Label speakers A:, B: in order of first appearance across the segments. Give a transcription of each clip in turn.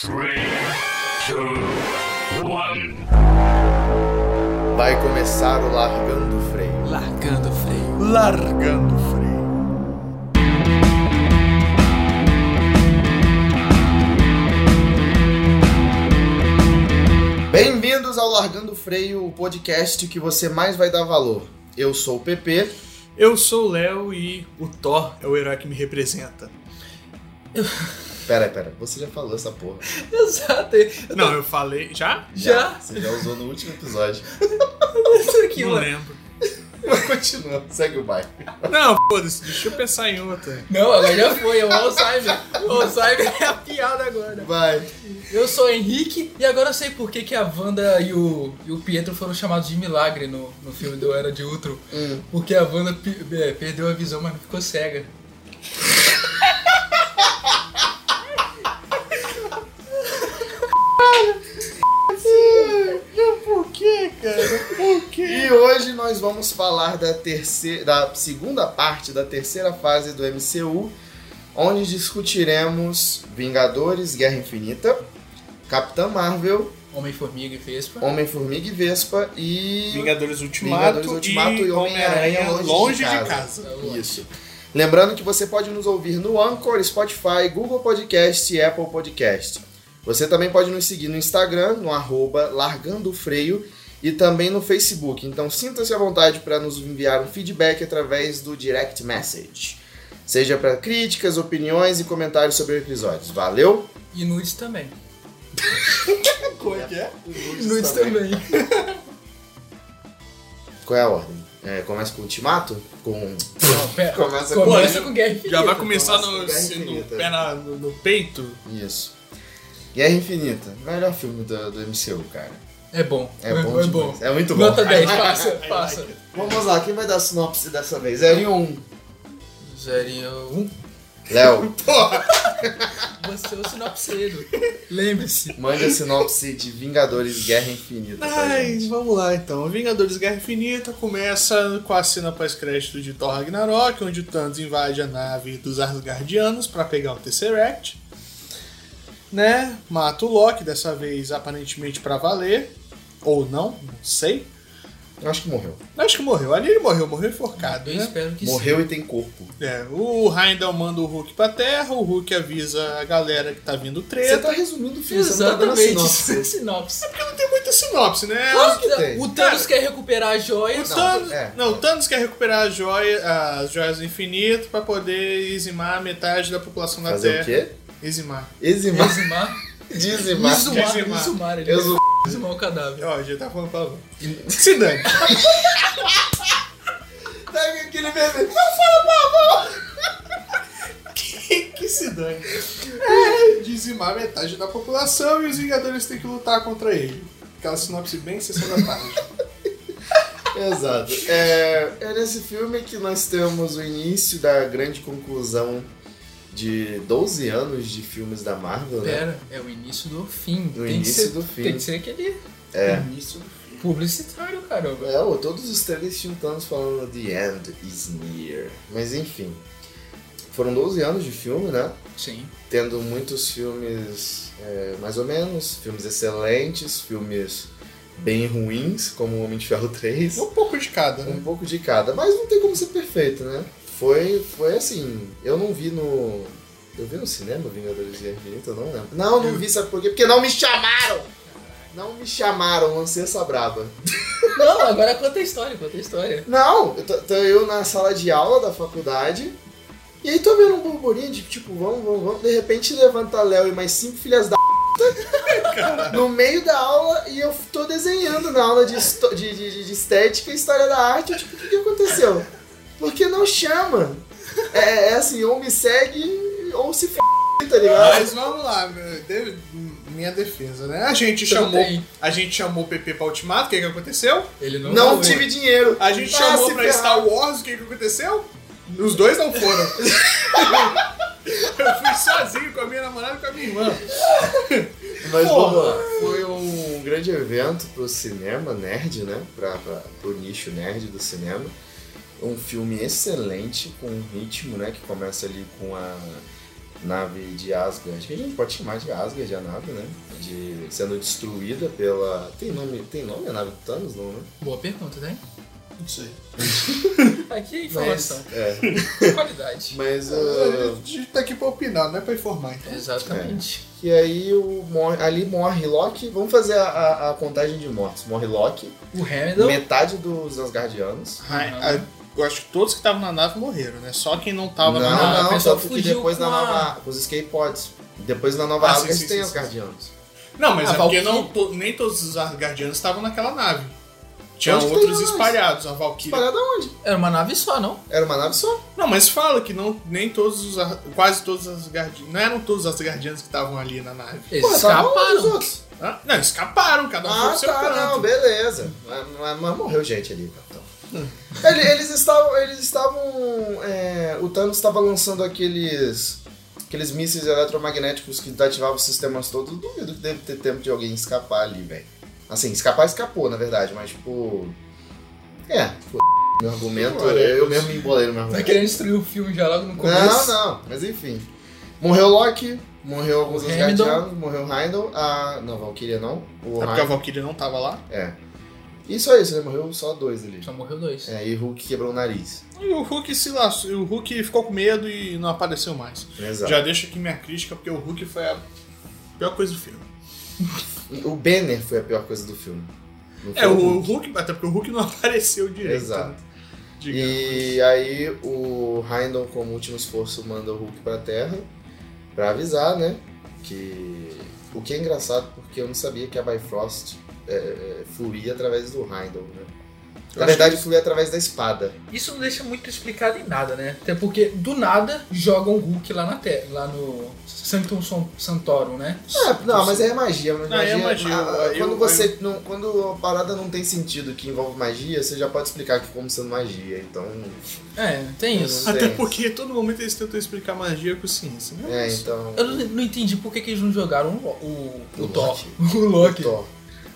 A: Three, two, one.
B: Vai começar o Largando o Freio.
C: Largando o freio.
B: Largando o Freio. Bem-vindos ao Largando o Freio, o podcast que você mais vai dar valor. Eu sou o PP.
D: Eu sou o Léo e o Thor é o herói que me representa.
B: Pera, pera, você já falou essa porra.
C: Exato. Eu
D: Não, eu falei. Já?
C: Já?
B: Você já usou no último episódio.
C: tô isso aqui,
D: não
C: mano.
D: lembro.
B: Mas continua, segue o baile.
D: Não, foda-se, deixa eu pensar em outra.
C: Não, agora já foi, é o Alzheimer. O Alzheimer é a piada agora.
B: Vai.
C: Eu sou o Henrique e agora eu sei por que, que a Wanda e o, e o Pietro foram chamados de milagre no, no filme do Era de Ultron.
B: Hum.
C: Porque a Wanda pe- é, perdeu a visão, mas não ficou cega.
B: E hoje nós vamos falar da, terceira, da segunda parte da terceira fase do MCU, onde discutiremos Vingadores, Guerra Infinita, Capitã Marvel,
C: Homem-Formiga e Vespa.
B: Homem-Formiga e Vespa e.
D: Vingadores Ultimato,
B: Vingadores Ultimato e
D: e Homem-Aranha Longe, de casa.
B: Isso. Lembrando que você pode nos ouvir no Anchor, Spotify, Google Podcast e Apple Podcast. Você também pode nos seguir no Instagram, no arroba Largando o Freio, e também no Facebook. Então sinta-se à vontade para nos enviar um feedback através do Direct Message. Seja para críticas, opiniões e comentários sobre episódios. Valeu!
C: E nudes também.
B: Qual é?
C: Nudes também.
B: Qual é a ordem? É, começa com o Ultimato? Com...
C: Não, pera.
B: Começa com-
C: Começa com Guerra Infinita.
D: Já vai começar no,
B: Guerra
D: se- no
B: Infinita.
D: pé na- no, no peito?
B: Isso. Guerra Infinita. Melhor filme do, do MCU, cara.
C: É bom.
B: É bom
C: é
B: demais.
C: bom.
B: É muito bom.
C: Nota 10, passa, passa.
B: Vamos lá, quem vai dar a sinopse dessa vez? É um.
C: Zerinha 1.
B: Léo,
C: Você é o sinopseiro. Lembre-se.
B: mande a sinopse de Vingadores Guerra Infinita Tá pra
D: Mas
B: gente.
D: vamos lá então. Vingadores Guerra Infinita começa com a cena pós-crédito de Thor Ragnarok, onde o Thanos invade a nave dos Asgardianos para pegar o Tesseract. Né? Mata o Loki, dessa vez aparentemente para valer. Ou não, não sei.
B: Eu acho que morreu.
D: Acho que morreu. Ali ele morreu, morreu enforcado,
C: Eu
D: né?
C: espero que sim.
B: Morreu e tem corpo.
D: É, o Heimdall manda o Hulk pra terra, o Hulk avisa a galera que tá vindo
B: Você
D: treta.
B: tá resumindo o filme, você não
C: Exatamente.
B: tá dando a sinopse.
C: sinopse.
D: Não tem muita sinopse, né?
C: Claro
B: que tem.
C: O Thanos quer recuperar a joia.
D: O Thanos,
B: é.
D: não, o Thanos quer recuperar a joia, as joias do infinito pra poder dizimar metade da população da
B: Fazer o
D: Terra.
B: quê?
D: Dizimar.
B: Eximar.
C: Exumar.
B: Dizimar.
C: Exumar.
D: Exumar.
C: Exumar. Ele
B: Exu-
C: vai exumar o cadáver.
D: Ó, já tá falando palavrão. Se dane.
B: Sabe aquele meme?
D: que se dane. É, dizimar metade da população e os Vingadores têm que lutar contra ele. Aquela sinopse bem sessão da tarde.
B: Exato. É, é nesse filme que nós temos o início da grande conclusão de 12 anos de filmes da Marvel, né?
C: Pera, é o início do fim.
B: No
C: tem que
B: início
C: ser,
B: do fim.
C: Tem que ser aquele
B: É.
C: início publicitário, caramba.
B: É, ô, todos os trailers tinham Thanos falando The End is Near. Mas enfim. Foram 12 anos de filme, né?
C: Sim.
B: Tendo muitos filmes é, mais ou menos, filmes excelentes, filmes bem ruins, como Homem de Ferro 3.
D: Um pouco de cada, né?
B: Um pouco de cada, mas não tem como ser perfeito, né? Foi, foi assim, eu não vi no. Eu vi no cinema Vingadores Guerra Infinita, eu não lembro. Não, não vi, sabe por quê? Porque não me chamaram! Não me chamaram, lancei essa braba.
C: Não, agora conta a história, conta a história.
B: Não, eu tô, tô eu na sala de aula da faculdade. E aí tô vendo um burburinho de tipo, vamos, vamos, vamos. De repente levanta Léo e mais cinco filhas da puta no meio da aula e eu tô desenhando na aula de, histó- de, de- de- de estética e história da arte. Eu, tipo, o que, que aconteceu? Porque não chama. É, é assim, ou me segue ou se f, tá ligado?
D: Mas vamos lá, meu- de- minha defesa, né? A gente
C: Então
D: chamou,
C: tem.
D: a gente chamou o PP pra Ultimato, o que que aconteceu?
C: Ele não
B: Não
C: falou.
B: tive dinheiro.
D: A gente
B: Ah,
D: chamou
B: se
D: pra
B: ferrar.
D: Star Wars, o que que aconteceu? Os dois não foram. Eu fui sozinho com a minha namorada e com a minha irmã.
B: Mas
D: Porra.
B: vamos lá. Foi um grande evento pro cinema nerd, né? Pra, pra, pro nicho nerd do cinema. Um filme excelente, com um ritmo, né? Que começa ali com a, nave de Asgard, que a gente pode chamar de Asgard a nave, né? De, sendo destruída pela. Tem nome, tem nome a nave do Thanos, não, né?
C: Boa pergunta, né?
D: Não sei.
C: Aqui é informação.
B: É.
C: Qualidade.
B: Mas.
D: A
B: uh,
D: gente tá aqui pra opinar, não é pra informar, então.
C: Exatamente.
B: que aí o, mor- ali morre Loki. Vamos fazer a, a- a contagem de mortes. Morre Loki,
C: O Hamilton.
B: metade dos Asgardianos.
D: Ai, ai, eu acho que todos que estavam na nave morreram, né? Só quem não tava
B: Não,
D: na nave.
C: a
B: não,
C: pessoa
B: tanto que
C: fugiu
B: depois na
C: com a-
B: nova. com os skateboards. Depois na nova
D: Ah, sim,
B: Asgard
D: sim,
B: tem
D: sim,
B: os
D: sim.
B: Asgardianos.
D: Não, mas
C: Ah,
D: é porque
C: Valkyrie.
D: não, to- nem todos os guardianos estavam naquela nave. Tinham
B: Onde tem
D: outros
B: nós?
D: espalhados, a Valkyrie.
B: Espalhada onde?
C: Era uma nave só, não?
B: Era uma nave só.
D: Não, mas fala que não, nem todos os. Ar- Quase todos os guardianos. Não eram todos os guardianos que estavam ali na nave.
C: Eles
B: Pô, tava onde os
C: escaparam.
B: outros?
D: Ah, não, escaparam, cada um foi
B: Ah,
D: pro seu
B: tá, não,
D: canto.
B: beleza. Mas, mas- mas morreu gente ali, capitão. Ele- eles estavam. Eles estavam. é, o Thanos estava lançando aqueles. Aqueles mísseis eletromagnéticos que desativavam os sistemas todos. Duvido que deve ter tempo de alguém escapar ali, velho. Assim, escapar escapou, na verdade, mas tipo. É, f- meu argumento,
D: Olha,
B: eu mesmo me embolei no meu
C: Tá
B: argumento.
C: querendo destruir o filme já logo no
B: Não,
C: começo.
B: não, mas enfim. Morreu Loki, morreu alguns dos
C: Heimdall.
B: guardianos, morreu Heindel, a. Não, Valkyria não. O
D: É porque a
B: Heimdall-
D: Valkyrie não tava lá.
B: é. E só isso, né? Morreu só dois ali.
C: Só morreu dois.
B: É, e o Hulk quebrou o nariz.
D: E o Hulk se laçou, o Hulk ficou com medo e não apareceu mais.
B: Exato.
D: Já deixo aqui minha crítica, porque o Hulk foi a pior coisa do filme.
B: O Banner foi a pior coisa do filme. Não foi
D: É, o Hulk, até porque o Hulk não apareceu direito.
B: Exato.
D: né? Digamos.
B: E aí o Heindel, como último esforço, manda o Hulk pra Terra pra avisar, né? Que. O que é engraçado, porque eu não sabia que a Bifrost é, é, fluía através do Heindel, né?
D: Eu
B: Na
D: acho
B: verdade, fluía através da espada.
C: Isso não deixa muito explicado em nada, né? Até porque do nada jogam o Hulk lá na terra, lá no Sanctum Son- Santorum, né?
B: É, não, mas é magia. Mas
D: Não, é
B: magia,
D: magia,
B: a- a-
D: eu-
B: quando
D: eu-
B: você. não- quando a parada não tem sentido que envolve magia, você já pode explicar que como sendo magia. Então.
C: É, tem isso.
B: Não
D: Até
B: tem.
D: porque todo momento eles tentam explicar magia com ciência. Né?
B: É, então.
C: Eu não, não entendi por que, que eles não jogaram o, o, o,
B: O
C: Thor.
B: Loki.
C: O Loki.
B: Thor.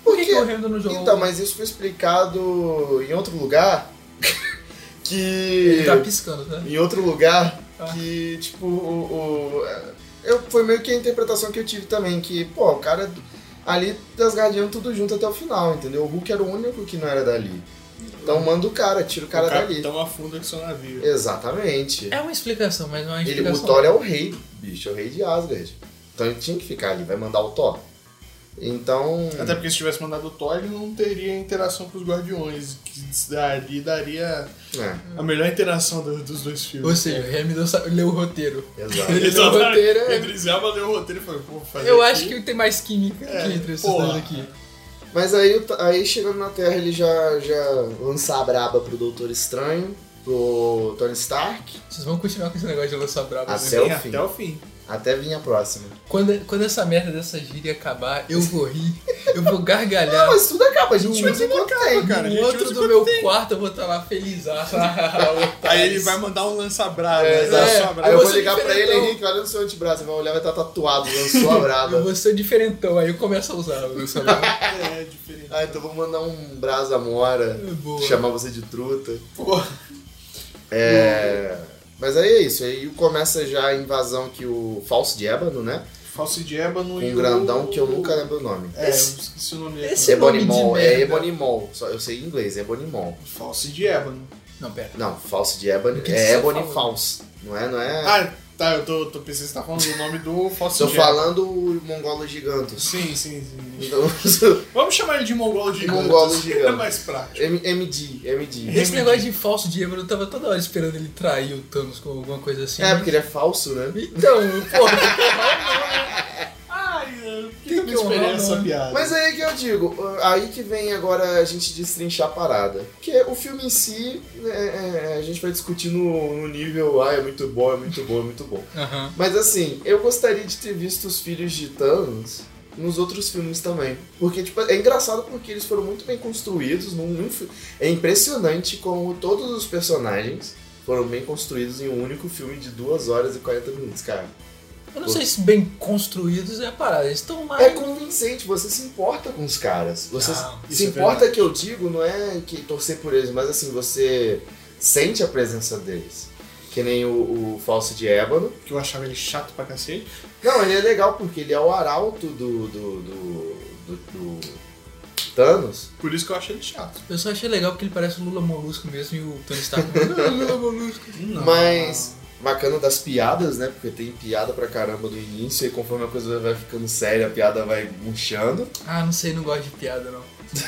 C: Por
B: Porque-
C: que, que o Hamilton não jogou?
B: Então, mas isso foi explicado em outro lugar. que.
C: Ele tá piscando, né?
B: Em outro lugar
C: Ah.
B: que, tipo, o. o- é, eu, foi meio que a interpretação que eu tive também, que, pô, o cara. Ali das guardiãs tudo junto até o final, entendeu? O Hulk era o único que não era dali. Então manda o cara, tira o cara tá
D: o tá-
B: dali.
D: capitão afunda com seu navio.
B: Exatamente.
C: É uma explicação, mas não é uma
B: Ele, o
C: explicação.
B: Thor é o rei, bicho, é o rei de Asgard. Então ele tinha que ficar ali, vai mandar o Thor. Então.
D: Até porque se tivesse mandado o Thor, ele não teria interação com os Guardiões, que ali daria
B: É,
D: a melhor interação do- dos dois
C: Ou
D: filmes.
C: seja, o Hamilton sa- leu o roteiro.
B: exato.
C: Ele
D: só
C: leu o
D: tá-
C: roteiro, é-
D: Idris Elba leu o roteiro e falou, pô, vou fazer
C: Eu
D: aqui.
C: acho que tem mais química
D: É,
C: que entre esses
D: porra.
C: dois aqui.
B: Mas aí, o Th- aí chegando na Terra, ele já, já lança a braba pro Doutor Estranho, pro Tony Stark,
C: Vocês vão continuar com esse negócio de lançar braba.
B: Ah,
C: né?
B: até o
D: Vem
B: fim.
D: até o fim.
B: até vir a próxima.
C: Quando, quando essa merda dessa gíria acabar, eu vou rir, eu vou gargalhar.
B: Mas tudo acaba, a gente
D: Não,
B: usa enquanto tem.
D: cara, a
C: no
D: gente
C: Um outro
D: usa
C: do
D: quando
C: meu É.
D: tem.
C: quarto eu vou estar lá feliz.
D: Aí ele vai mandar um lança-braba.
B: É, exato.
D: lança-braba.
B: Aí eu
C: Eu
B: vou
C: sou
B: ligar pra ele,
C: diferentão.
B: Henrique, olha no seu antebraço, ele vai olhar, vai estar tatuado, lançou a
C: Eu
B: braba.
C: vou ser diferentão, aí eu começo a usar. Eu sou braba.
D: É, diferente.
B: Ah, então eu vou mandar um brasa mora,
C: É Boa.
B: chamar você de truta.
D: Pô,
B: É. Mas aí é isso, aí começa já a invasão que o falso de ébano, né?
D: falso de ébano e
B: Um
D: o-
B: grandão que eu nunca lembro o nome.
D: É, eu esqueci o nome dele.
C: Esse-
B: Ebony
C: nome de
B: Maw, é
C: merda.
B: Ebony Maw, só eu sei em inglês, Ebony Maw.
D: Falso de ébano.
C: Não, pera.
B: Não, falso de Ebony,
C: O que que
B: é
C: você tá
B: Ebony
C: falando?
B: False, não é, não é?
D: Ah, tá, eu tô, tô pensando que você tá falando do nome do falso
B: Estou
D: de ébano.
B: falando o mongolo gigantos.
D: Sim, sim, sim.
B: Então,
D: Vamos chamar ele de mongolo gigante.
B: Mongolo gigante.
D: É mais prático.
B: M- MD, MD.
C: Esse negócio de falso de Ebro, eu tava toda hora esperando ele trair o Thanos com alguma coisa assim.
B: É, porque ele é falso, né?
C: Então, porra.
D: Ai, eu- por que,
C: Tem
D: que eu
C: que
D: não esperei
C: honrar o
D: essa
C: nome.
D: piada?
B: Mas é- aí que eu digo, ah, aí que vem agora a gente destrinchar a parada. Porque o filme em si, é, é, a gente vai discutir no, no nível, ah, é muito bom, é muito bom, é muito bom.
C: Aham.
B: Mas assim, eu gostaria de ter visto os filhos de Thanos nos outros filmes também. Porque, tipo, é engraçado porque eles foram muito bem construídos. Num, num fi- é impressionante como todos os personagens foram bem construídos em um único filme de 2 horas e 40 minutos, cara.
C: Eu não sei se bem construídos é a parada. Eles estão mais.
B: É convincente, você se importa com os caras. Você
C: Ah,
B: se
D: isso é
B: importa que eu digo, não é que torcer por eles, mas assim, você sente a presença deles. Que nem o, o Falso de Ébano.
D: Que eu achava ele chato pra cacete.
B: Não, ele é legal porque ele é o arauto do. do. do. do, do Thanos.
D: Por isso que eu acho ele chato.
C: Eu só achei legal porque ele parece o Lula Molusco mesmo e o Tony Stark. "Ah, Lula Molusco.
D: Não.
B: Mas bacana das piadas, né? Porque tem piada pra caramba do início, e conforme a coisa vai ficando séria, a piada vai murchando.
C: Ah, não sei, não gosto de piada não.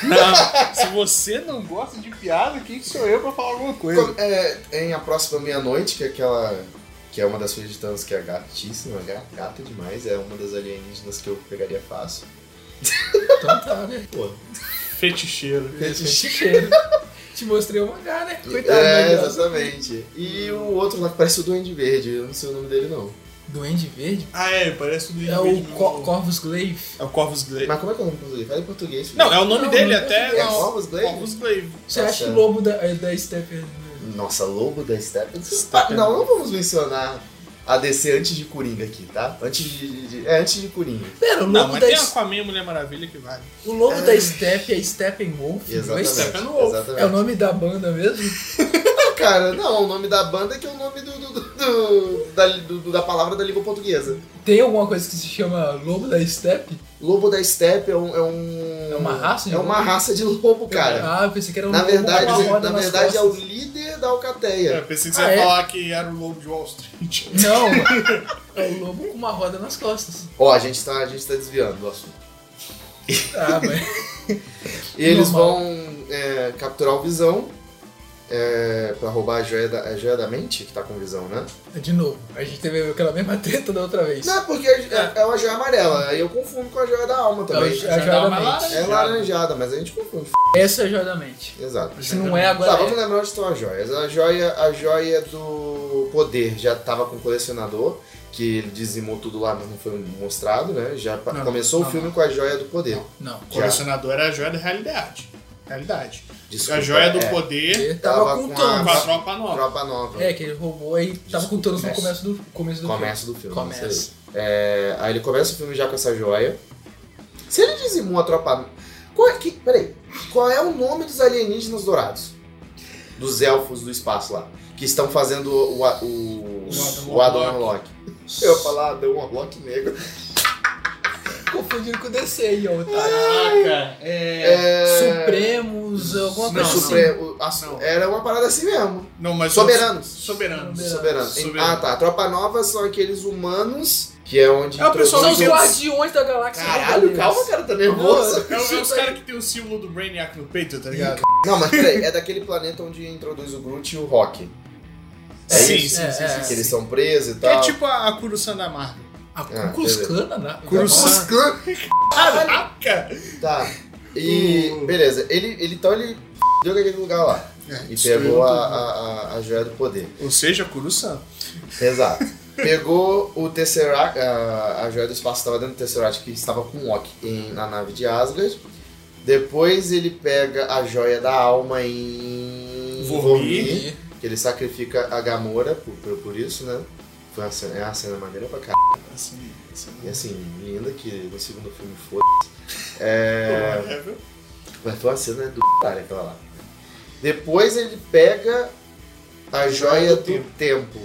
D: Não, se você não gosta de piada, quem sou eu pra falar alguma coisa?
B: Com- É, em A Próxima Meia-Noite, que é aquela. que é uma das filhas de Thanos que é gatíssima, ga- gata demais, é uma das alienígenas que eu pegaria fácil.
C: Então tá, né?
B: Pô,
D: Feticheiro.
C: Feticheiro. Te mostrei o mangá, né? Coitado
B: é,
C: do mangá.
B: exatamente. E o outro lá que parece o Duende Verde, eu não sei o nome dele não.
C: Duende Verde?
D: Ah, é, parece um
C: É o Co- Corvus Glaive.
D: É o Corvus Glaive.
B: Mas como é que é o nome em português? Fala em português.
D: Não, é o nome
C: Não,
D: dele
C: não
D: até.
B: é
C: é
D: não.
B: Corvus Glaive?
D: Corvus Glaive.
C: Você
B: Tá
C: acha o
B: certo.
C: lobo da, é da Stephen...
B: Nossa, Lobo da Step.
D: Step-
B: Não, não vamos mencionar a DC antes de Coringa aqui, tá? Antes de. de- é, antes de Coringa.
C: Pera, o
D: Não, Tá,
C: lobo,
D: Ah, mas
C: da,
D: tem a
C: S-
D: Aquaman e Mulher Maravilha que vale.
C: o lobo da Step é Steppenwolf? não é
B: Exatamente.
C: Step-
D: Steppenwolf.
B: exatamente.
C: É o nome da banda mesmo?
B: Cara, não, o nome da banda é que é o nome do, do- do- do- da, do- da palavra da língua portuguesa.
C: Tem alguma coisa que se chama Lobo da Steppe?
B: Lobo da Steppe é um. É, um,
C: É uma raça de
B: É uma
C: lobo?
B: raça de lobo, cara.
C: Ah, eu pensei que era um
B: na
C: lobo
B: verdade,
C: com uma roda
B: na
C: nas
B: verdade é o
C: costas.
B: líder da
D: É,
B: Alcateia.
D: pensei que você
C: Ah,
D: ia
C: é?
D: falar que era o Lobo de Wall Street.
C: Não, é o lobo com uma roda nas costas.
B: Ó, a gente tá, a gente tá desviando do assunto.
C: Ah, mas...
B: E eles
C: Normal.
B: vão é, capturar o Visão é, pra roubar a joia, da, a joia da mente que tá com o Visão, né?
C: De novo, a gente teve aquela mesma treta da outra vez.
B: Não, porque é, é uma joia amarela. Aí eu confundo com a joia da alma também.
C: É a joia da mente.
B: É laranjada, mas a gente confunde.
C: Essa é a joia da mente.
B: Exato.
C: Se não é, agora
B: Tá, vamos
C: é.
B: lembrar onde estão as joias. A joia, a joia do poder já tava com o colecionador, que ele dizimou tudo lá, mas não foi mostrado, né? Já pa-
C: Não,
B: começou o
C: não,
B: filme com a joia do poder.
C: Não.
D: O colecionador era a joia da realidade. Realidade.
B: Desculpa,
D: a joia do
B: é,
D: poder
C: Ele tava
B: Tava com
C: com o
B: a-
D: com a
C: Thanos.
D: tropa nova.
B: Tropa nova.
C: É, que ele roubou aí. Tava com o Thanos no começo do, começo do
B: Começo do filme.
C: Começa.
B: isso aí. É, aí ele começa o filme já com essa joia. Se ele dizimou a tropa. Qual é, que, peraí. Qual é o nome dos alienígenas dourados? Dos elfos do espaço lá. Que estão fazendo o, o,
D: O
B: o,
D: Adam
B: o Adam
D: Warlock.
B: Warlock. Eu ia falar Adam Warlock negro.
C: filme. Confundindo com o DC aí, ó. otário.
D: Caraca, é...
C: Supremos, alguma
D: Não,
C: coisa
B: Mas
C: assim.
B: supre- o- a-
D: Não.
B: Era uma parada assim mesmo.
D: Não, mas
B: Soberanos.
D: os- Soberanos.
B: Soberano.
D: Soberano.
B: Ah tá, a tropa nova são aqueles humanos, que é onde.
D: É o pessoal
C: São os
B: introduz
D: Deus.
C: guardiões da galáxia.
B: Caralho,
D: né?
C: Meu Deus.
B: calma, cara, tá nervoso.
D: É, o- é os caras que tem o símbolo do Brainiac no peito, tá ligado?
B: Não, mas peraí, é daquele planeta onde introduz o Groot e o Rock. É
D: sim,
B: isso?
D: sim,
C: É,
D: sim,
C: é.
D: sim,
B: Que
D: sim.
B: eles são presos e
D: Que é
B: tal.
D: tipo a, a Kurusan da Marvel.
C: A
B: Ah,
C: Cruz
B: beleza.
C: Clan, né?
D: Cruz-
B: Os clã-
D: Caraca!
B: Tá. E.
D: Hum.
B: Beleza, ele, ele- então ele deu aquele lugar lá. E pegou a, a, a, a joia do poder.
D: Ou seja, Kurusan.
B: Exato. Pegou o Tesseract, a, a joia do espaço estava dentro do Tesseract, que estava com o Ock em- na nave de Asgard. Depois ele pega a joia da alma em.
D: Vormir.
B: Que ele sacrifica a Gamora por, por, por isso, né? Foi uma cena, é uma cena maneira pra caralho.
D: Assim, assim.
B: E assim, linda que no segundo filme foda-se. É,
D: Whatever.
B: mas foi uma cena do caralho aquela lá. Depois ele pega a joia do
D: tempo.
B: tempo.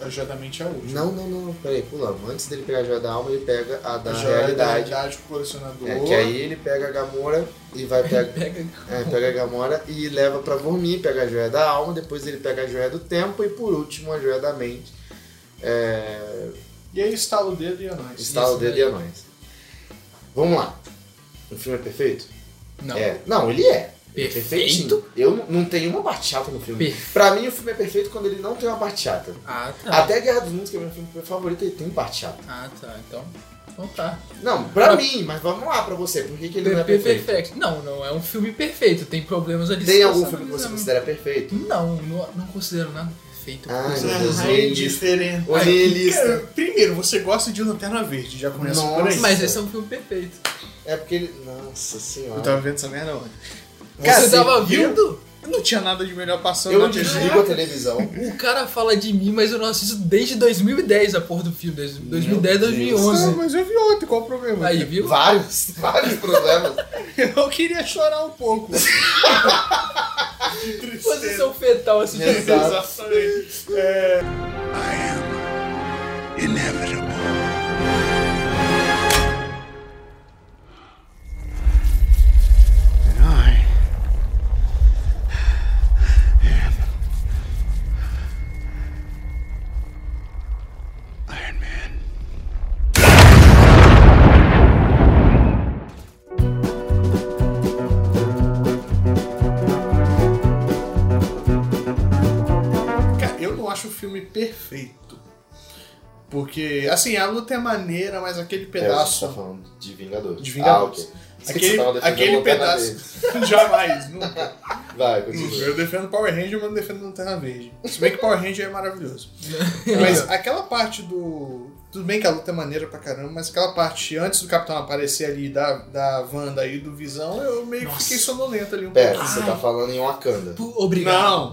D: A joia da mente é a última.
B: Não, não, não, peraí, pulamos. Antes dele pegar a joia da alma, ele pega a da
D: A joia da
B: realidade.
D: realidade pro colecionador.
B: É, que aí ele pega a Gamora e vai pegar.
C: Pega.
B: É, pega a Gamora e leva pra Vormir, pega a joia da alma, depois ele pega a joia do tempo e por último a joia da mente. É,
D: E aí estala o dedo e é nóis.
B: estala o
C: Isso
B: dedo e
C: daí.
B: é nóis. Vamos lá. O filme é perfeito?
C: Não.
B: É. Não, ele é. Ele é
C: Perfeito?
B: perfeitinho. Eu não- não tenho uma parte chata no filme.
C: Perfeito.
B: Pra mim o filme é perfeito quando ele não tem uma parte chata.
C: Ah, tá.
B: Até Guerra dos Mundos, que é meu filme favorito, ele tem parte chata.
C: Ah, tá. Então. Então tá.
B: Não, pra
C: Ah.
B: mim, mas vamos lá pra você. Por que, que ele não é
C: PP
B: perfeito?
C: Perfect. Não, não é um filme perfeito. Tem problemas ali.
B: Tem
C: se
B: algum
C: você
B: filme que você
C: analisar.
B: considera perfeito?
C: Não, não, não considero nada perfeito.
B: Ai,
C: Coisa
B: meu Deus,
C: errada.
B: ele-
D: É diferente.
B: Olha
D: Cara,
B: lista.
D: primeiro, você gosta de Lanterna Verde, já começa por aí.
B: Nossa.
C: Mas esse é um filme perfeito.
B: É porque ele. Nossa senhora.
D: Eu tava vendo essa merda ontem.
B: Cara,
C: você
B: você
C: tava
D: viu?
C: vendo?
D: Não tinha nada de melhor passando
B: eu
D: na TV.
B: desligo a televisão.
C: O cara fala de mim, mas eu não assisto desde 2010 a porra do filme. desde 2010,
B: Deus.
D: Ah,
C: 2011.
D: mas eu vi ontem, qual o problema?
C: Aí, viu?
B: Vários, vários problemas.
D: Eu queria chorar um pouco. que tristeza. é
C: Posição fetal assistindo.
B: Exato.
D: Exatamente. Cara, eu não acho o filme perfeito. Porque, assim, a luta é maneira, mas aquele
B: É, você tá
D: pedaço.
B: falando de Vingadores.
D: De Vingadores.
B: Ah, ok. Pensei que você
D: Aquele,
B: tava defendendo
D: aquele
B: Lanterna
D: pedaço.
B: Verde.
D: Jamais, nunca.
B: Vai,
D: Nunca.
B: continua.
D: Eu defendo Power Ranger, mas não defendo Lanterna Verde. Se bem que Power Ranger é maravilhoso. Mas aquela parte do. Tudo bem que a luta é maneira pra caramba, mas aquela parte antes do Capitão aparecer ali da, da Wanda e do Visão, eu meio que
C: Nossa.
D: fiquei sonolento ali um
B: Pera,
D: pouco.
B: você tá falando em Wakanda.
C: Pô, Obrigado.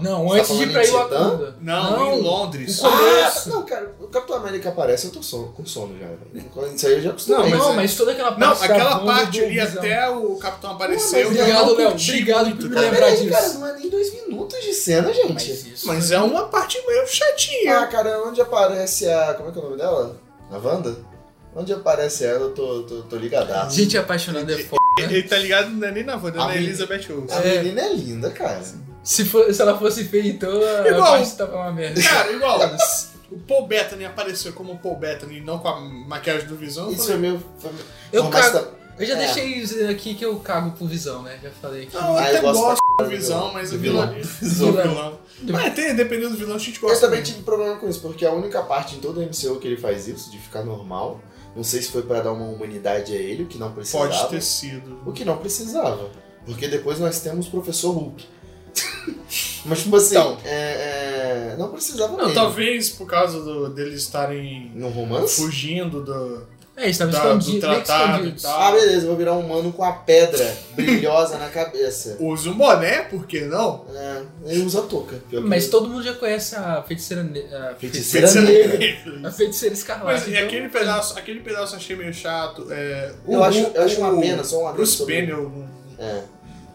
D: Não.
C: Não,
B: Você tá
C: antes de ir
B: falando
C: pra
B: em
C: Iwakanda.
D: Não, em Londres.
C: O começo.
B: Ah, Não, cara, o Capitão América aparece, eu tô sono, com sono já. velho. Isso aí eu já
D: Não,
B: acostumei.
D: mas
C: não,
D: é-
C: mas toda aquela
D: Não,
C: parte. da
D: aquela
C: Wanda
D: parte
C: do
D: ali
C: Visão.
D: até o Capitão aparecer,
B: é
D: eu
C: Obrigado,
D: não
C: Léo.
D: curti
C: Obrigado
D: muito, tá
C: por
D: cara.
C: lembrar
B: Peraí, cara,
C: disso.
B: não é nem dois minutos de cena, gente.
C: Mas isso.
D: Mas é uma parte meio chatinha.
B: Ah, cara, onde aparece a. Como é que é o nome dela? A Wanda? Onde aparece ela, eu tô, tô, tô ligadaço.
C: Gente apaixonada é foda.
D: Ele tá ligado, não é nem na Wanda, é
B: A
D: na
B: mim-
D: Elizabeth Olsen.
B: A
C: É.
B: menina é linda, cara.
C: Se, for- se ela fosse feia, então a
D: Igual.
C: parte tava uma merda.
D: Cara, igual, o Paul Bettany apareceu como o Paul Bettany, não com a maquiagem do Visão. eu
B: Isso
D: falei,
B: Então foi meio. Foi... meio-
C: Eu
B: Bom, mas
C: cago.
B: tá-
C: Eu já
B: É.
C: deixei aqui que eu cago pro Visão, né? Já falei que.
D: Não, eu
B: Ah, eu
D: até
B: gosto
D: gosto,
B: pra
D: do
B: caralho do
D: Visão,
B: vilão.
D: mas
B: Do
D: o vilão...
C: vilão.
D: do vilão. Mas tem, dependendo do vilão, a gente gosta.
B: Eu também
D: mesmo.
B: tive problema com isso, porque a única parte em todo o MCU que ele faz isso, de ficar normal, não sei se foi pra dar uma humanidade a ele, o que não precisava.
D: Pode ter sido.
B: O que não precisava. Porque depois nós temos o professor Hulk. Mas, tipo assim,
D: Então.
B: é, é, não precisava
D: Não,
B: mesmo.
D: talvez por causa do- deles estarem
B: Num romance?
D: fugindo do...
C: É, estava
D: Tá,
C: escondido,
D: do
C: bem
D: tratado tá
C: escondido.
D: e tal.
B: Ah, beleza, eu vou virar um humano com a pedra brilhosa na cabeça.
D: Usa o boné, por que não?
B: É, ele usa touca. pior que
C: Mas
B: eu-
C: todo mundo já conhece a feiticeira. ne- A
B: Feiticeira negra.
C: A feiticeira escarlate.
D: Mas e
C: então-
D: aquele pedaço, aquele pedaço eu achei meio chato. É, o-
B: Eu acho, eu acho
D: o-
B: uma pena, só um adendo
D: Bruce
B: sobre,
D: Banner. um-
B: é.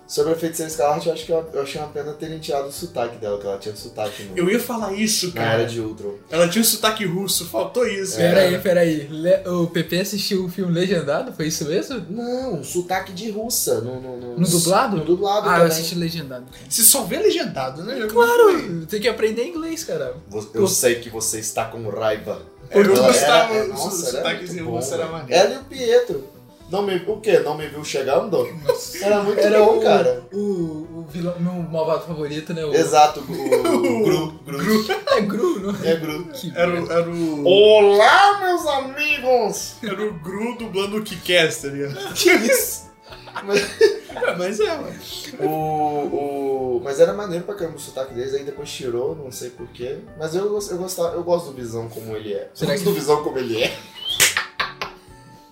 B: sobre a feiticeira escarlate, eu acho que eu, eu achei uma pena terem tirado o sotaque dela, que ela tinha sotaque no,
D: Eu ia falar isso,
B: na era É.
D: cara.
B: de Ultron.
D: Ela tinha um sotaque russo, faltou isso.
C: Pera
D: cara.
C: aí, pera aí. Le- O PP assistiu o filme legendado? Foi isso mesmo?
B: Não, um sotaque de russa. No, no, no,
C: No dublado?
B: No dublado
C: Ah, eu
B: também.
C: assisti legendado.
D: Você só vê legendado, né?
C: Claro, tem que aprender inglês, cara.
B: Vo- Eu sei que você está com raiva.
D: Eu
B: Ela
D: gostava
B: era-
D: do
B: nossa, era
D: sotaquezinho
B: muito
D: russo,
B: bom,
D: era
B: velho.
D: maneiro.
B: Ela e o Pietro. Não me, o quê? Não me viu chegando? Era muito
C: Era
B: bom,
C: o,
B: cara.
C: o, o vilão, meu malvado favorito, né? O,
B: Exato, o, o, o Gru. Gru.
C: É Gru, não
B: É Gru.
C: Que
D: Era
C: merda.
D: o, era o,
B: Olá, meus amigos!
D: era o Gru dublando o Kikés, tá ligado?
B: Que isso?
D: É, mas é, mano.
B: O, o... Mas era maneiro pra caramba o sotaque deles, aí depois tirou, não sei porquê. Mas eu, gost- eu, gostava, eu gosto do Visão como ele é. Eu
C: Será
B: gosto
C: que-
B: do Visão como ele é.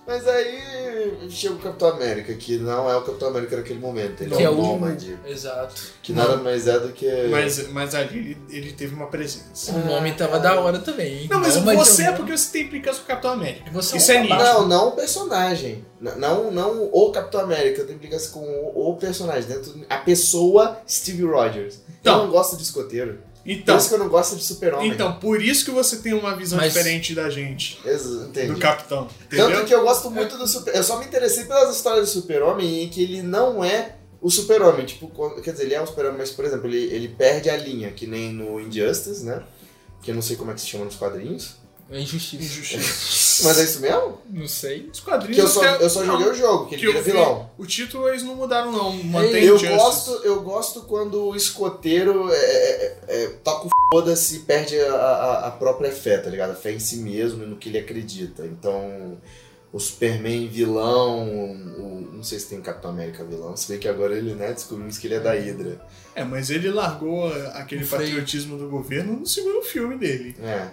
B: Mas aí chega o Capitão América, que não é o Capitão América naquele momento. Ele
C: Que
B: é
C: é
B: um
C: o
B: nômade.
C: Exato.
B: Que nada mais é do que.
D: Mas, mas ali ele, ele teve uma presença.
C: O nome tava da hora também, hein?
D: Não, mas
C: Nômade
D: você
C: é um
D: é
C: nome-
D: porque você tem implicância com o Capitão América.
C: Você
D: Isso é
C: um
D: nítido.
C: babaca.
B: Não, não o personagem. N- Não, não o Capitão América. Tem implicância com o, o personagem. Dentro, a pessoa Steve Rogers.
D: Então.
B: eu não gosto de escoteiro.
D: Então,
B: Por isso que eu não gosto de super-homem.
D: então, por isso que você tem uma visão
C: Mas-
D: diferente da gente,
B: Ex- Entendi.
D: do Capitão.
B: Tanto
D: Entendeu?
B: que eu gosto muito do super. Eu só me interessei pelas histórias do super-homem em que ele não é o super-homem. Tipo, quando- quer dizer, ele é um super-homem, mas, por exemplo, ele, ele perde a linha, que nem no Injustice, né? Que eu não sei como é que se chama nos quadrinhos.
C: É injustiça.
D: Injustiça.
B: Mas é isso mesmo?
C: Não sei.
D: Os quadrinhos
B: Que eu só,
D: até-
B: eu só
D: não,
B: joguei o jogo, que ele
D: que eu
B: vira
D: vi,
B: vilão.
D: O título eles não mudaram, não. Mantém
B: Eu
D: Justice.
B: gosto, eu gosto quando o escoteiro é, é, é, toca o foda-se e perde a, a- a própria fé, tá ligado? A fé em si mesmo e no que ele acredita. Então, o Superman vilão, o- não sei se tem Capitão América vilão, se bem que agora ele, né, descobrimos que ele é da Hydra.
D: É, mas ele largou aquele
C: O freio.
D: patriotismo do governo no segundo filme dele.
B: É.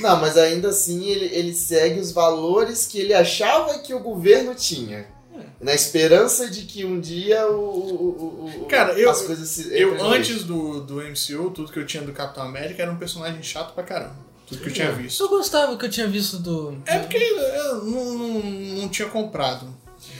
B: Não, mas ainda assim ele, ele segue os valores que ele achava que o governo tinha. Na esperança de que um dia o, o- o- o-
D: Cara, eu-
B: as coisas se.
D: Eu,
B: entrem no
D: antes do, do MCU, tudo que eu tinha do Capitão América era um personagem chato pra caramba. Tudo que eu tinha
C: Eu
D: visto.
C: gostava que eu tinha visto do.
D: É porque eu não, não- não tinha comprado.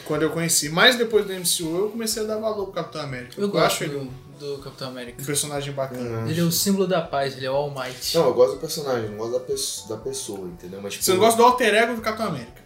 D: Quando eu conheci. Mas depois do MCU eu comecei a dar valor pro Capitão América.
C: Eu, gosto
D: acho ele
C: do,
D: um
C: do Capitão América.
D: personagem
B: Uhum.
D: bacana.
C: Ele é o símbolo da paz, ele é o All Might.
B: Não, eu gosto do personagem, não gosto da, pesso- da pessoa, entendeu? Mas,
D: Você não gosta do alter ego do Capitão América?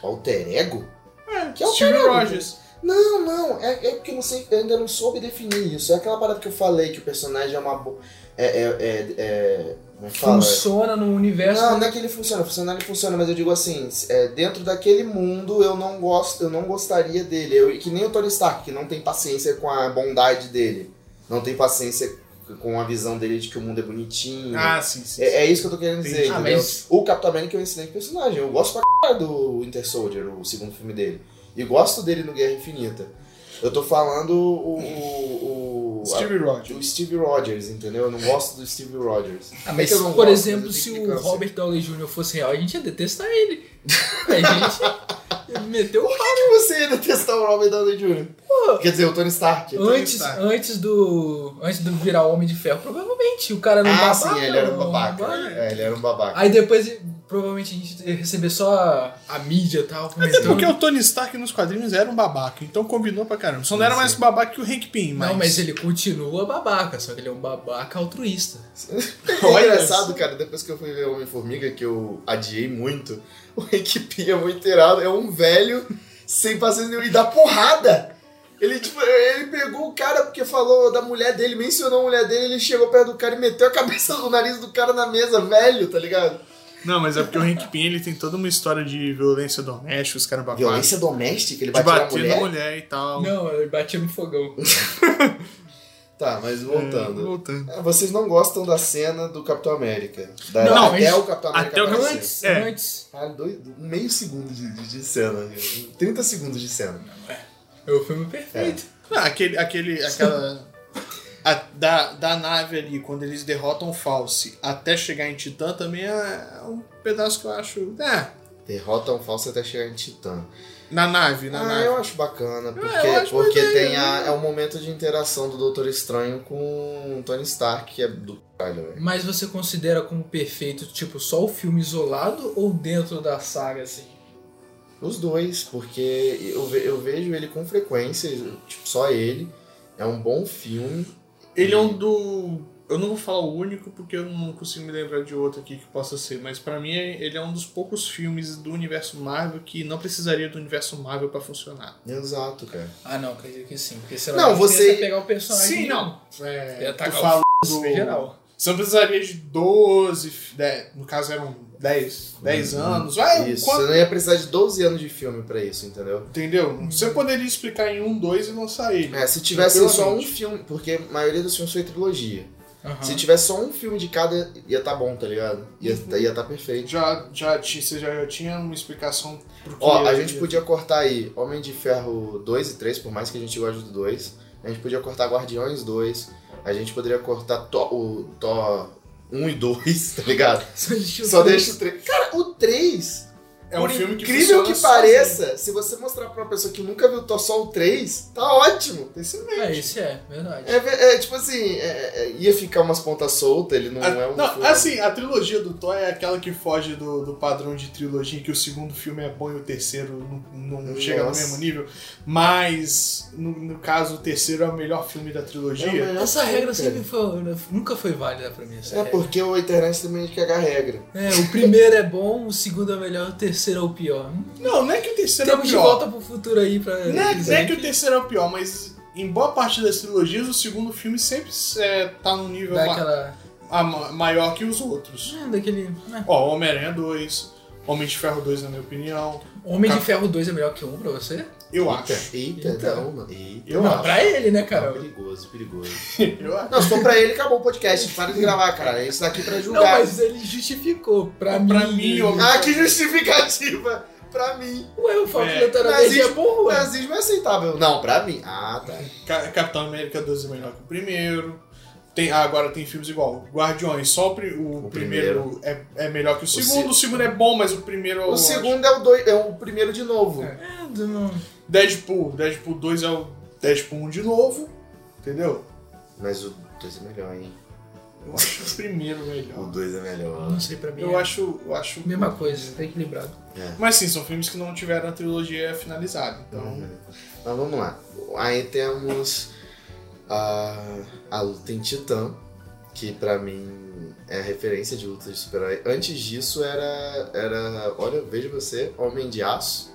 B: do alter ego?
D: É,
B: Que é o
D: Steve
B: alter ego?
D: Rogers.
B: Não, não, é, é porque eu, não sei, eu ainda não soube definir isso. É aquela parada que eu falei que o personagem é uma. bo- É. é, é, é como é que fala?
C: Funciona no universo.
B: Não, não é que ele funciona, funciona, ele funciona, mas eu digo assim, é, dentro daquele mundo eu não gosto, eu não gostaria dele. Eu, que nem o Tony Stark, que não tem paciência com a bondade dele. Não tem paciência com a visão dele de que o mundo é bonitinho.
D: Ah, sim, sim.
B: é, é isso que eu tô querendo dizer,
D: Entendi.
C: Ah,
B: entendeu?
C: mas-
B: O Capitão América é um excelente personagem. Eu gosto pra caralho do Winter Soldier, o segundo filme dele. E gosto dele no Guerra Infinita. Eu tô falando o. o, o
D: Steve Rogers.
B: o Steve Rogers, entendeu? Eu não gosto do Steve Rogers.
C: Ah,
B: É
C: mas,
B: que eu não
C: por
B: gosto, tipo
C: exemplo,
B: mas eu
C: se
B: tenho
C: o
B: implicância.
C: Robert Downey Jr. fosse real, a gente ia detestar ele. A gente meteu o pau.
B: E assim. você ia detestar o Robert Downey Jr. Quer dizer, o Tony Stark.
D: Tony
C: Antes,
D: Stark.
C: antes do. Antes do virar Homem de Ferro, provavelmente. O cara não
B: ah,
C: babaca,
B: sim, ele era um
C: não-
B: babaca. É, ele era um babaca.
C: Aí depois, provavelmente, a gente ia receber só a, a mídia e
B: é
C: tal,
D: Até
C: comentando.
D: porque o Tony Stark nos quadrinhos era um babaca, então combinou pra caramba. Só não era mais babaca que o Hank Pym, mas...
C: Não, mas ele continua babaca, só que ele é um babaca altruísta.
B: É
D: Olha
B: engraçado,
D: isso.
B: cara, depois que eu fui ver Homem-Formiga, que eu adiei muito, o Equipe é muito irado, é um velho sem paciência nenhuma e dá porrada. Ele, tipo, ele pegou o cara porque falou da mulher dele, mencionou a mulher dele, ele chegou perto do cara e meteu a cabeça no nariz do cara na mesa, velho, tá ligado?
D: Não, mas é porque o Hank Pym, ele tem toda uma história de violência doméstica, os caras babacas.
B: Violência doméstica, ele
D: De
B: bateu na
D: bater
B: mulher.
D: na mulher e tal.
B: Então-
C: Não, ele batia no fogão.
B: Tá, mas
D: É,
B: voltando.
D: voltando.
B: É, Vocês não gostam da cena do Capitão América. Da-
C: Não,
B: até
C: mas-
B: o Capitão América
D: até o Capitão-
B: aparecer.
C: Antes,
D: É.
C: antes.
B: Caralho, dois, um meio segundo de, de, de cena. 30 segundos de cena.
C: É o filme perfeito.
D: Não, aquele, aquele, aquela... a- da, da nave ali, quando eles derrotam o False até chegar em Titã, também é um pedaço que eu acho... É,
B: Derrota um falso até chegar em Titã.
D: na nave, na
B: ah,
D: nave. É,
B: eu acho bacana, porque,
D: eu acho
B: porque
D: maneiro,
B: tem a, é o momento de interação do Doutor Estranho com o Tony Stark, que é do caralho, velho.
C: Mas você considera como perfeito, tipo, só o filme isolado ou dentro da saga, assim?
B: Os dois, porque eu, ve- eu vejo ele com frequência, tipo, só ele. É um bom filme.
D: Ele é um do. Eu não vou falar o único porque eu não consigo me lembrar de outro aqui que possa ser, mas pra mim ele é um dos poucos filmes do universo Marvel que não precisaria do universo Marvel pra funcionar.
B: Exato, cara.
C: Ah, não, acredito que sim. Porque senão
B: Não,
C: não
B: você-
C: você pegar o personagem.
D: Sim,
C: e-
D: não. É,
C: E atacar
D: tu
C: o
D: fala
C: Isso
D: do...
C: é geral.
D: Você não precisaria de 12, f- dez- no caso eram 10, 10 anos. Vai,
B: Uhum. Isso.
D: quanto-
B: Você não ia precisar de 12 anos de filme pra isso, entendeu?
D: Entendeu? Você poderia explicar em um, dois e lançar ele.
B: É, se tivesse só um
D: Tranquilamente.
B: filme, porque a maioria dos filmes foi trilogia.
C: Aham.
B: Se tivesse só um filme de cada, ia tá bom, tá ligado? Ia,
D: Uhum.
B: ia tá perfeito.
D: Já, já, ti- você já tinha uma explicação pro que
B: Ó, a
D: ele-
B: gente podia cortar aí Homem de Ferro 2 e 3, por mais que a gente goste do 2. A gente podia cortar Guardiões 2. A gente poderia cortar Thor, o Thor 1 e 2, tá ligado?
C: Só deixa o
B: Só
C: filme.
B: deixa o 3. Cara, o 3,
D: É um
B: por
D: filme que
B: incrível que,
D: funciona sozinho.
B: pareça, se você mostrar pra uma pessoa que nunca viu Thor só o 3, tá ótimo. Excelente.
C: É, isso é, verdade.
B: É, ve- é, tipo assim, é, é, ia ficar umas pontas soltas, ele não
D: A-
B: é um
D: não,
B: filme.
D: assim, a trilogia do Thor é aquela que foge do, do padrão de trilogia, em que o segundo filme é bom e o terceiro não, não
B: Nossa.
D: chega no mesmo nível. Mas, no, no caso, o terceiro é o melhor filme da
B: É o
D: trilogia.
B: melhor
C: Essa
B: filme,
C: regra
B: cara.
D: É.
C: sempre foi, nunca foi válida pra mim. Essa
B: É
C: regra.
B: porque o internet também caga a regra.
C: É, o primeiro é bom, o segundo é melhor, o terceiro é o pior. Hum,
D: Não, não é que o terceiro é o
C: Temos de
D: pior.
C: volta pro futuro aí pra.
D: Não é, não é
C: dizer
D: que o terceiro é o pior, mas em boa parte das trilogias, o segundo filme sempre é, tá num nível
C: dá
D: ma-
C: aquela-
D: a- ma- maior que os outros.
C: Hum, daquele. né?
D: Ó, Homem-Aranha 2, Homem de Ferro 2, na minha opinião.
C: Homem de
D: Cap-
C: Ferro 2 é melhor que um pra você?
D: Eu
B: Eita,
D: acho.
B: eita,
C: Eita.
B: não, mano. Eita.
D: Eu
C: não,
D: acho.
C: pra ele, né, cara?
B: Não, perigoso, perigoso.
D: Eu acho.
B: Não, se for pra ele, acabou o podcast. Para de gravar, cara. Isso daqui pra
C: Não,
B: julgar.
C: mas ele justificou. Pra mim.
D: Pra mim, eu-
B: Ah, que justificativa! Pra mim.
C: Ué, o Falcão
D: É.
C: da Tarabeja é
B: Nazismo-
C: bom,
B: O
C: ué.
B: nazismo é aceitável. Não, pra mim. Ah, tá.
D: Ca- Capitão América 2 é melhor que o primeiro. Tem, ah, agora tem filmes igual. Guardiões, só o, pri- o
B: O
D: primeiro, É, é melhor que o segundo.
B: se-
D: O segundo é bom, mas o primeiro é
B: O segundo é o, dois, é o primeiro de novo.
D: É.
C: Ah, não.
D: Deadpool. Deadpool 2 é o Deadpool 1 de novo. Entendeu?
B: Mas o dois é melhor, hein?
D: Eu acho o primeiro
B: O
D: melhor.
B: 2 é melhor.
C: Não sei, pra mim
D: Eu
C: é
D: acho, eu acho
C: a mesma coisa, tá equilibrado.
D: Mas sim, são filmes que não tiveram a trilogia finalizada. Então,
B: Mas vamos lá. Aí temos a, a luta em Titã, que pra mim é a referência de luta de super-herói. Antes disso era, era. Olha, veja você, Homem de Aço.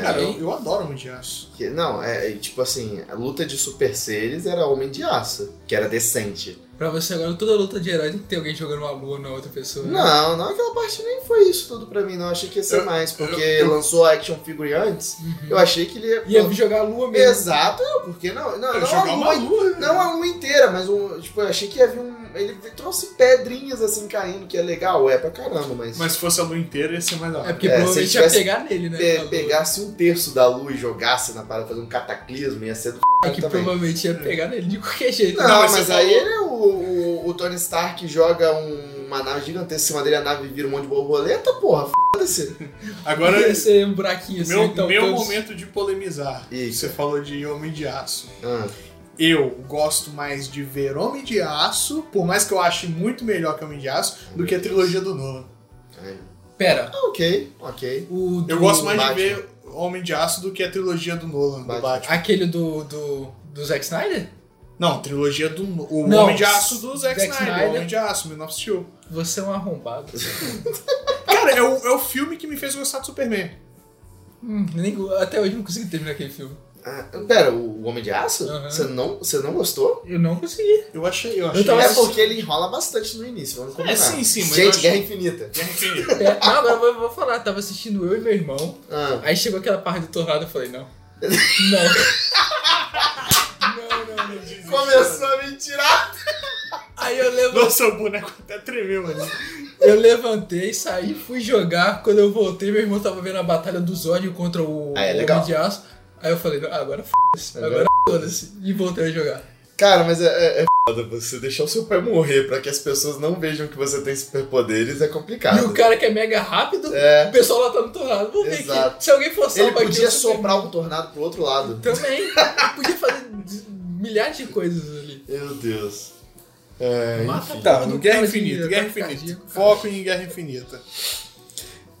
D: cara, eu, eu adoro Homem de Aço.
B: Que, não, é é, tipo assim, a luta de super seres era Homem de Aço, que era decente.
C: Pra você agora, toda luta de herói tem que ter alguém jogando uma lua na outra pessoa. né?
B: Não, não, aquela parte nem foi isso tudo pra mim, não. Achei que ia ser
D: Eu-
B: mais, porque
D: eu- é eu-
B: lançou a action figure antes,
C: Uhum.
B: eu achei que ele ia.
C: Ia jogar a lua mesmo.
B: Exato, porque não, não, não
D: jogar
B: a
D: uma
B: lua
D: lua. né?
B: Não a lua inteira, mas um, tipo, eu achei que havia um. Ele trouxe pedrinhas assim caindo, que é legal, é pra caramba, mas.
D: Mas se fosse a lua inteira, ia ser mais da hora.
C: É porque
B: É, se
C: provavelmente
B: tivesse-
C: ia pegar nele, né?
D: é,
B: pe-
D: tá
C: a lua.
B: pegasse um terço da lua e jogasse na parada, fazer um cataclismo, ia ser do
C: É que
B: também.
C: provavelmente ia pegar nele de qualquer jeito.
B: Não,
D: Não, mas
B: mas,
D: você
B: aí
D: falou-
B: ele, o, o, o Tony Stark joga um- uma nave gigantesca em cima dele, a nave vira um monte de borboleta, porra, foda-se.
D: Agora,
C: ia ser um buraquinho assim,
D: meu,
C: então.
D: meu
C: todos-
D: momento de polemizar.
B: Isso.
D: Você falou de Homem de Aço.
B: Ah,
D: Eu gosto mais de ver Homem de Aço, por mais que eu ache muito melhor que Homem de Aço, do que a trilogia do Nolan.
B: ai.
C: Pera.
B: Ah, ok, ok.
C: O do-
D: Eu gosto mais
B: Batman.
D: de ver Homem de Aço do que a trilogia do Nolan, do
B: Batman.
D: Batman.
C: Aquele do, do. do Zack Snyder?
D: Não, trilogia do No- o
C: Não.
D: Homem de Aço do Zack,
C: Zack
D: Snyder,
C: Snyder.
D: Homem de Aço, Man of Steel.
C: Você é um arrombado.
D: Cara, é o, é o filme que me fez gostar do Superman.
C: Hum, nem- até hoje eu não consegui terminar aquele filme.
B: Ah, pera, o Homem de Aço?
C: Aham.
B: Você não, você não gostou?
C: Eu não consegui.
D: Eu achei, eu achei.
C: Então
B: é
C: assisti-
B: porque ele enrola bastante no início, vamos combinar.
D: sim, sim, mas eu
B: Gente,
D: acho-
B: Guerra Infinita.
C: É, não, agora eu vou, vou falar. Tava assistindo eu e meu irmão.
B: Ah,
C: Aí chegou aquela parte do tornado eu falei, não. Não. não, não, não.
B: Começou a me tirar.
C: Aí eu levo
D: Nossa, o boneco até tremeu ali.
C: Eu levantei, saí, fui jogar. Quando eu voltei, meu irmão tava vendo a batalha do Zódio contra o
B: Ah, é
C: Homem
B: legal. É
C: de Aço. Aí eu falei, "Não, agora f***, agora foda-se. E voltei a jogar.
B: Cara, mas é, é, é foda. Você deixar o seu pai morrer pra que as pessoas não vejam que você tem superpoderes é complicado.
C: E o cara que é mega rápido,
B: É.
C: o pessoal lá tá no tornado. Vou ver
B: Exato.
C: aqui. Se alguém for
B: Ele
C: salvar aqui,
B: podia
C: eu sou
B: soprar um tornado pro outro lado.
C: Também. Ele podia fazer d- milhares de coisas ali.
B: Meu Deus. É, enfim.
D: Tá,
C: Não
D: no Guerra
C: pode,
D: Infinita,
C: eu
D: Guerra
C: tô
D: Infinita.
C: cardíaco, cara.
D: Foco em Guerra Infinita.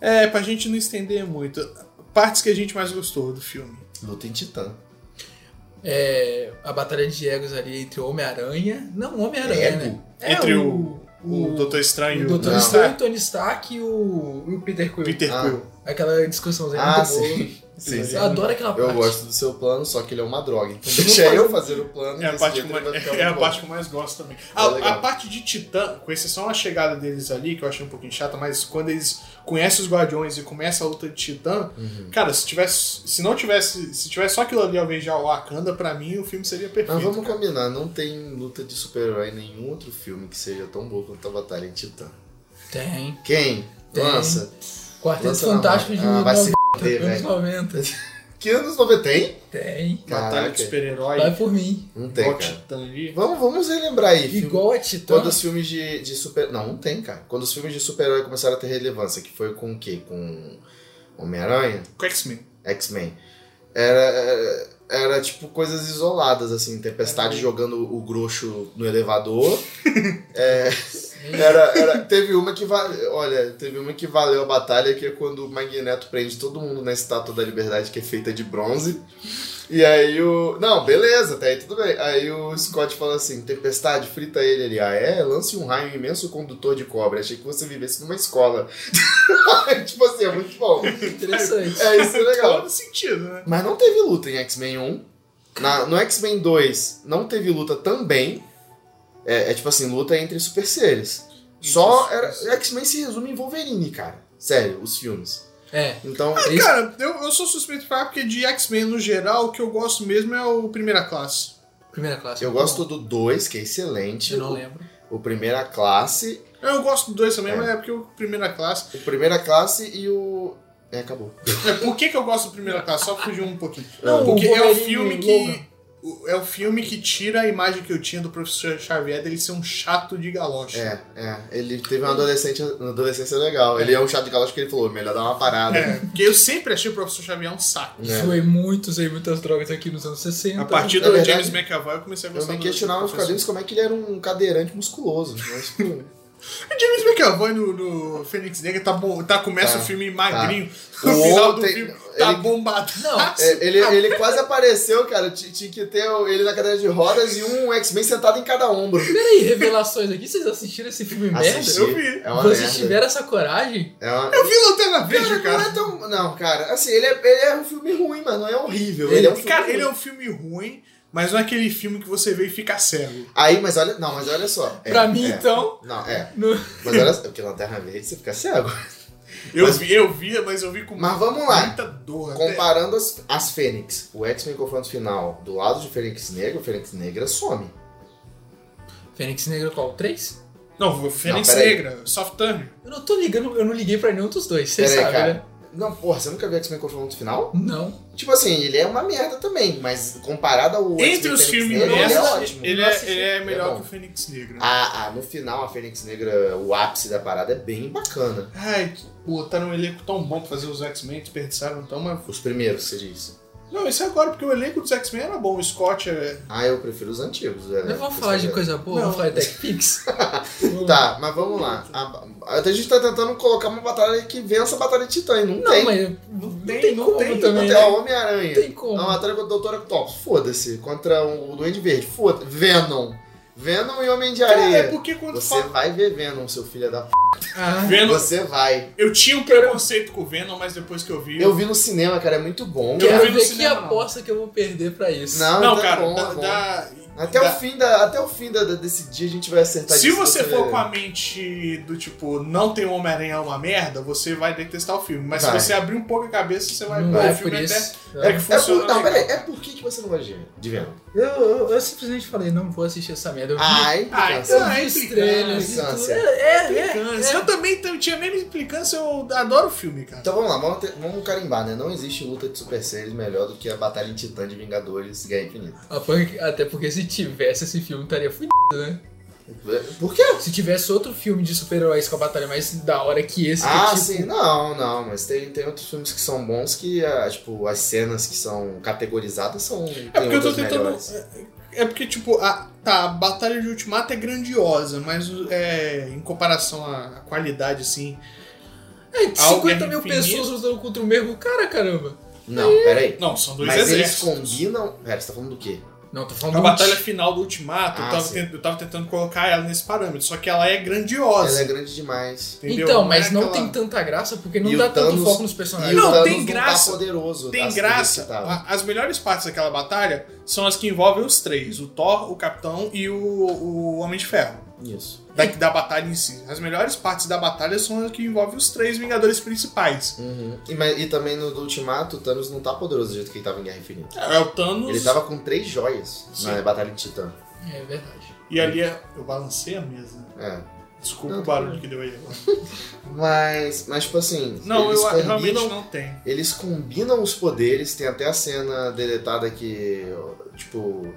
D: É, pra gente não estender muito. Partes que a gente mais gostou do filme.
B: Luta em Titã.
C: É, a batalha de egos ali entre o Homem-Aranha. Não, o Homem-Aranha,
B: É Ego?
C: né?
D: Entre
C: o,
D: O Doutor Estranho. né? Tá,
C: o Doutor
B: Não.
C: Estranho, o Tony Stark e o, e o Peter Quill.
D: Peter
B: Ah.
D: Quill.
C: Aquela discussãozinha
B: Ah,
C: muito boa.
B: sim. sim, sim.
C: Eu adoro aquela parte.
B: Eu gosto do seu plano, só que ele é uma droga. Então
C: Vamos
B: deixa
C: fazer-
B: eu fazer o plano.
D: É a,
B: desse
D: parte
B: jeito
D: que
B: ele vai
D: mais,
B: ficar
D: é a
B: muito bom.
D: parte que eu mais gosto também.
B: É
D: A,
B: legal.
D: a parte de Titã, com exceção a chegada deles ali, que eu achei um pouquinho chata, mas quando eles conhecem os Guardiões e começa a luta de Titã,
B: Uhum.
C: Uhum.
D: cara, se tivesse. Se não tivesse. Se tivesse só aquilo ali alvejar o Wakanda, pra mim o filme seria perfeito.
B: Mas vamos
D: cara.
B: combinar, não tem luta de super-herói em nenhum outro filme que seja tão boa quanto a Batalha em Titã.
C: Tem.
B: Quem?
C: Tem.
B: Lança.
C: Quarteto
B: Lança na
C: Fantástico de
B: mão. Ah, vai se
C: 90,
B: fuder,
C: anos
B: velho.
C: 90.
B: Que anos 90 tem?
D: Batalha
C: Tem.
D: de
B: Caraca.
D: super-herói.
C: Vai por mim.
B: Não tem,
D: igual
B: cara.
D: Titã ali.
B: Vamos, vamos relembrar aí. filme-
C: Igual a Titã.
B: Quando os filmes de, de super... Não, não tem, cara. Quando os filmes de super-herói começaram a ter relevância, que foi com o quê? Com Homem-Aranha?
D: Com X-Men.
B: X-Men. Era, era, era, tipo coisas isoladas, assim. Tempestade
D: Era-
B: jogando o grosso no elevador. É,
C: Sim.
B: Era, era- teve uma que valeu. Olha, teve uma que valeu a batalha, que é quando o Magneto prende todo mundo na estátua da liberdade que é feita de bronze. E aí o. Não, beleza, até aí tudo bem. Aí o Scott fala assim: Tempestade, frita ele ali. Ah, é? Lance um raio imenso condutor de cobra. Achei que você vivesse numa escola. tipo assim, é muito bom.
C: Interessante.
B: É isso, é legal.
D: Todo sentido, né?
B: Mas não teve luta em X-Men 1. Na- no X-Men 2 não teve luta também. É, é tipo assim, luta entre super seres. Só era. X-Men se resume em Wolverine, cara. Sério, os filmes.
C: É.
B: Então.
C: Isso-
D: Cara, eu, eu sou suspeito pra falar porque de X-Men no geral, o que eu gosto mesmo é o Primeira Classe.
C: Primeira classe.
B: Eu gosto do 2, que é excelente.
C: Eu não lembro.
B: O, o Primeira Classe.
D: Eu gosto do dois também,
B: É.
D: mas é porque o Primeira Classe.
B: O Primeira Classe e o. É, acabou.
D: É, por que, que eu gosto do Primeira Classe? Só fugir um pouquinho.
C: Não,
D: Porque
C: o
D: é um
C: Wolverine
D: filme
C: Logan.
D: que. o- é o filme que tira a imagem que eu tinha do professor Xavier dele ser um chato de galocha.
B: É, é. Ele teve uma adolescente, uma adolescência legal. Ele é um chato de galocha que ele falou, melhor dar uma parada.
D: É, porque eu sempre achei o professor Xavier um saco.
B: É.
C: Zoei muito, usei muitas drogas aqui nos anos 60.
D: A partir
B: na
D: do
B: Então, é verdade,
D: James McAvoy eu comecei a
B: Eu
D: gostar
B: me
D: do-
B: questionava
D: do
B: nos quadrinhos como é que ele era um cadeirante musculoso. né? Tipo, Mas, pô,
D: O James McAvoy no, no Fênix Negra tá, bom, tá começa
B: Tá,
D: o filme magrinho.
B: tá.
D: No final do
B: Ontem,
D: filme tá
B: ele-
D: bombado. Não,
B: é, ele, ele quase apareceu, cara. Ti- Tinha que ter o- ele na cadeira de rodas e um X-Men sentado em cada ombro.
C: Peraí, revelações aqui, vocês assistiram esse filme
B: Assisti.
C: merda?
D: eu vi.
B: É uma
C: Vocês
B: merda.
C: tiveram essa coragem?
B: É uma...
D: Eu vi Lanterna Verde,
B: Cara, não é
D: cara.
B: tão. Não, cara, assim, ele é, ele é um filme ruim, mas não é horrível. Ele, é um filme
D: Cara,
B: ruim.
D: ele é um filme ruim, mas não é aquele filme que você vê e fica cego.
B: Aí, mas olha. Não, mas olha só. É,
C: pra mim,
B: é.
C: então.
B: Não, é.
C: no-
B: Mas olha só. Porque Lanterna Verde você fica cego.
D: Eu
B: Mas-
D: vi, eu vi, mas eu vi com
B: Mas vamos lá.
D: muita dor. até.
B: Comparando as, as Fênix, o X-Men Confronto Final do lado de Fênix Negra, o Fênix Negra some.
C: Fênix Negra qual? 3?
D: Não, o Fênix
B: Não, peraí.
D: Negra, Soft Turner.
C: Eu não tô ligando, eu não liguei pra nenhum dos dois, vocês
B: Pera aí,
C: sabem,
B: cara.
C: né?
B: Não, porra, você nunca viu X-Men Confronto Final?
C: Não.
B: Tipo assim, ele é uma merda também, mas comparado ao
D: Entre
B: X-Men
D: os
B: Fênix
D: filmes
B: Negra, ele é
C: merda,
B: ótimo.
D: ele,
C: Não
D: é,
C: assisti.
D: ele é melhor
B: É bom.
D: que o Fênix Negra.
B: Ah, ah, no final a Fênix Negra, o ápice da parada é bem bacana.
D: Ai, que- botaram um elenco tão bom pra fazer os X-Men, desperdiçaram tão uma.
B: Os primeiros, você diz.
D: Não, isso é agora, porque o elenco dos X-Men era bom. O Scott é.
B: Ah, eu prefiro os antigos. né?
C: Não vamos falar de coisa boa,
D: Não.
C: vamos falar de Tech Pix.
B: Tá, mas vamos lá. A, a- a gente tá tentando colocar uma batalha que vença a batalha de titã, e não,
C: Não,
B: tem.
C: mas não
D: tem,
C: tem,
D: não
C: como
D: tem, não
B: Não
C: também.
B: tem
C: né?
B: o Homem-Aranha.
C: Não tem como.
B: Uma batalha contra o Dr. Octopus, foda-se. Contra o Duende Verde, foda-se. Venom. Venom e Homem de
D: Cara, é
B: Areia.
D: porque quando
B: Você
D: fala.
B: vai ver Venom, seu filho da p...
C: Ah,
D: Venom.
B: Você vai.
D: Eu tinha um preconceito com o Venom, mas depois que eu vi.
B: Eu vi no cinema, cara, é muito bom.
D: Eu
C: quero
D: vi no
C: ver
D: cinema,
C: que
D: não.
C: aposta que eu vou perder pra isso.
B: Não,
D: Não,
B: tá
D: cara,
B: bom,
D: dá-
B: tá bom.
D: dá-
B: Até,
D: dá-
B: o tá fim da, até o fim da- da- desse dia a gente vai acertar
D: Se
B: disso,
D: você for com a mente do tipo, não tem Homem-Aranha é uma merda, você vai detestar o filme. Mas
B: Vai.
D: se você abrir um pouco a cabeça, você vai.
C: Não
D: pô,
C: é
D: o filme
C: por
D: até-
C: isso.
D: É que
B: É por,
D: funciona.
B: não,
D: legal.
B: peraí, é por que, que você não gosta de, de Venom?
C: Eu, eu- eu simplesmente falei, não vou assistir essa merda. Eu vi,
B: Ai,
D: Ah,
B: cara,
D: então
C: eu
D: é
C: vi os trailers. e tudo.
B: implicância.
C: É, é, é,
D: Implicância. Eu também t- tinha a mesma implicância, eu adoro o filme, cara.
B: Então vamos lá, vamos, ter- vamos carimbar, né? Não existe luta de Super Series melhor do que a Batalha em Titã de Vingadores Guerra Infinita.
C: Ah, foi- Até porque se tivesse esse filme, estaria fudido, né?
B: Por quê?
C: Se tivesse outro filme de super-heróis com a batalha mais da hora que esse, que
B: Ah,
C: tipo,
B: sim, não, não, mas tem, tem outros filmes que são bons que, ah, tipo, as cenas que são categorizadas são.
D: É porque eu tô tentando. É é porque, tipo, a, tá, a batalha de Ultimato é grandiosa, mas o- é, em comparação à, à qualidade, assim.
C: É,
D: Algo
C: 50 mil
D: infinito.
C: pessoas lutando contra o mesmo cara, caramba.
B: Não, peraí.
D: Não, são dois
B: Mas eles
D: exércitos.
B: combinam. Pera, você tá falando do quê?
C: Não, tô
D: A
C: falando do
D: batalha é
C: Ulti-
D: final do Ultimato, eu,
B: Ah,
D: tava
B: sim.
D: tent- eu tava tentando colocar ela nesse parâmetro, só que ela é
B: Ela
D: grandiosa.
B: é grande demais.
D: entendeu?
C: Então, mas
D: é
C: não
D: aquela-
C: tem tanta graça porque
B: E
C: não
B: o
C: dá tanto
B: Thanos-
C: foco nos
B: E
C: personagens.
B: o
D: Não,
B: Thanos
D: tem graça.
B: Não tá poderoso.
D: Tem
B: das
D: graça. Ah.
B: coisas que tava.
D: A- As melhores partes daquela batalha são as que envolvem os três: o Thor, o Capitão e o, o Homem de Ferro.
B: Isso.
D: Da,
C: É.
D: da batalha em si. As melhores partes da batalha são as que envolvem os três Vingadores principais.
B: Uhum. E, mas- e também no do Ultimato, o Thanos não tá poderoso do jeito que ele tava em Guerra Infinita.
D: É o Thanos.
B: Ele tava com três joias
D: Sim.
B: na Batalha de Titã.
C: É verdade.
D: E ali é- eu balancei a mesa.
B: É.
D: Desculpa
B: Não,
D: o
B: tá
D: barulho
B: bem.
D: que deu aí agora.
B: Mas, mas tipo assim,
D: Não,
B: eles
D: eu
B: combinam
D: realmente não tenho.
B: Eles combinam os poderes, tem até a cena deletada que, tipo,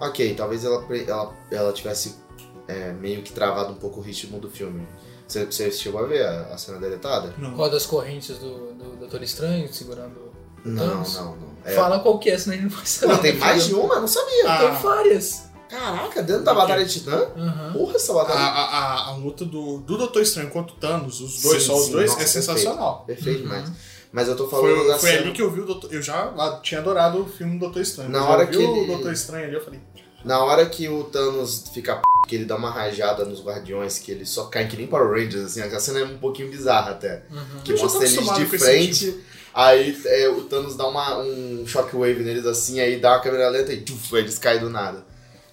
B: ok, talvez ela, pre- ela, ela tivesse é, meio que travado um pouco o ritmo do filme. Você, você chegou a ver a, a cena deletada?
D: Não.
C: Qual das correntes do, do Doutor Estranho segurando.
B: Não,
C: Thanos?
B: não, não. É,
C: Fala qual que é, senão ele não vai saber.
B: Pô, tem mais de um. uma? Não sabia.
D: Ah.
C: Tem várias.
B: Caraca, dentro da
D: Ok.
B: Batalha de Titã?
D: Ah.
C: Aham.
B: Porra, essa
D: A,
B: batalha.
D: a, a, a luta do, do Doutor Estranho contra o Thanos, os dois,
B: Sim,
D: só os
B: sim,
D: dois,
B: nossa,
D: é sensacional.
B: Perfeito
C: Uhum.
B: demais. Mas eu tô falando
D: Foi,
B: da
D: foi
B: cena.
D: ali que eu vi o Doutor. Eu já ah, tinha adorado o filme do Doutor Estranho.
B: Na
D: Eu
B: hora
D: vi
B: que
D: o
B: ele-
D: Doutor Estranho ali, eu falei.
B: Na hora que o Thanos fica p... que ele dá uma rajada nos guardiões, que ele só cai que nem Power Rangers, assim, a cena é um pouquinho bizarra até.
C: Aham.
B: Que
D: Eu já tô
B: mostra eles
D: acostumado
B: de
D: com esse tipo.
B: frente, aí é, o Thanos dá uma, um shockwave neles assim, aí dá uma câmera lenta e tchuf, eles caem do nada.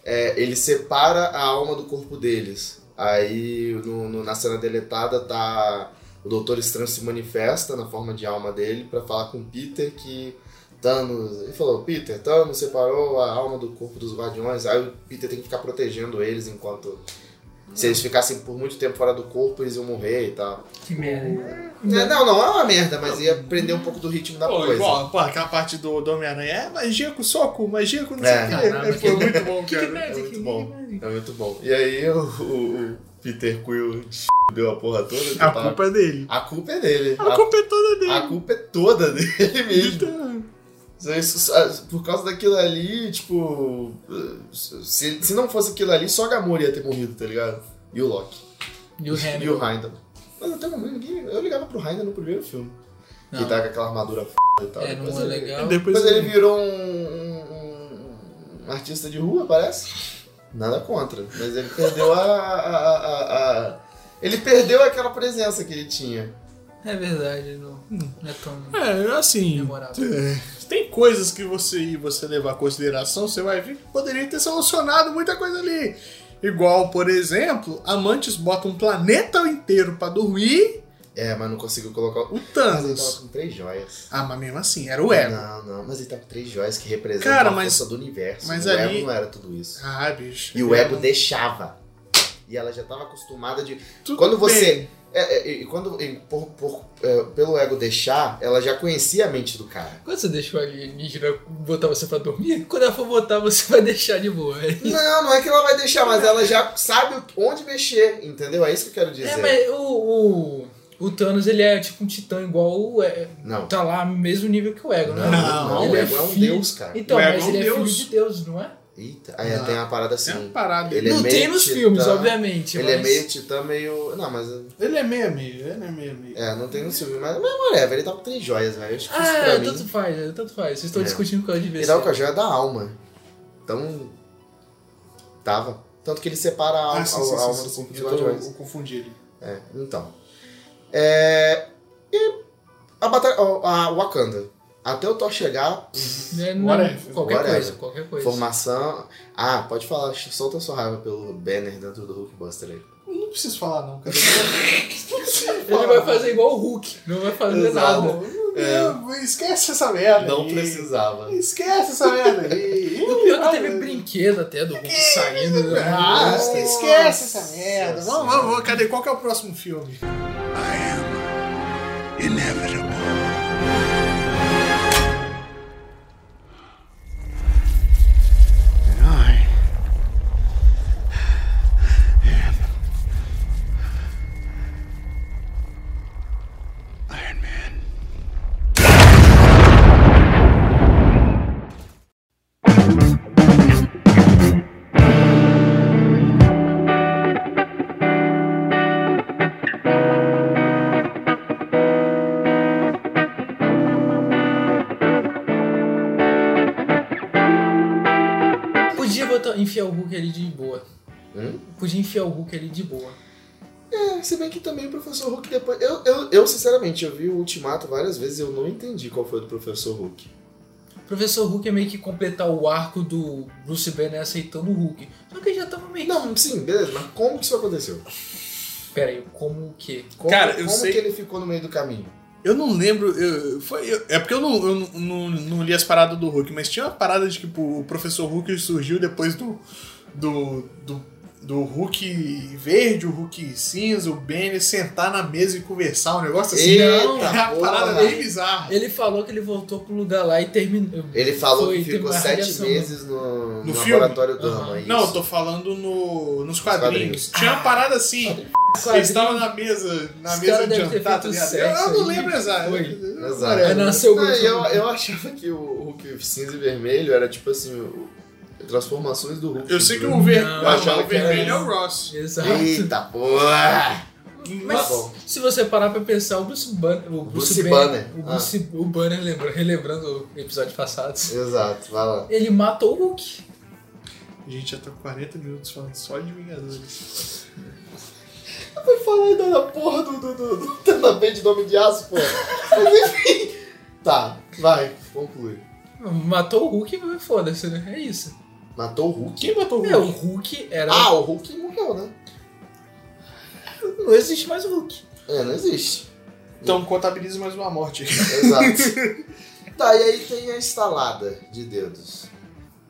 B: É, ele separa a alma do corpo deles. Aí no- no- na cena deletada tá. O Doutor Estranho se manifesta na forma de alma dele pra falar com o Peter que Thanos. Ele falou, Peter, Thanos separou a alma do corpo dos Guardiões, aí o Peter tem que ficar protegendo eles enquanto Se eles ficassem por muito tempo fora do corpo, eles iam morrer e tal.
C: Que merda.
E: É, não, não é uma merda, mas ia prender um pouco do ritmo da
D: Pô,
E: coisa.
D: igual, pô, aquela parte do, do Homem-Aranha é magia com soco, magia com não sei
B: É.
D: o quê.
C: Caramba,
D: É, Foi
C: que-
D: muito bom,
C: Que
D: cara.
B: É
C: merda, que
B: muito bom.
C: merda.
B: É muito bom. E aí o, o- o Peter Quill deu a porra toda. que
D: A
B: tá-
D: culpa é dele.
B: a culpa é dele.
D: A culpa é toda dele.
B: a culpa é toda dele mesmo.
D: Então,
B: Isso- isso- ah, Por causa daquilo ali, tipo. Se, se não fosse aquilo ali, só a Gamora ia ter morrido, tá ligado? E o Loki.
C: E o Henry.
B: E o Heindel. Mas até o momento ninguém. Eu ligava pro Heindel no primeiro filme.
C: Não.
B: Que tá com aquela armadura f e tal.
C: É, não
B: Depois
C: é
B: ele-
C: legal.
D: então, depois
B: Mas ele virou um, um- um artista de rua, parece? Nada contra. Mas ele perdeu a, a- a- a- a- Ele perdeu aquela presença que ele tinha.
C: É verdade, não, não é tão
D: É, assim.
C: memorável.
D: Tem coisas que você e você levar em consideração, você vai ver que poderia ter solucionado muita coisa ali. Igual, por exemplo, Amantes bota um planeta inteiro pra dormir,
B: É, mas não conseguiu colocar.
D: o
B: Mas ele tava
D: Thanos.
B: com três joias.
D: Ah, mas mesmo assim, era o ego.
B: Não, não, mas ele tava com três joias que representam
D: Cara,
B: a
D: mas-
B: força do universo.
D: mas
B: o
D: ali-
B: ego não era tudo isso.
D: Ah, bicho.
B: E o ego deixava. E ela já tava acostumada de.
D: Tudo
B: Quando você-
D: bem.
B: É, é, e quando. e por- por- é, pelo ego deixar, ela já conhecia a mente do cara.
C: Quando você deixa o alienígena botar você pra dormir, quando ela for botar, você vai deixar de boa. É,
B: Não, não é que ela vai deixar, mas ela já sabe onde mexer, entendeu? É isso que eu quero dizer.
C: mas o, o, o Thanos, ele é tipo um titã igual o... é,
B: Não.
C: tá lá no mesmo nível que o Ego, né?
B: Não, não,
D: Ele
B: o
D: é
B: ego é um
C: filho-
B: deus, cara.
C: Então,
D: O Ego
C: mas
D: é um
C: ele é filho
D: deus.
C: de Deus, não é?
B: Eita, aí
D: Não.
B: tem uma parada
D: É uma
B: assim.
D: parada. Ele,
B: Ele é
C: não
B: meio
C: tem nos
B: titã,
C: filmes, obviamente,
B: Ele
C: mas...
B: é meio titã, meio. Não, mas.
D: é meio meio, ele é meio meio.
B: É, não tem no filme, mas. Mas whatever, ele tá com três joias, velho. Acho que isso pra
C: Ah,
B: mim.
C: tanto faz, é, tanto faz. Vocês estão
B: É.
C: discutindo com a
B: Ele tava com a joia
C: adversária.
B: da alma. Então. Tava. Tanto que ele separa a alma,
D: Ah, sim,
B: a-
D: sim,
B: a alma
D: sim,
B: do
D: sim,
B: corpo
D: sim.
B: dos
D: Eu tô-
B: guardiões.
D: eu confundi ele.
B: É, então. É. E. A batalha. A a Wakanda. Até o Thor chegar,
C: Né, não,
D: Whatever.
C: qualquer
B: Whatever.
C: coisa, qualquer coisa.
B: Formação. Ah, pode falar, solta sua raiva pelo banner dentro do Hulkbuster aí.
D: Eu Não preciso falar, não, cara.
C: Ele vai fazer igual o Hulk, não vai fazer
B: Exato.
C: nada.
D: Não, Esquece essa merda.
B: Não
D: aí.
B: precisava.
D: Esquece essa merda. aí.
C: E o pior que teve
D: Ah,
C: brinquedo até do Hulk saindo. né?
D: Ah,
B: Nossa.
D: esquece essa merda.
B: Nossa.
D: Vamos, vamos, vamos. Cadê? Qual que é o próximo filme?
C: Ah, Podia botar, enfiar o Hulk ali de boa.
B: Hum?
C: Podia enfiar o Hulk ali de boa.
B: É, se bem que também o Professor Hulk depois. Eu, eu, eu, sinceramente, eu vi o Ultimato várias vezes e eu não entendi qual foi o do Professor Hulk.
C: O Professor Hulk é meio que completar o arco do Bruce Banner aceitando o Hulk. Só que ele já tava meio.
B: Não, sim, beleza, mas como que isso aconteceu?
C: Pera aí, como o quê?
B: Como,
D: Cara, eu
B: como
D: sei-
B: que ele ficou no meio do caminho?
D: Eu não lembro. eu- foi, eu- é porque eu, não, eu não, não- não li as paradas do Hulk, mas tinha uma parada de que pô, o professor Hulk surgiu depois do. do. do, do Hulk verde, o Hulk cinza, o Banner sentar na mesa e conversar, um negócio assim.
B: Eita
D: é uma
B: porra.
D: parada bem bizarra.
C: Ele falou que ele voltou pro lugar lá e terminou.
B: Ele falou
C: Foi,
B: que
C: teve
B: ficou
C: uma
B: sete
C: radiação,
B: meses no,
D: No
B: no
D: filme?
B: laboratório do
C: Aham.
B: Rama. isso.
D: Não, eu tô falando no, nos quadrinhos.
B: quadrinhos.
D: Tinha uma parada assim. Eles estavam na mesa, na
C: Os
D: mesa
C: cara
D: de
C: deve ter
D: jantar, tá
C: feito
D: ligado?
C: sexo
D: Eu, eu não
C: aí.
D: lembro exato.
C: Foi.
B: Exato.
C: Aí nasceu o
B: Não,
C: Bruce
B: É, eu,
C: Banner.
B: eu achava que o Hulk cinza e vermelho era tipo assim. o- transformações do Hulk.
D: Eu sei que o, ver...
C: Não,
D: não, mas
B: achava
D: o
B: que era
D: vermelho é
B: isso.
D: o Ross.
C: Exato.
B: Eita porra!
C: Mas
B: Tá bom.
C: se você parar pra pensar, o Bruce Banner. O
B: Bruce Banner. Ah.
C: O, Bruce, o Banner lembra, relembrando episódios passados.
B: Exato, vai lá.
C: Ele matou o Hulk.
D: A gente já tá com 40 minutos falando só de Vingadores.
B: Vai falar ainda da porra do, do, do, do Tanabend do Homem de Aço, pô. Mas enfim. Tá, vai, conclui.
C: Matou o Hulk e foda-se, né? É isso.
B: Matou o Hulk?
D: Quem matou o
C: É, o
D: Hulk?
C: Hulk era.
B: Ah, o Hulk morreu, né?
C: Não existe mais o Hulk.
B: É, não existe.
D: Então contabiliza mais uma morte.
B: Exato. tá, e aí tem a estalada de dedos.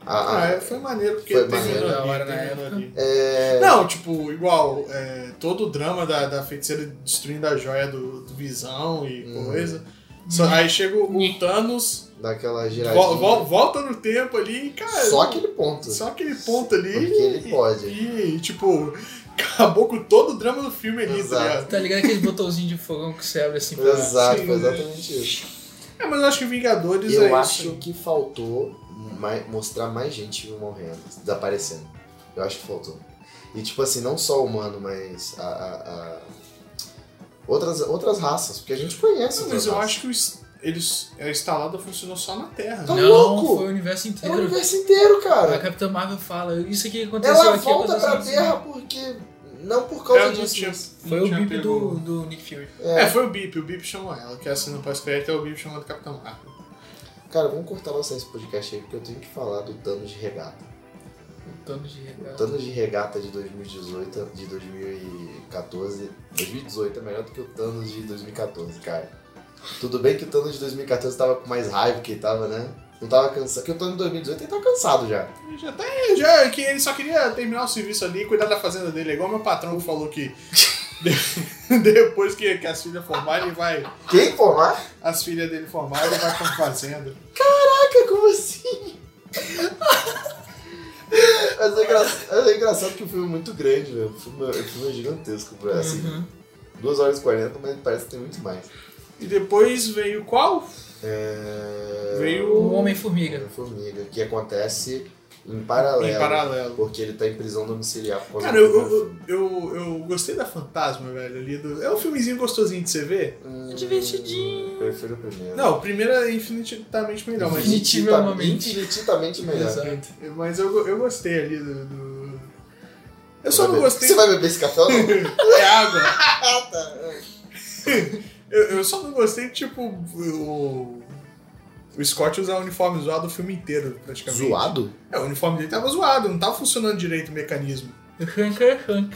D: Ah,
B: Ah,
D: é, foi maneiro, porque
B: Foi
D: terminou
B: maneiro.
D: ali,
C: Da hora na
D: terminou
C: época.
D: ali.
B: é...
D: né? Não, tipo, igual, é, todo o drama da, da feiticeira destruindo a joia do, do Visão e
B: Uhum.
D: coisa. Só- aí chega o Thanos,
B: Daquela giradinha.
D: vol- vol- volta no tempo ali e, cara...
B: Só aquele ponto.
D: É, só aquele ponto ali.
B: Porque ele
D: e-
B: pode.
D: E, tipo, acabou com todo o drama do filme ali,
B: Exato.
D: tá ligado?
C: Tá ligado aquele botãozinho de fogão que você abre assim pra.
B: Exato,
D: Sim,
B: foi
D: né?
B: exatamente isso.
D: É, mas eu acho que Vingadores
B: Eu
D: é
B: acho
D: isso.
B: que faltou mai- mostrar mais gente morrendo, desaparecendo. Eu acho que faltou. E tipo assim, não só humano, mas a, a- a- Outras, outras raças, porque a gente conhece
D: Não, mas
B: outras
D: eu
B: raças.
D: acho que os, eles, a instalada funcionou só na Terra.
B: Tá
D: né?
C: Não,
B: louco!
C: foi o universo
B: É o
C: inteiro.
B: universo inteiro,
C: A
B: cara.
C: Capitã Marvel fala, isso aqui aconteceu
B: Ela
C: aqui.
B: volta
C: aconteceu
B: pra
C: assim.
B: Terra porque... Não por causa
D: Eu É, não
B: disso.
D: tinha-
B: mas-
D: não
C: Foi o
D: tinha
C: bip do,
D: pego.
C: do Nick Fury.
D: É, foi o Bip, o Bip chamou ela, que é a cena pós-crédito é o Bip chamando Capitão Marvel.
B: Cara, vamos cortar nossa esse podcast aí, porque eu tenho que falar do Thanos de regata.
C: Tano Um de
B: O
C: regata.
B: Thanos de regata de 2018, de 2014. 2018 é melhor do que o Thanos de 2014, cara. Tudo bem que o Thanos de 2014 tava com mais raiva que ele tava, né? Não tava cansado. Porque o Thanos de 2018 ele tá cansado já.
D: Ele já tá aí, já, que ele só queria terminar o serviço ali, cuidar da fazenda dele, é igual meu patrão que falou que de- depois que, que as filhas formarem, ele vai.
B: Quem formar?
D: As filhas dele formarem, ele vai pra fazenda.
B: Caraca, como assim? Mas é, engra- é engraçado que o filme é muito grande, velho. O filme, é- o filme é gigantesco, assim.
C: Uhum.
B: 2 horas e 40, mas parece que tem muito mais.
D: E depois veio qual?
B: É...
D: Veio
C: O Homem-Formiga.
B: Formiga, que acontece em paralelo.
D: em paralelo.
B: Porque ele tá em prisão domiciliar por causa
D: Cara,
B: do
D: eu,
B: primeiro
D: eu, eu,
B: filme.
D: eu gostei da Fantasma, velho. Ali do... É um filmezinho gostosinho de você ver.
B: Hum,
C: Divertidinho.
B: Prefiro o primeiro.
D: Não, o primeiro é infinitamente melhor, mas,
C: Definitivamente.
B: Infinitamente melhor.
C: Exato.
D: mas eu, go- eu gostei ali do. do- Eu só
B: Vai
D: não
B: beber-
D: gostei. tá.
B: Você vai beber esse café ou não?
D: É água. eu, eu só não gostei, tipo, o. O Scott usar o uniforme zoado o filme inteiro, praticamente.
B: Zoado?
D: É, o uniforme dele tava zoado, não tava funcionando direito o mecanismo.
C: Hunker Hunk.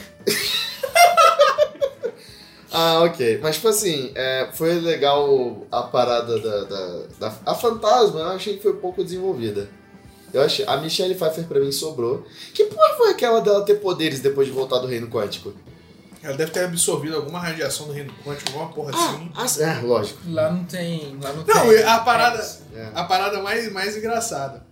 B: Ah, ok. Mas, tipo assim, é, foi legal a parada da, da, da- A Fantasma eu achei que foi pouco desenvolvida. Eu achei... A Michelle Pfeiffer pra mim sobrou. Que porra foi aquela dela ter poderes depois de voltar do Reino Quântico?
D: Ela deve ter absorvido alguma radiação do reino quântico, alguma porra assim.
B: Ah, ah, é, lógico.
C: Lá não tem. Lá não,
D: Não,
C: tem.
D: a parada-
B: É.
D: A parada mais, mais engraçada.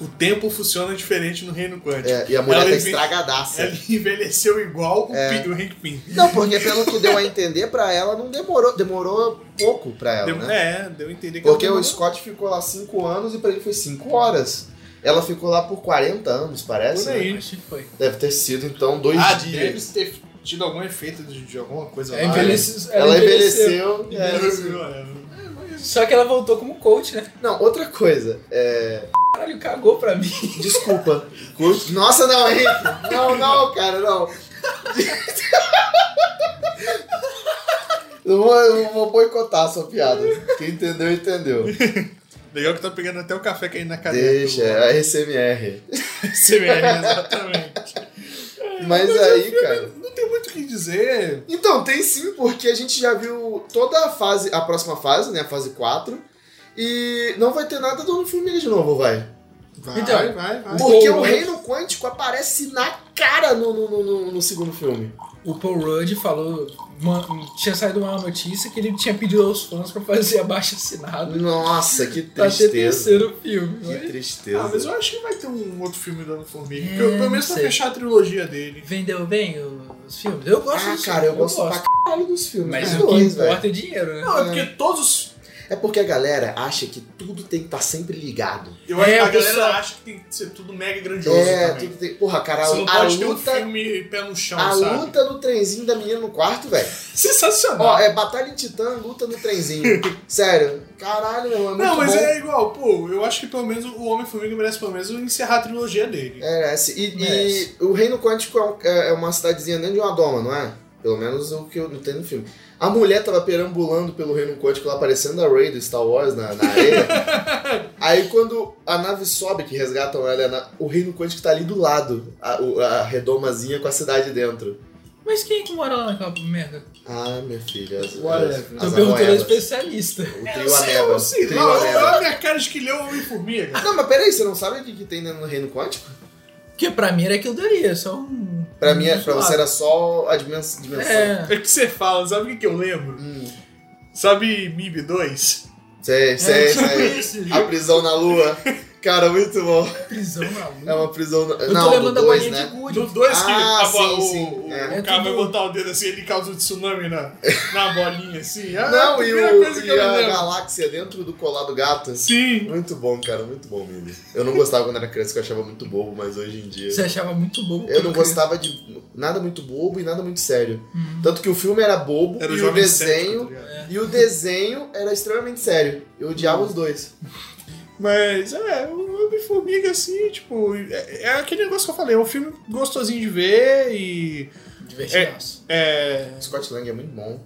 D: O tempo funciona diferente no reino quântico.
B: É, e a mulher
D: Ela
B: tá
D: envi-
B: estragadaça.
D: Ela envelheceu igual o,
B: É.
D: Pi- o Hank Pym.
B: Não, porque pelo que deu a entender pra ela, não demorou. Demorou pouco pra ela,
D: Deu-
B: né?
D: É, deu a entender que
B: Porque
D: ela
B: o Scott ficou lá 5 anos e pra ele foi 5 horas. Ela ficou lá por 40 anos, parece.
D: Por aí.
B: né?
C: Acho que foi.
B: Deve ter sido, então, dois
D: Ah,
B: dias.
D: deve ter tido algum efeito de, de alguma coisa
C: Ela
D: lá.
C: envelhece-
B: Ela envelheceu.
D: né?
B: é, isso.
C: Só que ela voltou como coach, né?
B: É. Não, outra coisa. É...
C: Caralho, cagou pra mim.
B: Desculpa. Curto- Nossa, não, Henrique. Não, não, cara, não. Eu vou, eu vou boicotar a sua piada. Quem entendeu, entendeu.
D: Legal que tá pegando até o café caindo na cadeira.
B: Deixa, é SMR.
D: CBR, exatamente.
B: Mas
D: é
B: aí, cara.
D: Não tem muito o que dizer.
B: Então, tem sim, porque a gente já viu toda a fase, a próxima fase, né? A fase 4. E não vai ter nada do Homem-Formiga de novo, vai.
D: Vai,
C: Então,
D: vai, vai.
C: o-
B: Porque
C: Paul
B: o
C: Rudd-
B: Reino Quântico aparece na cara no, no, no- no- no segundo filme.
C: O Paul Rudd falou. uma- tinha saído uma notícia que ele tinha pedido aos fãs pra fazer abaixo assinado.
B: Nossa, que
D: Tá
C: Pra ter
B: tristeza.
C: terceiro filme.
B: Que
C: Mas-
B: tristeza.
D: Ah, mas eu acho que vai ter um outro filme do Homem-Formiga.
C: É,
D: pelo- pelo
C: não
D: menos pra
C: sei.
D: fechar a trilogia dele.
C: Vendeu bem os filmes? Eu gosto
B: Ah,
C: dos
B: cara, eu
C: filmes,
B: gosto pra caralho dos filmes.
C: Mas
B: dos
C: o que
B: dois, velho.
C: importa é dinheiro, né?
D: Não, é porque todos.
B: É porque a galera acha que tudo tem que estar sempre ligado.
D: Eu,
C: É,
D: a galera
C: pessoal.
D: acha que tem que ser tudo mega grandioso
B: É,
D: também.
B: tudo tem. Porra, cara,
D: Você não
B: a
D: pode ter um
B: luta.
D: filme pé no chão,
B: A
D: sabe?
B: luta do trenzinho da menina no quarto, velho.
D: Sensacional.
B: Ó, é Batalha em Titã, luta no trenzinho. Sério. Caralho, meu, é muito
D: não, mas
B: bom.
D: é igual, pô, eu acho que pelo menos o Homem-Formiga merece pelo menos encerrar a trilogia dele.
B: Merece. E, e
C: Merece.
B: o Reino Quântico é, um- é- é uma cidadezinha dentro de uma doma, não é? Pelo menos o que eu não tenho no filme. A mulher tava perambulando pelo Reino Quântico lá, parecendo a Rey do Star Wars na, na areia. Aí quando a nave sobe, que é resgatam ela, na- o Reino Quântico tá ali do lado. A, o- a redomazinha com a cidade dentro.
C: Mas quem é que mora lá naquela merda?
B: Ah, minha filha. As,
E: Whatever.
B: as,
C: Tô
B: as
C: perguntando ao
B: arroebas.
C: especialista.
B: O
D: É,
B: trio ameba.
D: Eu sei
B: Trio
D: lá, olha
B: ameba.
D: a minha cara de que leu Homem-Formiga.
B: Ah, Não, mas peraí, você não sabe o que, que tem no reino quântico?
C: Porque pra mim era aquilo dali, é só um.
B: Pra, mim, é-
C: um
B: pra você era só a dimens- dimensão. Hum,
C: É.
D: É o que você fala, sabe o que, que eu lembro? Sabe MIB 2?
B: Sei,
C: É.
B: sei,
C: tipo
B: sei. é A prisão na lua. Cara, muito bom.
C: Prisão na lua.
B: É uma prisão. Na...
C: Eu tô
B: Não, do
C: lembrando da
B: 2,
C: bolinha
B: né?
C: de gude.
D: No 2 que
B: Ah,
D: a bo-
B: sim, sim,
D: o, o
B: é.
C: É
D: cara vai
C: tudo-
D: botar o dedo assim, ele causa um tsunami na, na bolinha, assim. Ah,
C: É
B: Não,
D: a
B: e,
D: primeira
B: o,
D: coisa que
B: e
D: eu
B: a
D: lembro.
B: galáxia dentro do colar do gato. assim.
D: Sim.
B: Muito bom, cara, muito bom, Mimi. Eu não gostava quando era criança, que eu achava muito bobo, mas hoje em dia.
C: Você achava muito bobo.
B: Eu não
C: porque-
B: gostava de nada muito bobo e nada muito sério.
C: Uhum.
B: Tanto que o filme era bobo
D: Era o
B: e o
D: jovem
B: desenho.
D: cético, tá ligado?
C: É,
B: e o desenho era extremamente sério. Eu odiava
D: Uhum.
B: os dois.
D: Mas é, o Homem-Formiga, assim, tipo, é, é aquele negócio que eu falei, é um filme gostosinho de ver e.
C: Divertidaço.
D: É,
B: Scott Lang é muito bom.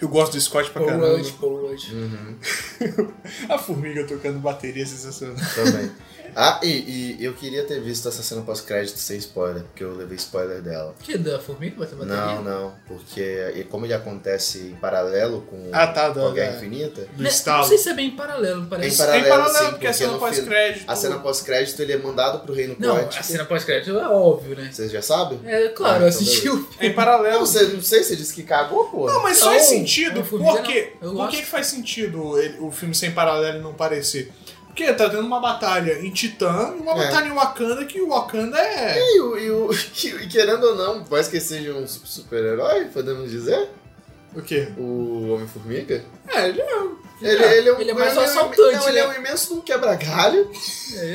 D: eu gosto do Scott pra
C: Paul
D: caramba.
C: Rudd, Paul Rudd.
B: Uhum,
D: A formiga tocando bateria é sensacional.
B: também. ah, e, e eu queria ter visto essa cena pós-crédito sem spoiler, porque eu levei spoiler dela.
C: Que da formiga vai ter bateria? Né,
B: Não, não, porque e como ele acontece em paralelo com,
D: Ah, tá,
B: com a
D: da-
B: Guerra
D: da-
B: Infinita,
D: Do
C: Né,
D: estalo.
C: Não sei se é bem em paralelo,
B: Em
C: parece.
B: paralelo,
D: Tem paralelo,
B: sim,
D: porque a cena
B: no
D: pós-crédito.
B: fim- A cena pós-crédito ele é mandado pro reino
C: Não,
B: quântico.
C: a cena pós-crédito é óbvio, né?
B: Vocês já sabem?
C: É
B: Ah,
C: claro,
B: então
C: eu assisti o
D: É em paralelo.
B: Não, você não sei, você disse que cagou, pô. Então,
D: Não, mas
C: Não,
D: faz sentido.
C: Homem-Formiga
D: Por quê?
C: não.
D: Por
C: Eu
D: que,
C: gosto.
D: que faz sentido ele- o filme sem paralelo e não parecer? Porque tá tendo uma batalha em Titã e uma
B: É.
D: batalha em Wakanda, que o Wakanda é.
B: E, o- e o- e querendo ou não, por mais que seja um su- super-herói, podemos dizer,
D: O quê?
B: o Homem-Formiga.
D: É, ele é.
B: Ele,
C: É,
B: ele é um,
C: ele é mais um
B: um-
C: assaltante,
B: Não, ele é
C: né?
B: um imenso de um quebra-galho
C: É,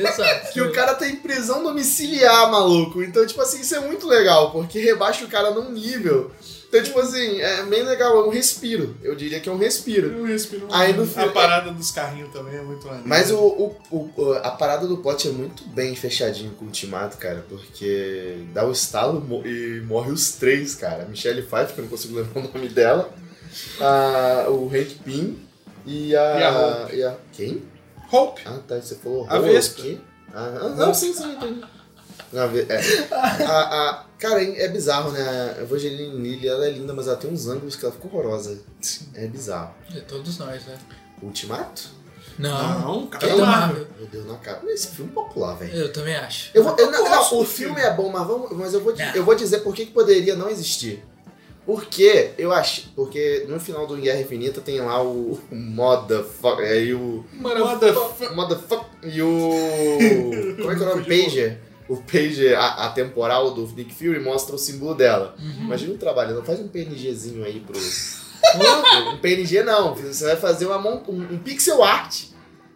C: exato.
B: que o cara tá em prisão domiciliar, maluco. Então, tipo assim, isso é muito legal, porque rebaixa o cara num nível. Então, tipo assim, é bem legal, é um respiro. Eu diria que é um respiro.
D: Eu respiro.
B: Aí no
D: né? A
B: filme-
D: parada dos carrinhos também é muito maneiro.
B: Mas o, o- o- a parada do plot é muito bem fechadinho com o Ultimato, cara, porque dá o estalo mo- e morre os três, cara. A Michelle Pfeiffer, que eu não consigo lembrar o nome dela, a- o Hank Pym e a...
D: E a Hope.
B: e a- Quem?
D: Hope.
B: Ah, tá, você falou
D: A
B: Hope.
D: Vespa.
B: Ah, ah, não, sim, sim, entendi. A ve- é. A- a- cara, é bizarro, né? A Evangeline Lilly, ela é linda, mas ela tem uns ângulos que ela ficou horrorosa. É bizarro.
C: É todos nós, né?
B: Ultimato?
C: Não. é
D: cara.
C: Capitão
B: Não.
C: Marvel.
B: Meu Deus, na cara. Esse filme é popular, velho.
C: Eu também acho.
B: Eu vou, eu- não,
D: gosto
B: não, o
D: do
B: filme,
D: filme.
B: é bom, mas, vamos, mas eu, vou, di-
C: Não.
B: eu vou dizer por que, que poderia não existir. Porque eu acho. Porque no final do Guerra Infinita tem lá o, o Motherfucker. Aí o.
D: Motherfucker.
B: o Motherfucker. E o. Como é que é o nome? Pager. O Pager a- atemporal do Nick Fury mostra o símbolo dela. Imagina o trabalho, não faz um PNGzinho aí pro. um PNG não, você vai fazer uma, mon- um, um pixel art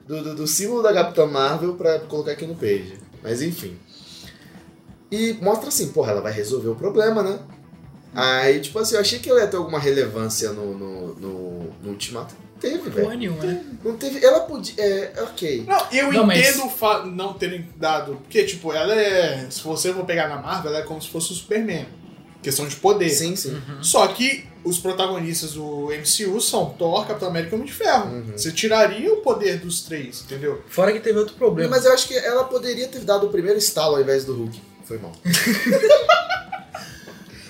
B: do, do, do símbolo da Capitã Marvel pra colocar aqui no Pager. Mas enfim. E mostra assim, porra, ela vai resolver o problema, né? Aí, tipo assim, eu achei que ela ia ter alguma relevância no, no, no, no Ultimato. Não Teve,
C: Porra
B: velho.
C: nenhuma, né?
B: Não teve. Ela podia. É, ok.
D: Não, eu
C: Não, mas-
D: entendo o fato de não terem dado. Porque, tipo, ela é. Se você for pegar na Marvel, ela é como se fosse o Superman. Questão de
C: É.
D: poder.
B: Sim, sim.
C: Uhum.
D: Só que os protagonistas do MCU são Thor, Capitão América e Homem de Ferro.
B: Uhum.
D: Você tiraria o poder dos três, entendeu?
C: Fora que teve outro problema.
B: Mas eu acho que ela poderia ter dado o primeiro estalo ao invés do Hulk. Foi mal.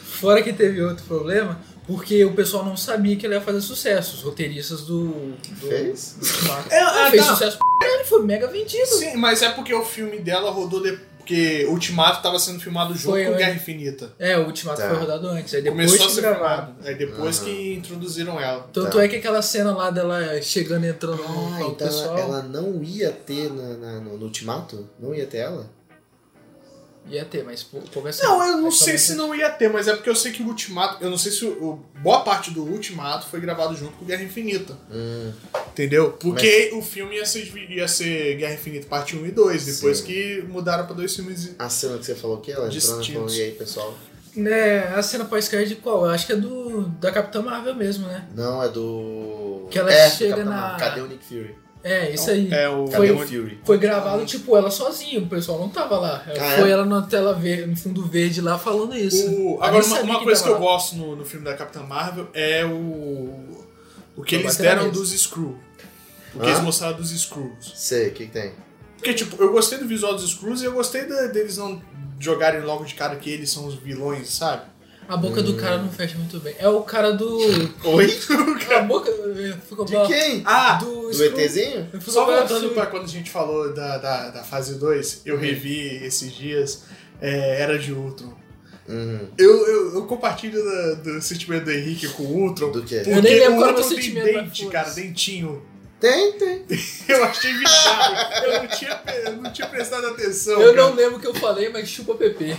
C: Fora que teve outro problema, porque o pessoal não sabia que ele ia fazer sucesso. Os roteiristas do. do
B: Fez?
C: do Ultimato.
D: É,
C: Não
D: ah,
C: fez
D: tá.
C: sucesso pra caralho, foi mega vendido.
D: Sim, mas é porque o filme dela rodou de... porque Ultimato tava sendo filmado junto
C: Foi,
D: com
C: né?
D: Guerra Infinita.
C: É, o Ultimato
B: Tá.
C: foi rodado antes. Aí depois
D: Começou a
C: que
D: ser
C: gravaram.
D: filmado. Aí depois
B: Aham.
D: que introduziram ela.
C: Tanto
B: Tá.
C: é que aquela cena lá dela chegando e entrando no
B: Ah,
C: palco
B: então
C: pessoal.
B: ela, ela não ia ter na- na- no, no ultimato? Não ia ter ela?
C: Ia ter, mas pô, começa.
D: Não, eu não sei se não ia ter, mas é porque eu sei que o Ultimato. Eu não sei se o, o- boa parte do Ultimato foi gravado junto com Guerra Infinita.
C: Hum.
D: Entendeu? Porque o filme ia ser, divi- ia ser Guerra Infinita parte 1 e 2, depois
B: Sim.
D: que mudaram pra dois filmes.
B: A cena que você falou que ela entrou né, falou,
D: Distintos.
B: e aí, pessoal?
C: Né, a cena pós-crédito de qual? Eu acho que é do. Da Capitã Marvel mesmo, né?
B: Não, é do.
C: Que ela
B: é,
C: chega
B: Capitão
C: na-
B: Marvel. Cadê o Nick Fury?
C: É, isso
B: Então,
C: aí.
D: É o.
B: Cadê
C: Foi-
B: o Fury?
C: Foi gravado, tipo, ela sozinha, o pessoal não tava lá.
B: Ah, é?
C: Foi ela na tela verde, no fundo verde lá falando isso.
D: o-
C: Eu
D: agora,
C: nem
D: uma,
C: sabia
D: uma coisa que
C: tava
D: eu
C: lá.
D: gosto no, no filme da Capitã Marvel é o. O que
C: Vou
D: eles
C: bater na
D: deram
C: mesa.
D: dos Screw. O que
B: Hã?
D: eles mostraram dos Screws.
B: Sei, o que, que tem?
D: Porque, tipo, eu gostei do visual dos Screws e eu gostei da- deles não jogarem logo de cara que eles são os vilões, sabe?
C: A boca do
B: Hum.
C: cara não fecha muito bem. É o cara do.
B: Oi?
C: a boca. eh, Ficou
E: De quem?
D: Ah,
C: Do,
B: Do ETzinho?
C: Ficou
D: Só
C: bravo.
D: voltando pra assim- quando a gente falou da, da, da fase 2, eu revi esses dias, é, Era de Ultron.
B: Uhum.
D: Eu, eu, eu compartilho da- do sentimento do Henrique com o Ultron.
B: Do quê?
D: Porque
C: Eu nem lembro
D: o
C: qual era o
D: Ultron
C: meu
D: tem
C: sentimento, mas
D: dente,
C: foda-se.
D: cara, dentinho.
E: Tem, tem.
D: Eu achei bizarro. eu, não tinha, pe- eu não tinha prestado atenção.
C: Eu
D: cara.
C: não lembro o que eu falei, mas chupa PP.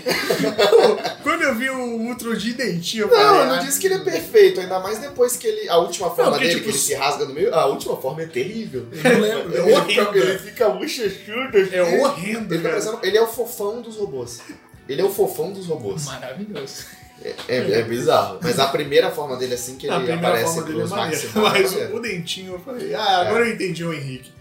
D: Quando eu vi o Ultron de dentinho, eu
B: Não,
D: falei,
B: eu não
D: "Ah,
B: disse que ele é perfeito, ainda mais depois que ele. A última forma
D: porque,
B: dele,
D: tipo,
B: que ele se rasga no meio. A última forma é terrível.
C: Eu não lembro.
B: É
D: horrível.
B: horrível, ele fica bochechudo. assim.
D: É horrendo,
B: Ele, tá
D: cara.
B: parecendo- ele é o fofão dos robôs. Ele é o fofão dos robôs.
C: Maravilhoso.
B: É, é bizarro. Mas a primeira forma dele, assim, que
D: A
B: ele
D: primeira
B: aparece
D: forma dele é
B: pelos
D: maneira,
B: máximos.
D: mas
C: né?
B: é.
D: o, o dentinho eu falei,
C: É.
D: ah, agora eu entendi o Henrique.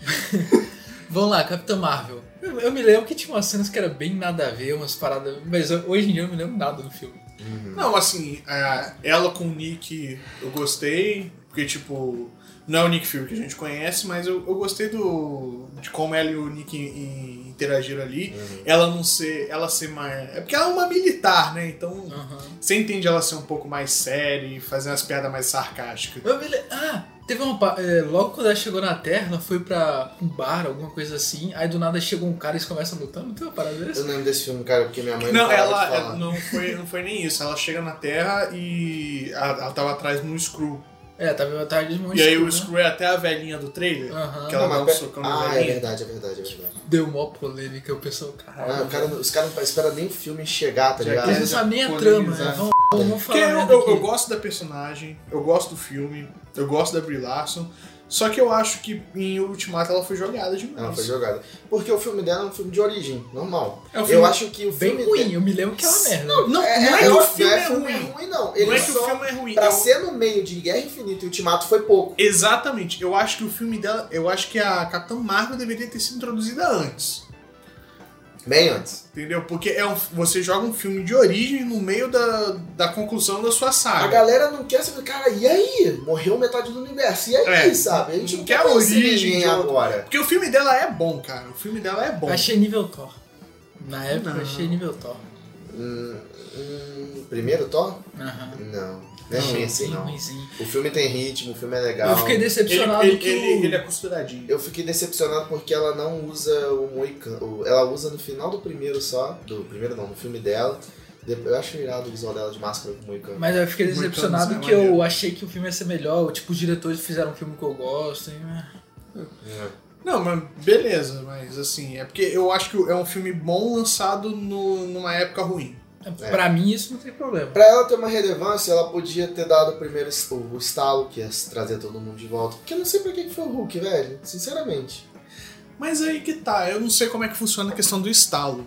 C: Vamos lá, Capitã Marvel. Eu, eu me lembro que tinha umas cenas que era bem nada a ver, umas paradas. Mas eu- hoje em dia eu não me lembro nada do filme.
B: um
D: Não, assim, a- ela com o Nick eu gostei, porque, tipo, não é o Nick Fury que a gente conhece, mas eu, eu gostei do de como ela e o Nick in- interagiram ali.
B: Uhum.
D: Ela não ser, ela ser mais... É porque ela é uma militar, né? Então,
C: Aham.
D: você entende ela ser um pouco mais séria e fazer umas piadas mais sarcásticas.
C: Eu me lembro. Ah, teve uma. pa- é, logo quando ela chegou na Terra, ela foi pra um bar, alguma coisa assim. Aí do nada chegou um cara e eles começam a lutar. Não tem uma parada
B: Eu
C: dessa?
B: não lembro desse filme, cara, porque minha mãe não, é
D: Não,
B: parava
D: ela,
B: de falar.
D: ela não, foi, não foi nem isso. Ela chega na Terra e a- ela tava atrás no Screw.
C: É, tava uma tarde de né?
D: E aí o Screw é até a velhinha do trailer,
C: Aham.
D: que ela
B: Não,
D: dá um
B: mas-
D: socão na
B: Ah, é
D: velhinha.
B: verdade, é verdade, é verdade.
C: Deu mó polêmica, o pessoal, caralho.
B: Ah, o cara, os caras não esperam nem o filme chegar, tá
D: Já
B: ligado?
D: que
C: Eles
D: é,
C: não
D: já
C: sabem nem a trama,
D: polemizar.
C: né? Vamos, vamos
D: Porque
C: falar.
D: eu,
C: merda
D: eu- eu
C: aqui.
D: gosto da personagem, eu gosto do filme, eu gosto da Brie Larson, só que eu acho que em Ultimato ela foi jogada demais.
B: Ela foi jogada. Porque o filme dela é um filme de origem, normal.
D: É um
B: eu
D: filme
B: acho que o
C: Bem
B: filme
C: ruim, eu me lembro que é uma merda. Não,
D: Não,
B: É,
D: não é,
B: é,
D: que o
B: não
D: filme é
B: filme
D: ruim.
B: ruim, não. Ele
D: Não é que
B: só,
D: o filme é ruim.
B: pra
D: eu-
B: ser no meio de Guerra Infinita e Ultimato foi pouco.
D: Exatamente. Eu acho que o filme dela. Eu acho que a Capitã Marvel deveria ter sido introduzida antes.
B: Bem antes.
D: Entendeu? Porque é um- você joga um filme de origem no meio da, da conclusão da sua
B: A
D: saga.
B: galera não quer saber, cara, e aí? Morreu metade do universo, e aí,
D: É.
B: sabe? A gente não
D: Que é
B: quer
D: a
B: conhecer
D: origem
B: ninguém
D: de outro-
B: agora.
D: Porque o filme dela é bom, cara. O filme dela é bom.
C: Achei nível Thor. Na época
D: Não.
C: eu achei nível Thor.
B: Hum, hum, primeiro Thor?
C: Aham.
B: Não. Não é ruim assim,
C: Sim,
B: não.
C: sim.
B: O filme tem ritmo, o filme é legal.
C: Eu fiquei
D: Ele,
C: decepcionado
D: ele-
C: que
D: ele-
C: o...
D: ele é costuradinho.
B: Eu fiquei decepcionado porque ela não usa o Moicano. Ela usa no final do primeiro só. Do primeiro não, no filme dela. Depois- Eu acho irado o visual dela de máscara com Moicano.
C: Mas eu fiquei
D: Muito
C: decepcionado
D: anos, né,
C: que eu
D: maneiro.
C: achei que o filme ia ser melhor. Tipo, os diretores fizeram um filme que eu gosto. hein, né?
D: É. Não, mas beleza, mas assim, é porque eu acho que é um filme bom lançado no- numa época ruim.
B: É.
C: Pra mim isso não tem problema.
B: Pra ela ter uma relevância, ela podia ter dado o primeiro est- o estalo, que ia trazer todo mundo de volta. Porque eu não sei pra que que foi o Hulk, velho. Sinceramente.
D: Mas aí que tá, eu não sei como é que funciona a questão do estalo.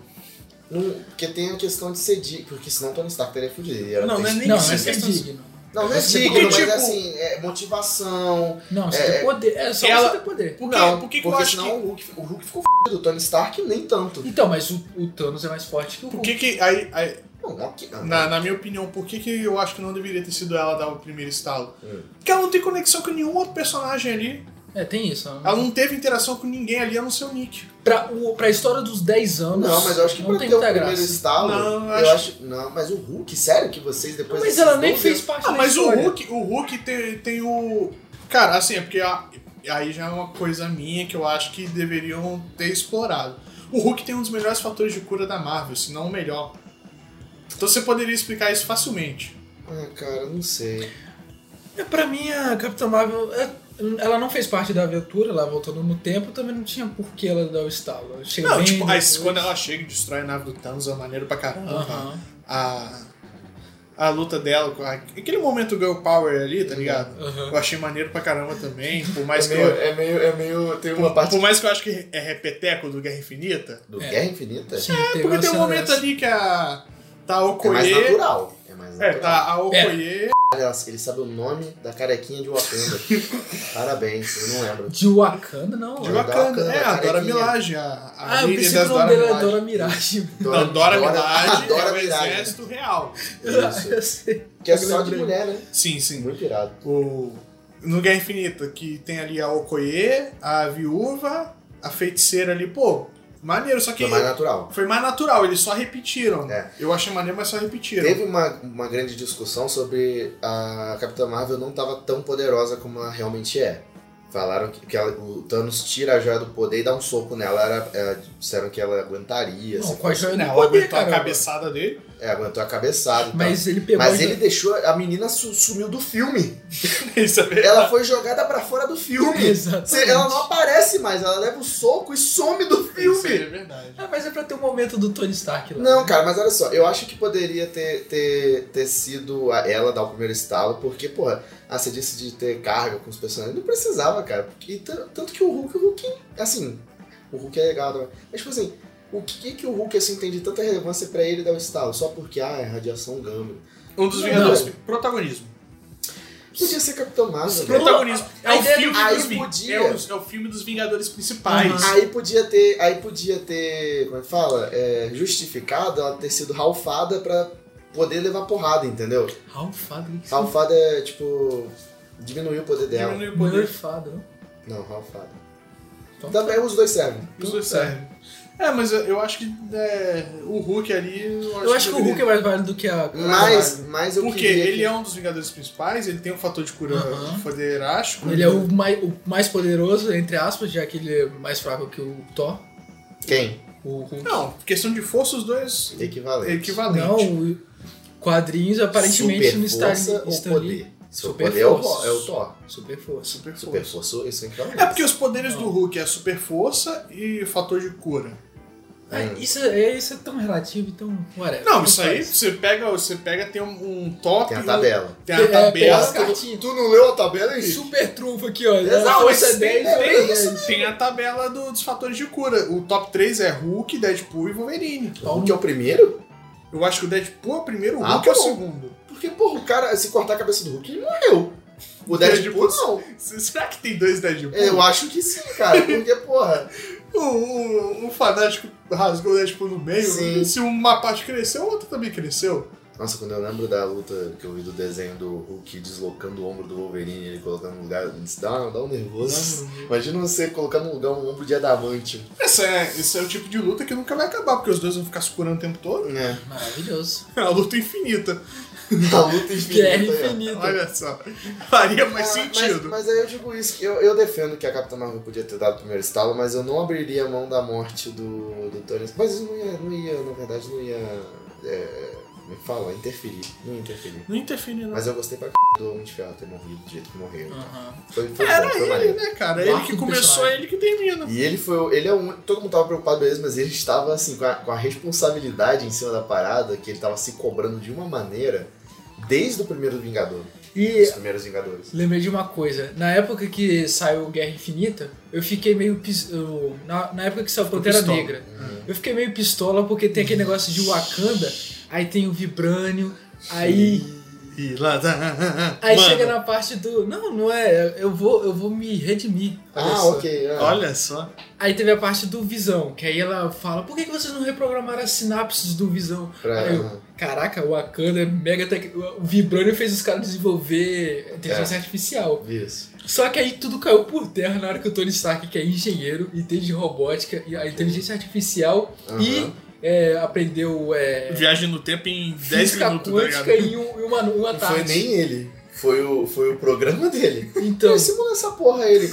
B: Não- porque tem a questão de ser digno. Porque senão Tony Stark teria fugido. e era
D: Não,
B: pra
D: não é
B: ter-
D: nem
C: não,
D: isso,
C: mas
D: é
C: é
D: questão-
C: digno.
B: Não, não é
C: Você-
B: digno,
D: porque, tipo-
B: mas assim, é motivação.
C: Não, você tem poder. É só
D: Ela-
C: você ter poder.
D: Por quê?
B: não,
D: Por que que eu
B: porque
D: acho
B: senão
D: que.
B: o, Hulk, o Hulk ficou fudido. O Tony Stark nem tanto.
C: Então, mas o, o Thanos é mais forte que o
D: Por
C: Hulk.
D: que que. Aí, aí-
B: Não, ok. não.
D: na, na minha opinião, por que, que eu acho que não deveria ter sido ela dar o primeiro estalo?
B: Hum.
D: Porque ela não tem conexão com nenhum outro personagem ali.
C: É, tem isso. né?
D: Ela não teve interação com ninguém ali, a não ser o Nick.
C: Pra, o, pra história dos 10 anos,
B: Não, mas eu acho que
C: não
B: pra
C: tem
B: ter o
C: muita
B: primeiro
C: graça.
B: estalo,
D: Não, eu
B: eu
D: acho-
B: acho... Não, mas o Hulk, sério que vocês depois...
C: Mas
B: desses
C: ela nem
B: dois
C: fez
B: anos-
C: parte
D: Ah,
C: da
D: mas o
C: história.
D: Hulk, o Hulk tem, tem o. Cara, assim, é porque a- aí já é uma coisa minha que eu acho que deveriam ter explorado. O Hulk tem um dos melhores fatores de cura da Marvel, se não o melhor. Então você poderia explicar isso facilmente.
B: Ah, cara, não sei.
C: É, pra mim, a Capitã Marvel, é, ela não fez parte da aventura, ela voltando no tempo, também não tinha por que ela dar o estalo. Ela chega
D: Não,
C: bem
D: tipo, aí
C: depois.
D: quando ela chega e destrói a nave do Thanos, é maneiro pra caramba.
C: Aham,
D: A, a luta dela, com a- aquele momento Girl Power ali, tá ligado?
C: aham.
D: Eu achei maneiro pra caramba também, por mais
B: Mas
D: que
B: é, meio,
D: eu,
B: é, meio, é meio... Tem uma
D: por-
B: parte
D: por mais que eu acho que é repeteco do Guerra Infinita,
B: do
C: É.
B: Guerra Infinita.
C: Sim,
D: É
C: teve
D: porque
C: uma
D: tem um
C: cena
D: momento
C: dessa.
D: ali que a. Tá a
B: É mais
D: Okoye.
B: natural. É mais
D: É,
B: natural.
D: tá a Okoye.
B: Ela- Ele sabe o nome da carequinha de Wakanda. Parabéns, eu não lembro.
C: De Wakanda, não.
D: De
B: Wakanda,
D: Wakanda. É, a
B: a
D: Dora
B: carequinha.
D: Milagre. A, a
C: Ah, eu
D: líder
C: pensei que
D: das
C: o nome
B: é
C: dela era
D: Milagre.
C: Dora Mirage.
D: Não, Dora Milagre
B: Dora
D: é o
B: Mirage.
D: exército real.
B: Isso.
C: Ah, Eu sei.
B: Que é
C: Eu
B: só de
C: lembrei.
B: mulher, né?
D: Sim, sim.
B: Muito irado.
D: O, no Guerra Infinita, que tem ali a Okoye, a viúva, a feiticeira ali, pô. Maneiro, só que
B: Foi É mais natural.
D: foi mais natural, eles só repetiram.
B: É.
D: Eu achei maneiro, mas só repetiram.
B: Teve uma, uma grande discussão sobre a Capitã Marvel não estava tão poderosa como ela realmente é. Falaram que, que ela- o Thanos tira a joia do poder e dá um soco nela. Era, é, disseram que ela aguentaria.
C: Não,
B: se
C: com a
B: fosse-
C: joia
D: Não,
C: não
D: ela
C: poder,
D: aguentou a tá
C: cara.
D: cabeçada dele.
B: É, aguentou a cabeçada. e tal.
C: Mas ele pegou.
B: tá. Mas
C: ainda-
B: ele deixou. A menina su- sumiu do filme.
D: Isso é verdade.
B: Ela foi jogada pra fora do filme.
C: Exatamente.
B: Cê- Ela não aparece mais, ela leva o soco e some do
D: Isso
B: filme.
D: é verdade.
C: Ah, mas é pra ter um momento do Tony Stark lá.
B: Não, cara, mas olha só, eu acho que poderia ter, ter, ter sido a- ela dar o primeiro estalo, porque, porra, ah, você disse de ter carga com os personagens. Não precisava, cara. Porque, e tan- tanto que o Hulk, o Hulk, assim, o Hulk é legal também. Mas, tipo assim, o que que o Hulk, assim, tem de tanta relevância pra ele dar o estalo? Só porque, ah, é radiação gama.
D: Um dos
B: Não,
D: Vingadores. Protagonismo.
B: Podia ser Capitão Marvel. né?
D: Protagonismo. É
C: a
D: o,
C: ideia
D: filme
B: do-
D: dos,
B: Aí
D: Ving-
B: podia.
D: é o- é o filme dos Vingadores principais.
C: Uhum.
B: Aí podia ter, aí podia ter, como é que fala? É, justificado ela ter sido ralfada pra poder levar porrada, entendeu?
C: Ralfado, hein?
B: Ralfada é tipo. Diminuir o poder dela.
D: Diminui o poder.
C: Ralfado, né?
B: Não, ralfada.
C: Então
B: Também os dois servem.
D: Os dois servem. É, mas eu- eu acho que é, o Hulk ali. Eu acho,
C: Eu acho que o
D: deveria-
C: Hulk é mais válido do que a.
B: Mas, mas eu
D: Porque
B: queria.
D: ele é um dos Vingadores principais, ele tem um fator de cura
C: Aham.
D: poder né? erástico.
C: Ele é o mais, o mais poderoso, entre aspas, já que ele é mais fraco que o Thor.
B: Quem?
C: O Hulk.
D: Não, questão de força, os dois
B: Equivalente.
D: é equivalente.
C: Não, o- quadrinhos aparentemente
B: Super
C: no Star,
B: força ou
C: Stan Lee.
B: poder? Seu
C: Super
B: poder é o,
C: força.
B: é o Thor.
C: Super força.
D: Super força.
B: Super força, isso é equivalente.
D: É porque os poderes
C: Não.
D: do Hulk é super força e fator de cura.
C: Ah, isso, é, isso é tão relativo, então. Whatever.
D: Não, isso aí
C: faz.
D: você pega, você pega tem um, um top.
B: Tem a
D: um-
B: tabela.
D: Tem a
C: É, pega
D: tabela.
C: as cartinhas.
B: não leu a tabela, Henrique?
C: é Super trunfo aqui, ó.
B: é Exato,
C: força
B: esse-
C: 10,
B: é
C: outra 10.
D: Tem a tabela do- dos fatores de cura. O top 3 é Hulk, Deadpool e Wolverine.
B: O Hulk é o primeiro?
D: Eu acho que o Deadpool é o primeiro, o
B: Ah,
D: Hulk é o
B: bom.
D: segundo.
B: Porque, porra, o cara, se cortar a cabeça do Hulk, ele morreu. O
D: Deadpool,
B: Deadpool não. É,
D: S- Será que tem dois Deadpool?
B: Eu acho que sim, cara. Porque, porra.
D: O, o, o fanático rasgou o Deadpool no meio.
B: Sim.
D: Se uma parte cresceu, a outra também cresceu.
B: Nossa, quando eu lembro da luta que eu vi do desenho do Hulk deslocando o ombro do Wolverine e ele colocando no lugar, isso dá, dá um nervoso. Imagina você colocar no lugar um ombro de adamante.
D: Esse é, esse é o tipo de luta que nunca vai acabar, porque os dois vão ficar se curando o tempo todo.
B: É.
C: Maravilhoso.
D: É uma luta infinita.
B: A luta infinita.
C: Guerra
B: né?
C: infinita.
D: Olha só. Faria mais
B: Ah,
D: sentido.
B: Mas, mas aí eu digo isso, que eu, eu defendo que a Capitã Marvel podia ter dado o primeiro estalo, mas eu não abriria a mão da morte do, do Tony. Mas isso não ia, não ia, na verdade, não ia. é, me fala, interferir. Não ia interferir.
D: Não interfere, não.
B: Mas eu gostei pra c do Homem de Ferro ter morrido do jeito que morreu.
C: Ah. Aham.
B: Foi, foi bom,
D: Era
B: foi
D: ele,
B: maneiro. um
D: né, cara?
C: O
D: Ele
C: arco
D: que
C: do
D: começou, é
C: personagem.
D: ele que termina.
B: E ele foi. o- Ele é um. Todo mundo tava preocupado mesmo, mas ele estava assim, com a, com a responsabilidade em cima da parada, que ele tava se cobrando de uma maneira desde o primeiro Vingador.
C: E
B: Os primeiros Vingadores.
C: Lembrei de uma coisa. Na época que saiu Guerra Infinita, eu fiquei meio. pis- eu- Na, na época que saiu Pantera
D: pistola.
C: Negra, eu fiquei meio pistola porque tem aquele negócio de Wakanda, aí tem o Vibrânio, aí.
D: E lá tá.
C: Aí
D: Mano,
C: chega na parte do. Não, não é. Eu vou, eu vou me redimir. Olha
B: Ah,
C: só.
B: ok. é.
D: Olha só.
C: Aí teve a parte do Visão, que aí ela fala: por que, que vocês não reprogramaram as sinapses do Visão?
B: Pra-
C: Aí eu, Caraca, o Wakanda é mega. Tec... O Vibranium fez os caras desenvolver inteligência artificial.
B: Isso.
C: Só que aí tudo caiu por terra na hora que o Tony Stark, que é engenheiro, entende de robótica, e a inteligência artificial
B: Aham.
C: e é, aprendeu é,
D: Viagem no tempo em 10
C: física
D: minutos, tá
C: quântica
D: ligado?
C: em um- em uma, uma
B: Não foi
C: tarde.
B: nem ele. Foi o, foi o programa dele.
C: Então,
B: simula essa porra ele.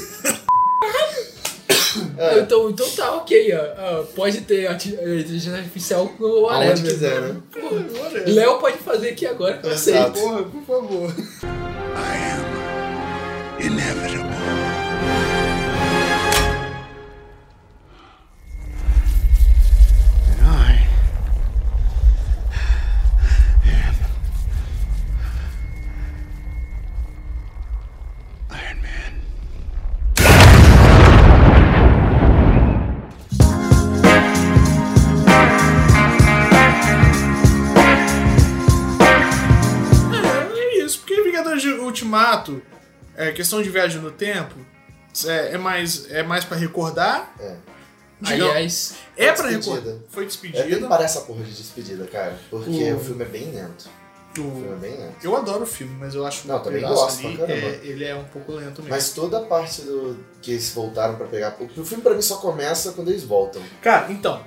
B: é,
C: então, então tá ok, ó. Ah, pode ter arti- é, inteligência artificial com o
B: aonde
C: whatever.
B: quiser, né?
C: tipo, Pô,
D: Olha.
C: Léo pode fazer aqui agora.
B: Eu aceito.
D: Porra, por favor. É, é isso, porque Vingadores de Ultimato, é questão de viagem no tempo, é, é mais, é mais pra recordar.
B: É.
D: Digamos-
C: Aliás,
D: é
B: Foi
D: pra
B: despedida.
D: recordar. Foi
B: É, tem
D: despedida.
B: que parar essa porra de despedida, cara. Porque
D: O-
B: o filme é bem lento.
D: O-
B: Foi bem lento.
D: Eu adoro o filme, mas eu acho que
B: Não,
D: o
B: também
D: pedaço
B: gosto
D: ali
B: pra caramba.
D: é- ele é um pouco lento mesmo.
B: Mas toda a parte do que eles voltaram pra pegar. Porque o filme pra mim só começa quando eles voltam.
D: Cara, então,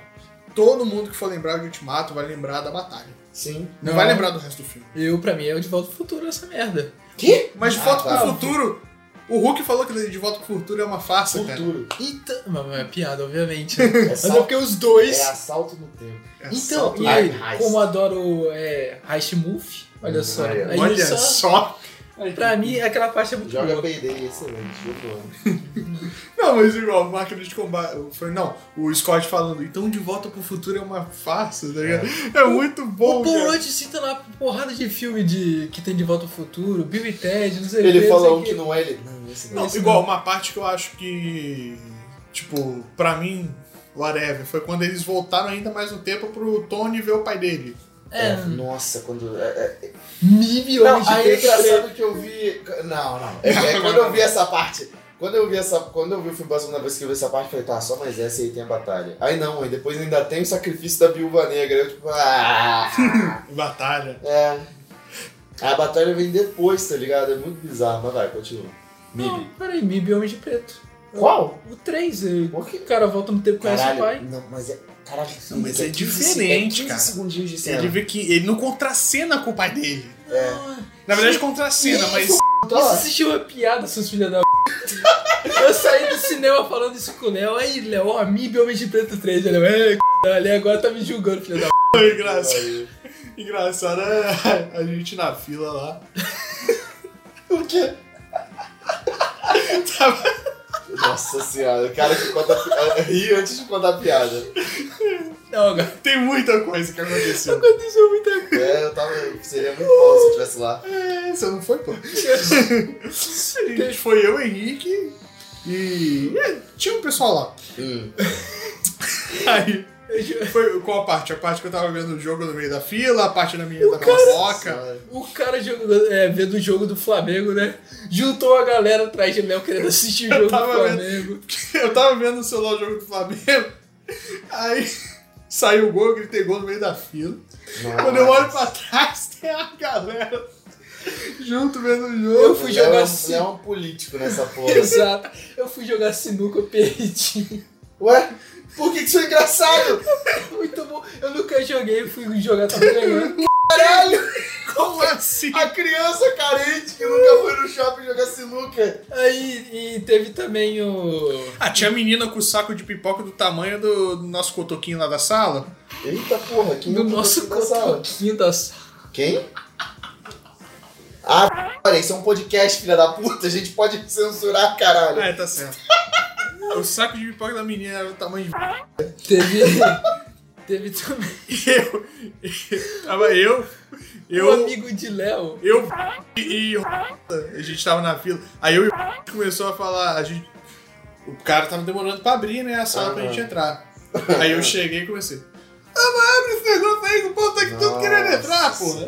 D: todo mundo que for lembrar de Ultimato vai lembrar da batalha.
B: Sim.
D: Não,
C: Não.
D: vai lembrar do resto do filme.
C: Eu, pra mim, é o de volta ao futuro essa merda.
B: Que?
D: Mas de
B: Ah,
D: volta
B: tá.
D: pro futuro, o Hulk falou que de volta pro futuro é uma farsa, cara.
B: Futuro.
C: Então. Mas é piada, obviamente.
B: É,
C: Mas é
B: sal-
C: porque os dois.
B: é assalto no tempo.
D: É só-
C: Então, e
B: Ah,
C: aí,
B: heist. Hum,
C: como eu adoro é, Heist Move, olha só.
B: Olha,
C: aí
D: Olha
C: só-
D: só.
C: Pra mim, aquela parte é muito
B: Joga
C: boa.
B: PD, excelente. Jogo do ano.
D: Não, mas igual, máquina de combate. eu falei, Não, o Scott falando, então de volta pro futuro é uma farsa, tá ligado? É, muito bom.
C: O Paul
D: cara.
C: Rudd cita lá porrada de filme de, que tem De Volta ao Futuro, Bill e Ted, não sei o que.
B: Ele
C: não sei
B: fala
C: o
B: um
C: quê.
B: que não é ele. Não, esse não.
D: Não,
C: Esse
D: igual, uma parte que eu acho que. Tipo, pra mim, whatever, foi quando eles voltaram ainda mais um tempo pro Tony ver o pai dele.
C: É,
B: É, nossa, quando. É, é... Não,
C: milhões de
B: aí é
C: vezes.
B: engraçado que eu vi. Não, não. É, é quando eu vi essa parte. Quando eu vi essa. Quando eu vi o filme pela segunda vez que eu vi essa parte, eu falei, tá, só mais essa e aí tem a batalha. Aí não, aí depois ainda tem o sacrifício da viúva negra. Eu tipo, ah.
D: Batalha.
B: É. A batalha vem depois, tá ligado? É muito bizarro, mas vai, continua. Mib.
C: Não, peraí, Mib e Homem de Preto.
B: Qual?
C: O 3,
B: Por quê?
C: o cara volta no tempo e conhece o pai.
B: Caralho, não, mas é. Caralho,
D: Não, mas é
B: 15
D: diferente,
B: é 15
D: cara.
B: segundinhos de
D: Ele
B: cena.
D: vê que ele não contracena com o pai dele.
B: É.
D: Na verdade, contracena, mas.
B: Então,
C: Isso
B: ó,
C: se chama piada, seus filhos da p***. Eu saí do cinema falando isso com o Léo. Aí, Léo, ó, Mib e Homem de Preto 3. Ele, é, ali agora tá me julgando, filho da p***.
D: é Engraçado. Engraçado é a gente na fila lá.
B: o quê? Nossa senhora, o cara que conta piada. Ri antes de contar piada.
C: Não, cara.
D: Tem muita coisa que aconteceu.
C: Aconteceu muita coisa.
B: É, eu tava. Seria muito bom se eu estivesse lá.
D: É, Você não foi, pô. A gente foi eu, Henrique e. é, tinha um pessoal lá.
B: Hum.
D: Aí.
C: Eu ju-
D: Foi qual parte? A parte que eu tava vendo o jogo no meio da fila, a parte da menina da
B: Nossa
D: fofoca.
B: senhora.
C: O cara jogando, é, vendo o jogo do Flamengo, né? Juntou a galera atrás de Léo querendo assistir o jogo do
D: tava vendo.
C: Flamengo.
D: Eu tava vendo no celular o jogo do Flamengo. Aí saiu o gol, eu gritei gol no meio da fila. Quando eu olho pra trás, tem a galera junto vendo o jogo.
C: Eu fui
B: Léo
C: jogar
B: é um-
C: assim.
B: Léo é um político nessa porra.
C: Exato. Eu fui jogar sinuca, eu perdi.
B: Ué? Por que que isso é engraçado?
C: Muito bom. Eu nunca joguei, eu fui jogar, tava ganhando.
B: Caralho!
D: Como assim?
B: A criança carente que nunca foi no shopping jogar sinuca.
C: Aí, e teve também o...
D: Ah, tinha a menina com o saco de pipoca do tamanho do, do nosso cotoquinho lá da sala.
B: Eita porra, quem
C: No
D: um
B: nunca
C: nosso
B: foi na sala?
C: cotoquinho da sala.
B: Quem? Ah, olha, isso é um podcast, filha da puta. A gente pode censurar, caralho.
D: É, tá certo. O saco de pipoca da menina era do tamanho de.
C: Teve. teve também
D: Eu. Tava eu. Eu.
C: um amigo de Léo.
D: Eu e e o a gente tava na fila. Aí eu e o começou a falar, a gente o cara tava demorando pra abrir, né, a sala pra
B: Aham.
D: gente entrar. Aí eu cheguei e comecei. Ah, mas abre esse negócio aí que o
C: é
D: povo tá aqui tudo querendo entrar, porra.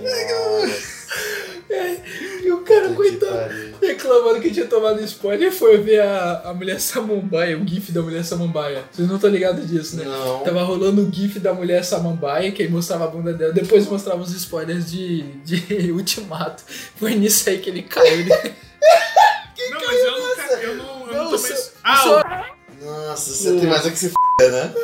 C: E o É cara, coitado, reclamando que tinha tomado spoiler, foi ver a, a mulher samambaia, o gif da mulher samambaia. Vocês não estão ligados disso, né?
B: Não.
C: Tava rolando o gif da mulher samambaia, que aí mostrava a bunda dela, depois mostrava os spoilers de, de Ultimato. Foi nisso aí que ele caiu. né? Ele...
D: Não, mas eu não, eu não, eu não
C: Não,
D: tomei.
C: só-
D: Ah,
C: só-
B: Nossa, você tem mais um que se f, né?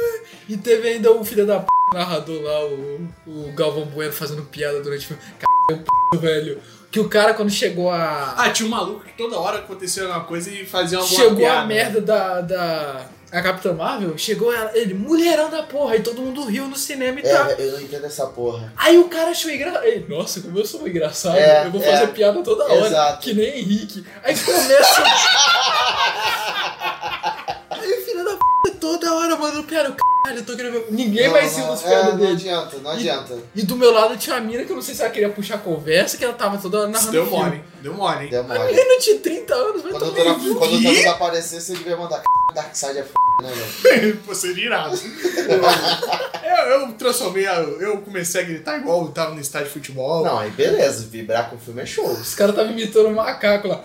C: E teve ainda o filho da p... narrador lá, o, o Galvão Bueno, fazendo piada durante o filme. Caralho, p... velho. Que o cara, quando chegou a...
D: ah, tinha um maluco que toda hora acontecia alguma coisa e fazia alguma
C: Chegou
D: piada. né?
C: a merda da, da. A Capitã Marvel, chegou ela, ele, mulherão da porra, e todo mundo riu no cinema e tal.
B: É, eu não entendo essa porra.
C: Aí o cara achou engraçado. Nossa, como eu sou engraçado,
B: É,
C: eu vou
B: é.
C: fazer piada toda hora,
B: Exato.
C: que nem Henrique. Aí começa. Aí o filho da p toda hora mandando piada. Caralho, eu tô querendo ver. Ninguém
B: Não,
C: mais riu
B: não,
C: nas
B: é,
C: piadas
B: Não
C: dele.
B: adianta, não
C: E-
B: adianta.
C: E do meu lado tinha uma mina que eu não sei se ela queria puxar conversa, que ela tava toda hora
D: Isso
C: narrando.
D: deu
C: filme.
D: mole, hein? deu mole, hein?
C: A
B: Demora.
C: menina não tinha 30 anos, mas
B: Quando eu
C: também.
B: tô na
D: O
B: quando eu tô
D: quê?
B: nos aparecer, você devia mandar c****, Darkseid é f, né, velho?
D: Pô, seria irado. Eu, eu transformei, a- eu comecei a gritar igual eu tava no estádio de futebol.
B: Não, aí beleza, vibrar com o filme é show. Hum.
C: Os caras estavam imitando um macaco lá.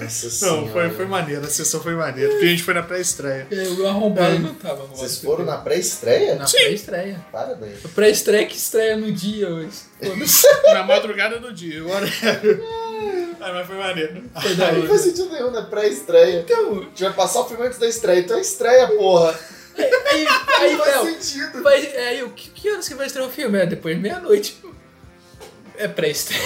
B: Nossa senhora.
D: Não, foi, foi maneiro, a sessão foi maneira, porque a gente foi na pré-estreia.
C: É, O arrombado não tava arrombado.
B: Vocês foram na pré-estreia?
C: Na pré-estreia.
B: Parabéns.
C: A pré-estreia que estreia no dia hoje. Foda-se.
D: Na madrugada do dia, agora. Ah, mas foi maneiro.
C: Foi
B: Não
C: daí.
B: faz sentido nenhum na pré-estreia.
C: Então,
B: A gente vai passar o filme antes da estreia, então é estreia, porra.
C: aí, aí,
B: Não faz
C: Léo,
B: sentido.
C: vai, aí, o que, que horas que vai estrear o filme? É depois de meia-noite. É pré-estreia.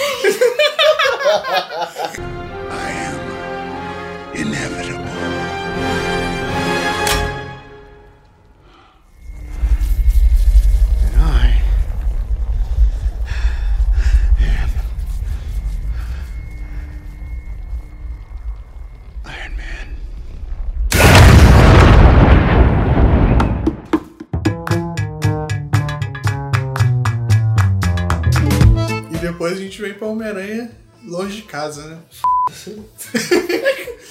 D: E depois a gente veio pra Homem-Aranha longe de casa, né?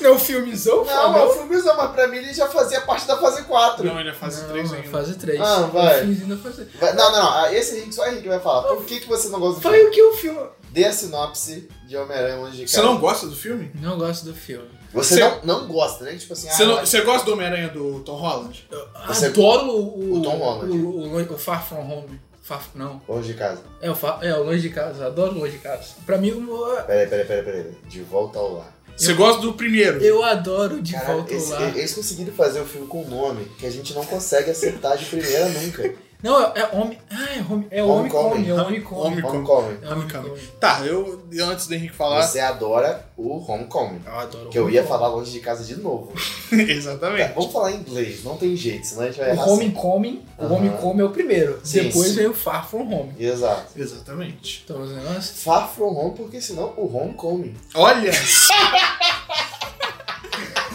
C: Não é o filmezão?
B: Não, é o filmezão, mas pra mim ele já fazia parte da fase 4.
D: Não, ele é fase 3 ainda.
C: Fase Um 3.
B: Ah, vai.
C: fazer.
B: Vai- Não, não, não. Ah, Esse a gente, só a gente vai falar. Por que, que você não gosta do
C: Foi
B: filme?
C: o que o filme.
B: Dê a sinopse de Homem-Aranha longe de
D: Você
B: casa.
D: não gosta do filme?
C: Não gosto do filme.
B: Você
D: Você-
B: não, não gosta, né? Tipo assim,
D: Você,
B: ah,
D: não-
B: mas-
D: você gosta do Homem-Aranha do Tom Holland?
C: Eu
B: Você-
C: adoro o,
B: o Tom Holland.
C: O, o- o Far From Home. Far, não.
B: longe de casa.
C: É o, fa- é o Longe de Casa. Adoro o Longe de Casa. Pra mim, eu,
B: Peraí, peraí, peraí, peraí. De volta ao lar.
D: Você gosta do primeiro?
C: eu adoro De
B: Caralho,
C: Volta ao
B: esse-
C: Lar.
B: eles conseguiram fazer o filme com um nome que a gente não consegue acertar de primeira nunca.
C: Não, é, é Homem. Ah, é Homem. É Homem-Come.
B: Homecoming.
C: É Homem-Come.
D: Homecoming.
B: Homecoming.
C: É Homecoming.
D: Tá, eu eu antes do Henrique falar.
B: Você adora o Homecoming.
C: Eu adoro
B: Que eu ia
C: Homecoming.
B: falar longe de casa de novo. Tá,
D: Exatamente.
B: vamos falar em inglês, não tem jeito, senão a gente vai errar.
C: O Homecoming, o
B: Aham.
C: Homecoming é o primeiro.
B: Sim,
C: Depois
B: sim.
C: vem o Far From Home.
B: sempre. Exato.
D: Exatamente.
C: Então, os negócios.
B: Far From Home, porque senão o Homecoming.
D: Olha!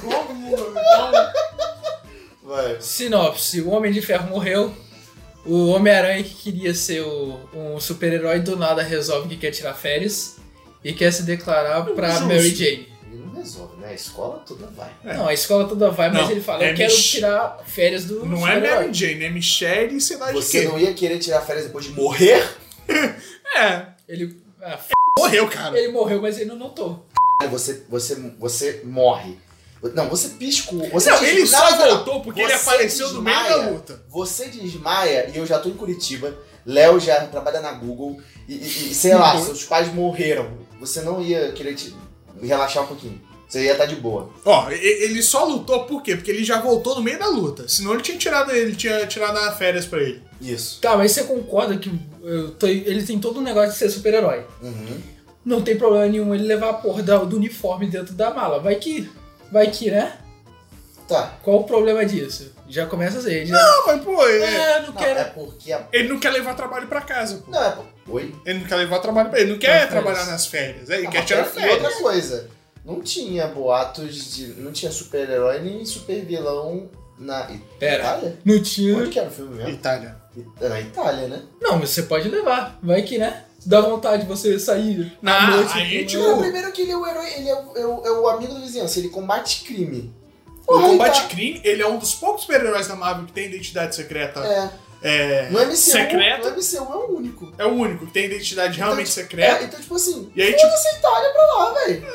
D: Como? como-
B: Vai.
C: Sinopse: O Homem de Ferro morreu. O Homem-Aranha que queria ser o- um super-herói do nada resolve que quer tirar férias e quer se declarar pra
D: Justo.
C: Mary Jane.
B: Ele não resolve, né? A escola toda vai.
D: É.
C: Não, a escola toda vai, mas
D: Não,
C: ele fala:
D: é
C: Eu quero
D: Mich-
C: tirar férias do.
D: Não é
C: super-herói."
D: Mary Jane, é Michelle e sei lá de
B: Você
D: quê.
B: não ia querer tirar férias depois de morrer?
D: É,
C: Ele, ah, f...
D: morreu, cara.
C: ele morreu, mas ele não notou.
B: Você, você, você morre. Não, você piscou. Você
D: Não,
B: des-
D: ele só
B: não, não, não.
D: voltou porque ele
B: Você
D: apareceu no meio da
B: desmaia.
D: luta.
B: Você desmaia e eu já tô em Curitiba. Léo já trabalha na Google. E, e- e, sei lá,
D: Uhum.
B: seus pais morreram. Você não ia querer te relaxar um pouquinho. Você ia estar de boa.
D: Ó, e- ele só lutou por quê? Porque ele já voltou no meio da luta. Senão ele tinha tirado ele tinha tirado a férias pra ele.
B: Isso.
C: Tá, mas você concorda que eu tô- ele tem todo um negócio de ser super-herói.
B: Uhum.
C: Não tem problema nenhum ele levar a porra da- do uniforme dentro da mala. Vai que. Vai que, né?
B: Tá.
C: Qual o problema disso? Já começa assim. Já...
D: Não, mas pô, ele,
C: Ah, não
B: Não,
C: quero.
B: é porque a.
D: ele não quer levar trabalho pra casa, pô.
B: Não, é por... Oi?
D: Ele não quer levar trabalho pra ele. Não quer
C: Nas férias.
D: trabalhar nas férias. é, Ele
B: Ah,
D: quer
B: mas
D: tirar
B: pera- E
D: férias.
B: outra coisa, não tinha boatos de. Não tinha super-herói nem super-vilão na
C: Pera.
B: Itália?
C: Não tinha.
B: Onde que era o filme mesmo?
D: Itália.
B: É Na Itália, né?
C: Não, mas você pode levar. Vai que, né? Dá vontade de você sair.
D: Não,
C: à noite,
D: aí,
C: com-
D: tipo,
B: Não, primeiro que ele é o herói, ele é o, é o- é o amigo da vizinhança, ele combate crime.
D: O
B: Porra,
D: Combate
B: ele tá
D: Crime, ele é um dos poucos super-heróis da Marvel que tem identidade secreta.
B: tá- É.
D: É,
B: No MCU,
D: Secreto?
B: no MCU é o único.
D: é o único que tem identidade realmente
B: É,
D: secreta.
B: então, tipo assim,
D: E aí, tipo,
B: essa Itália pra lá, velho.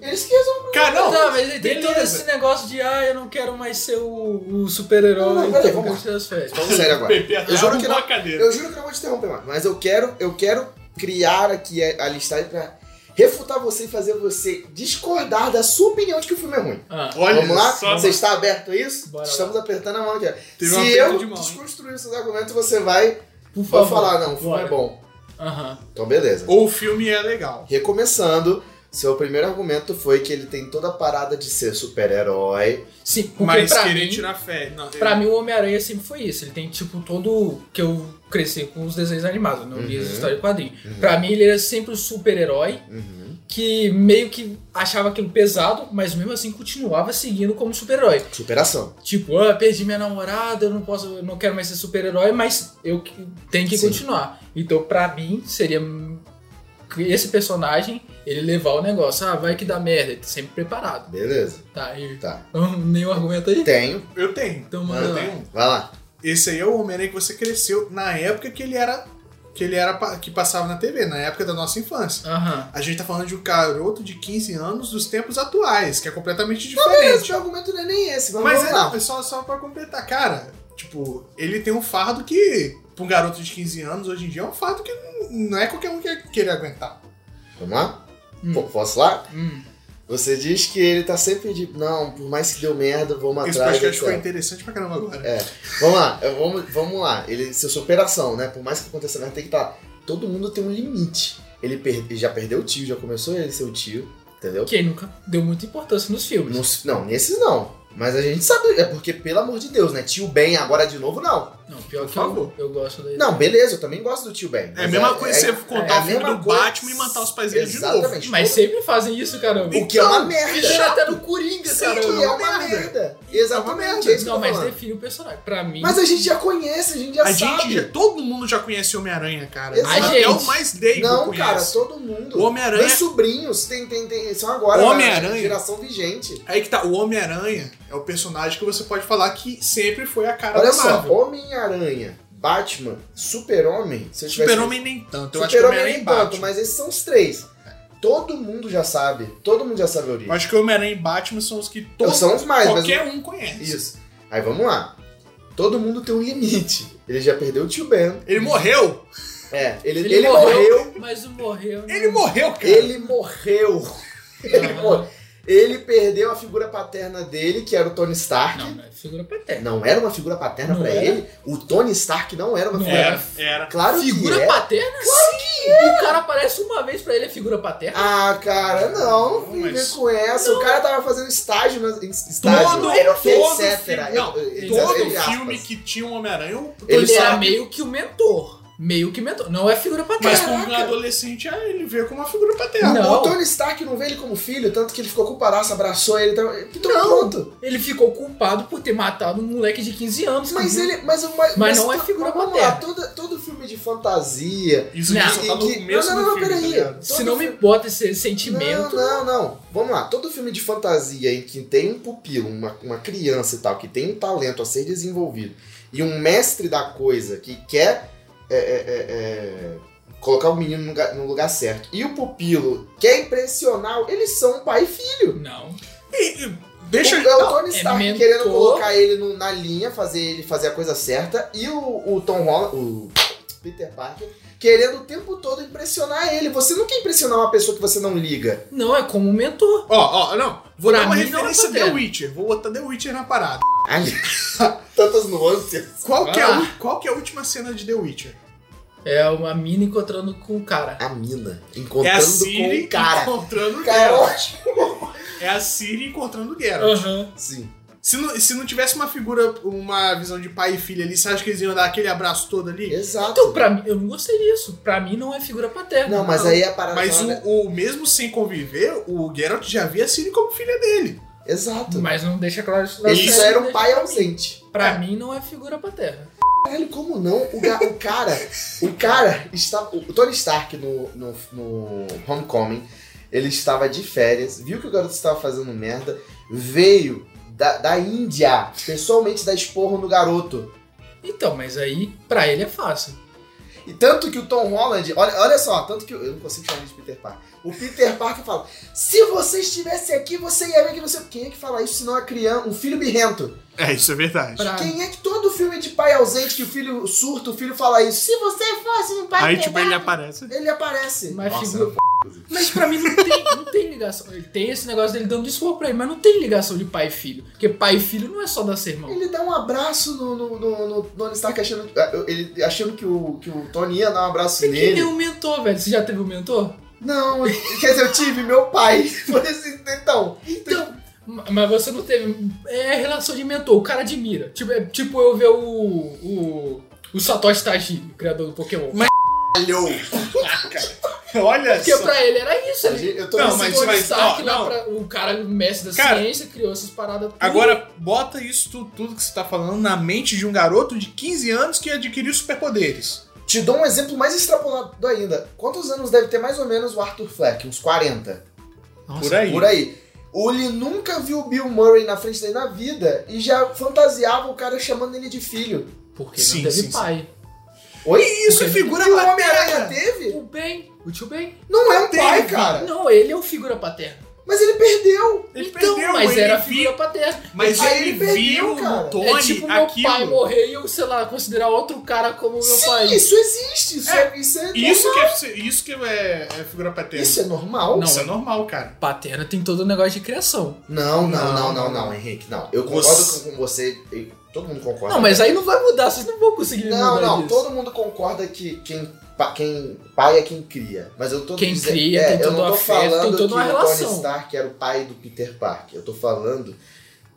B: Eles que resolvem.
D: cara, não.
C: Tá, mas ele tem todo
D: beleza.
C: esse negócio de, ah, eu não quero mais ser o, o super-herói.
B: Não, não,
C: eu
B: peraí,
C: quero
B: vamos lá.
C: curtir as férias.
B: Vamos sério agora.
D: Pepe até
B: Eu juro que
D: arrumou
B: não.
D: a cadeira.
B: Eu juro que eu não vou te interromper mais, mas eu quero, eu quero criar aqui a, a listagem pra refutar você e fazer você discordar da sua opinião de que o filme é ruim.
C: Ah,
D: Olha
B: Vamos lá?
D: só.
B: você está aberto a isso?
C: Bora lá.
B: Estamos apertando a mão aqui. ó.
D: Teve um
B: Se
D: aperto
B: eu
D: de mão, hein?
B: desconstruir os seus argumentos, você vai,
C: por
B: vai
C: favor.
B: falar, não, o filme
C: Bora.
B: é bom.
C: Aham.
B: Então, beleza.
D: Ou o filme é legal.
B: Recomeçando, seu primeiro argumento foi que ele tem toda a parada de ser super-herói.
C: Sim, porque
D: mas
C: pra
D: querer
C: mim,
D: tirar férias. Não,
C: Pra mim, o Homem-Aranha sempre foi isso. Ele tem, tipo, todo. Que eu cresci com os desenhos animados, não li as
B: Uhum.
C: histórias de quadrinho.
B: Uhum.
C: Pra mim, ele era sempre o super-herói
B: Uhum.
C: que meio que achava aquilo pesado, mas mesmo assim continuava seguindo como super-herói.
B: Superação.
C: Tipo, ah, perdi minha namorada, eu não posso, eu não quero mais ser super-herói, mas eu que- tenho que
B: Sim.
C: continuar. Então, pra mim, seria que esse personagem ele levar o negócio, ah, vai que dá merda, ele tá sempre preparado.
B: Beleza.
C: Tá, e
B: Tá.
C: nenhum argumento aí.
B: Tenho.
D: Eu tenho.
C: Então,
D: Eu
C: manda lá.
D: tenho um.
B: Vai lá.
D: Esse aí é o Homem-Aranha que você cresceu na época que ele era que ele era pa- que passava na TV, na época da nossa infância.
B: um.
C: Aham.
D: A gente tá falando de um garoto de 15 anos dos tempos atuais, que é completamente
E: Mas
D: diferente.
E: meu argumento não é nem esse, vamos,
D: Mas
E: vamos
D: é,
E: lá.
D: não, é só, só pra completar, cara. Tipo, ele tem um fardo que, pra um garoto de 15 anos, hoje em dia, é um fardo que não- não é qualquer um que querer aguentar.
B: Vamos lá?
C: Hum.
B: Po- Posso lá?
C: Hum.
B: Você diz que ele tá sempre de. Não, por mais que deu merda, vamos
D: Esse
B: atrás.
D: podcast ficou
B: etc.
D: interessante pra caramba agora.
B: É. Vamos lá, é, vamos, vamos lá. Ele, seu superação, né? Por mais que aconteça merda, tem que estar. Todo mundo tem um limite. Ele, per- ele já perdeu o tio, já começou ele ser o tio, entendeu?
C: Que nunca deu muita importância nos filmes.
B: Não, não, nesses não. Mas a gente sabe, é porque, pelo amor de Deus, né? Tio Ben agora de novo, não.
C: Não, pior
D: Por
C: que eu,
D: favor.
C: eu gosto dele.
B: Não, beleza, eu também gosto do tio
F: É
B: Ben.
F: a
B: mas
F: mesma coisa você
B: é-
F: contar
B: é a
F: o filme
B: mesma
F: do
B: coisa-
F: Batman e matar os pais dele de novo.
B: Exatamente.
C: Mas então, sempre fazem isso, caramba.
B: então- O que é uma merda.
C: Fizeram até tá no Coringa,
B: Sim,
C: cara.
B: que é uma merda. Exatamente. é isso que eu tô
C: Não, mas
B: falando.
C: define o personagem. Pra mim.
B: Mas a gente já conhece, a gente já
F: A
B: É, sabe.
F: gente, já- todo mundo já conhece Homem-Aranha, cara.
B: Exato.
F: Até
C: A
F: o
C: gente.
F: mais leigo
B: Não,
F: conhece.
B: cara, todo mundo.
F: O Homem-Aranha-
B: Meus sobrinhos tem, tem, tem, são agora da
F: Homem-Aranha.
B: geração vigente.
D: Aí que tá, o Homem-Aranha é o personagem que você pode falar que sempre foi a cara
B: Olha
D: da
B: só,
D: Marvel.
B: Homem-Aranha, Batman, Super-Homem. se eu tivesse-
F: Super-Homem nem tanto.
D: eu acho que o
B: Super-Homem
D: Homem-Aranha
B: nem
D: e Batman.
B: tanto, mas esses são os três. Todo mundo já sabe. Todo mundo já sabe a
D: Eu
B: origem.
D: acho que o Homem-Aranha e Batman são os que
B: Então,
D: todos,
B: são os mais, mas
D: qualquer um conhece.
B: Isso. Aí vamos lá. Todo mundo tem um limite. Ele já perdeu o tio Ben.
D: Ele morreu!
B: É, ele, ele, morreu.
C: Mas o morreu.
D: Ele morreu, cara!
B: Hum. Ele morreu. Ele,
C: Não.
B: mor- ele perdeu a figura paterna dele, que era o Tony Stark.
C: Não,
B: Não,
C: não é figura paterna.
B: era uma figura paterna
C: Não
B: pra
C: era.
B: ele. O Tony Stark não era uma
C: Não
B: figura.
F: Era, era.
B: Claro que
C: Figura
B: é.
C: paterna? O cara aparece uma vez pra ele, é figura paterna?
B: Ah, cara, não,
F: Não,
B: fica
F: mas-
B: com essa. O cara tava fazendo estágio, mas estágio,
F: Todo- todo
B: etc.
F: filme- não,
B: etc, entre
F: Todo
B: aspas.
F: filme que tinha um Homem-Aranha, o-
B: Ah, Ele
C: Ele, era
B: sabe.
C: meio que o mentor. Meio que mentor. Não é figura paterna.
F: mas como um adolescente, ah, ele veio com uma figura paterna.
C: Não.
B: Ah, O Tony Stark não vê ele como filho, tanto que ele ficou com o paraço, abraçou ele. Então, então pronto.
C: Ele ficou culpado por ter matado um moleque de 15 anos. Então,
B: Mas ele. Mas, o- mas,
C: Uhum. Mas não é
B: to-
C: figura
B: mas vamos
C: paterna.
B: lá, todo, todo filme de fantasia.
F: Isso
C: Não.
F: aqui só tá no
B: E que-
F: começo
B: não, não,
F: do
B: não,
F: filme, tá
B: peraí.
F: ligado?
C: Se não me bota esse sentimento.
B: Não, não, não. Vamos lá. Todo filme de fantasia em que tem um pupilo, uma, uma criança e tal, que tem um talento a ser desenvolvido, e um mestre da coisa que quer é, é, é, é, colocar o menino no lugar, no lugar certo, e o pupilo quer impressionar, eles são um pai e filho.
C: Não.
F: E- e- Deixa
B: o, é o Tony
C: é
B: Stark
C: mentor.
B: querendo colocar ele no- na linha, fazer ele fazer a coisa certa, e o, o Tom Holland, o Peter Parker, querendo o tempo todo impressionar ele. Você não quer impressionar uma pessoa que você não liga.
C: Não, é como um mentor.
D: Ó, ó, não. Vou
C: Pra
D: dar uma
C: mim,
D: referência
C: não é
D: The
C: paterno.
D: Witcher. Vou botar The Witcher na parada.
B: Ai, tantas nuances.
D: Qual, que é,
C: lá.
D: a u- qual que é a última cena de The Witcher?
C: É uma mina encontrando com o cara.
B: A mina
F: É
B: encontrando
F: a
B: com
D: assim
F: Siri
B: o cara.
F: encontrando o
B: Cara,
F: Geralt.
B: ótimo.
D: É a Siri encontrando o Geralt.
C: Aham.
B: Sim.
D: Se, não, se não tivesse uma figura, uma visão de pai e filha ali, você acha que eles iam dar aquele abraço todo ali?
C: Então,
B: Exato.
C: pra mim, eu não gostei disso. Pra mim, não é figura paterna.
B: Não, mas aí é a parada.
D: Mas
B: né?
D: o, o- mesmo sem conviver, o Geralt já via a Siri como filha dele.
B: Exato.
C: Mas não deixa claro isso. é na
B: Ele
C: série,
B: só era
C: não
B: um
C: deixa
B: pai
C: pra mim.
B: ausente.
C: Pra mim, não é figura paterna.
B: Caralho, como não? O, ga- o cara. O cara está. O Tony Stark no, no, no Homecoming. Ele estava de férias, viu que o garoto estava fazendo merda, veio da, da Índia, pessoalmente dar esporro no garoto.
C: Então, mas aí, pra ele é fácil.
B: E tanto que o Tom Holland, olha, olha só, tanto que eu, eu não consigo chamar ele de Peter Parker. O Peter Parker fala: se você estivesse aqui, você ia ver que não sei quem é que fala isso, senão é criança, um filho birrento.
D: É, isso é verdade.
C: Pra...
B: Quem é que todo filme de pai ausente que o filho surta, o filho fala isso? Se você fosse um pai
F: Aí, tipo,
B: pegado",
F: ele aparece.
B: ele aparece.
C: Mas,
F: Nossa,
C: figura... mas pra mim não tem, não tem ligação. Ele tem esse negócio dele dando desculpa pra ele, mas não tem ligação de pai e filho. Porque pai e filho não é só dar sermão.
B: Ele dá um abraço no, no, no, no Tony Stark achando, é, ele, achando que, o, que o Tony ia dar um abraço
C: Você que
B: nele.
C: tem um mentor, velho. Você já teve um mentor?
B: Não, quer dizer, eu tive meu pai. Foi assim, então.
C: Então. ma- Mas você não teve. É relação de mentor, o cara admira. Tipo, é, tipo eu ver o. o. o Satoshi Tajiri, o criador do Pokémon.
D: Ah, Olha
C: Porque
D: só.
C: pra ele era isso. Ele,
B: Eu tô
F: Não,
C: esse
F: mas-
C: Tony
F: mas-
C: Stark
F: ó,
C: lá
F: não.
C: pra- o cara, o mestre da
D: Cara,
C: ciência, criou essas paradas. tudo.
D: Agora, bota isso tu- tudo que você tá falando na mente de um garoto de 15 anos que adquiriu superpoderes.
B: Te dou um exemplo mais extrapolado ainda. Quantos anos deve ter mais ou menos o Arthur Fleck? Uns 40.
C: Nossa,
D: por aí.
B: Por aí. Ou Ele nunca viu o Bill Murray na frente dele na vida e já fantasiava o cara chamando ele de filho.
C: Porque
D: Sim,
C: não teve
D: sim,
C: pai.
B: Oi?
D: Isso é figura
B: E o Homem-Aranha
D: paterna.
B: teve?
C: O Ben, o tio Ben.
B: Não é um
D: Teve.
B: pai, cara.
C: Não, ele é o figura paterna.
B: Mas ele perdeu.
D: Ele
C: então,
D: perdeu,
C: mas
D: ele
C: era a
D: vi-
C: figura paterna.
D: Mas
B: Aí
D: ele
B: ele perdeu,
D: viu
B: cara.
D: no
B: É
D: Tony
C: é tipo meu
D: aquilo.
C: pai morrer e eu, sei lá, considerar outro cara como meu
B: Sim,
C: pai.
B: isso existe. Isso é, isso é
D: Isso
B: normal.
D: que é, isso que é, é figura paterna.
B: Isso é normal?
C: Não.
D: Isso é normal, cara.
C: Paterna tem todo o negócio de criação.
B: Não, não,
D: Não.
B: não, não, não, Henrique, não. Eu concordo
D: Você-
B: com, com você. e Todo mundo concorda.
C: Não,
D: é.
C: mas aí não vai mudar, vocês não vão conseguir
B: Não,
C: mudar
B: não,
C: isso.
B: todo mundo concorda que quem, pa- quem pai é quem cria. Mas eu tô
C: Quem
B: dizendo,
C: cria,
B: é,
C: tem
B: eu
C: todo
B: não tô
C: afeto, tem
B: falando
C: toda
B: que
C: uma
B: o
C: relação.
B: Tony Stark era o pai do Peter Parker. Eu tô falando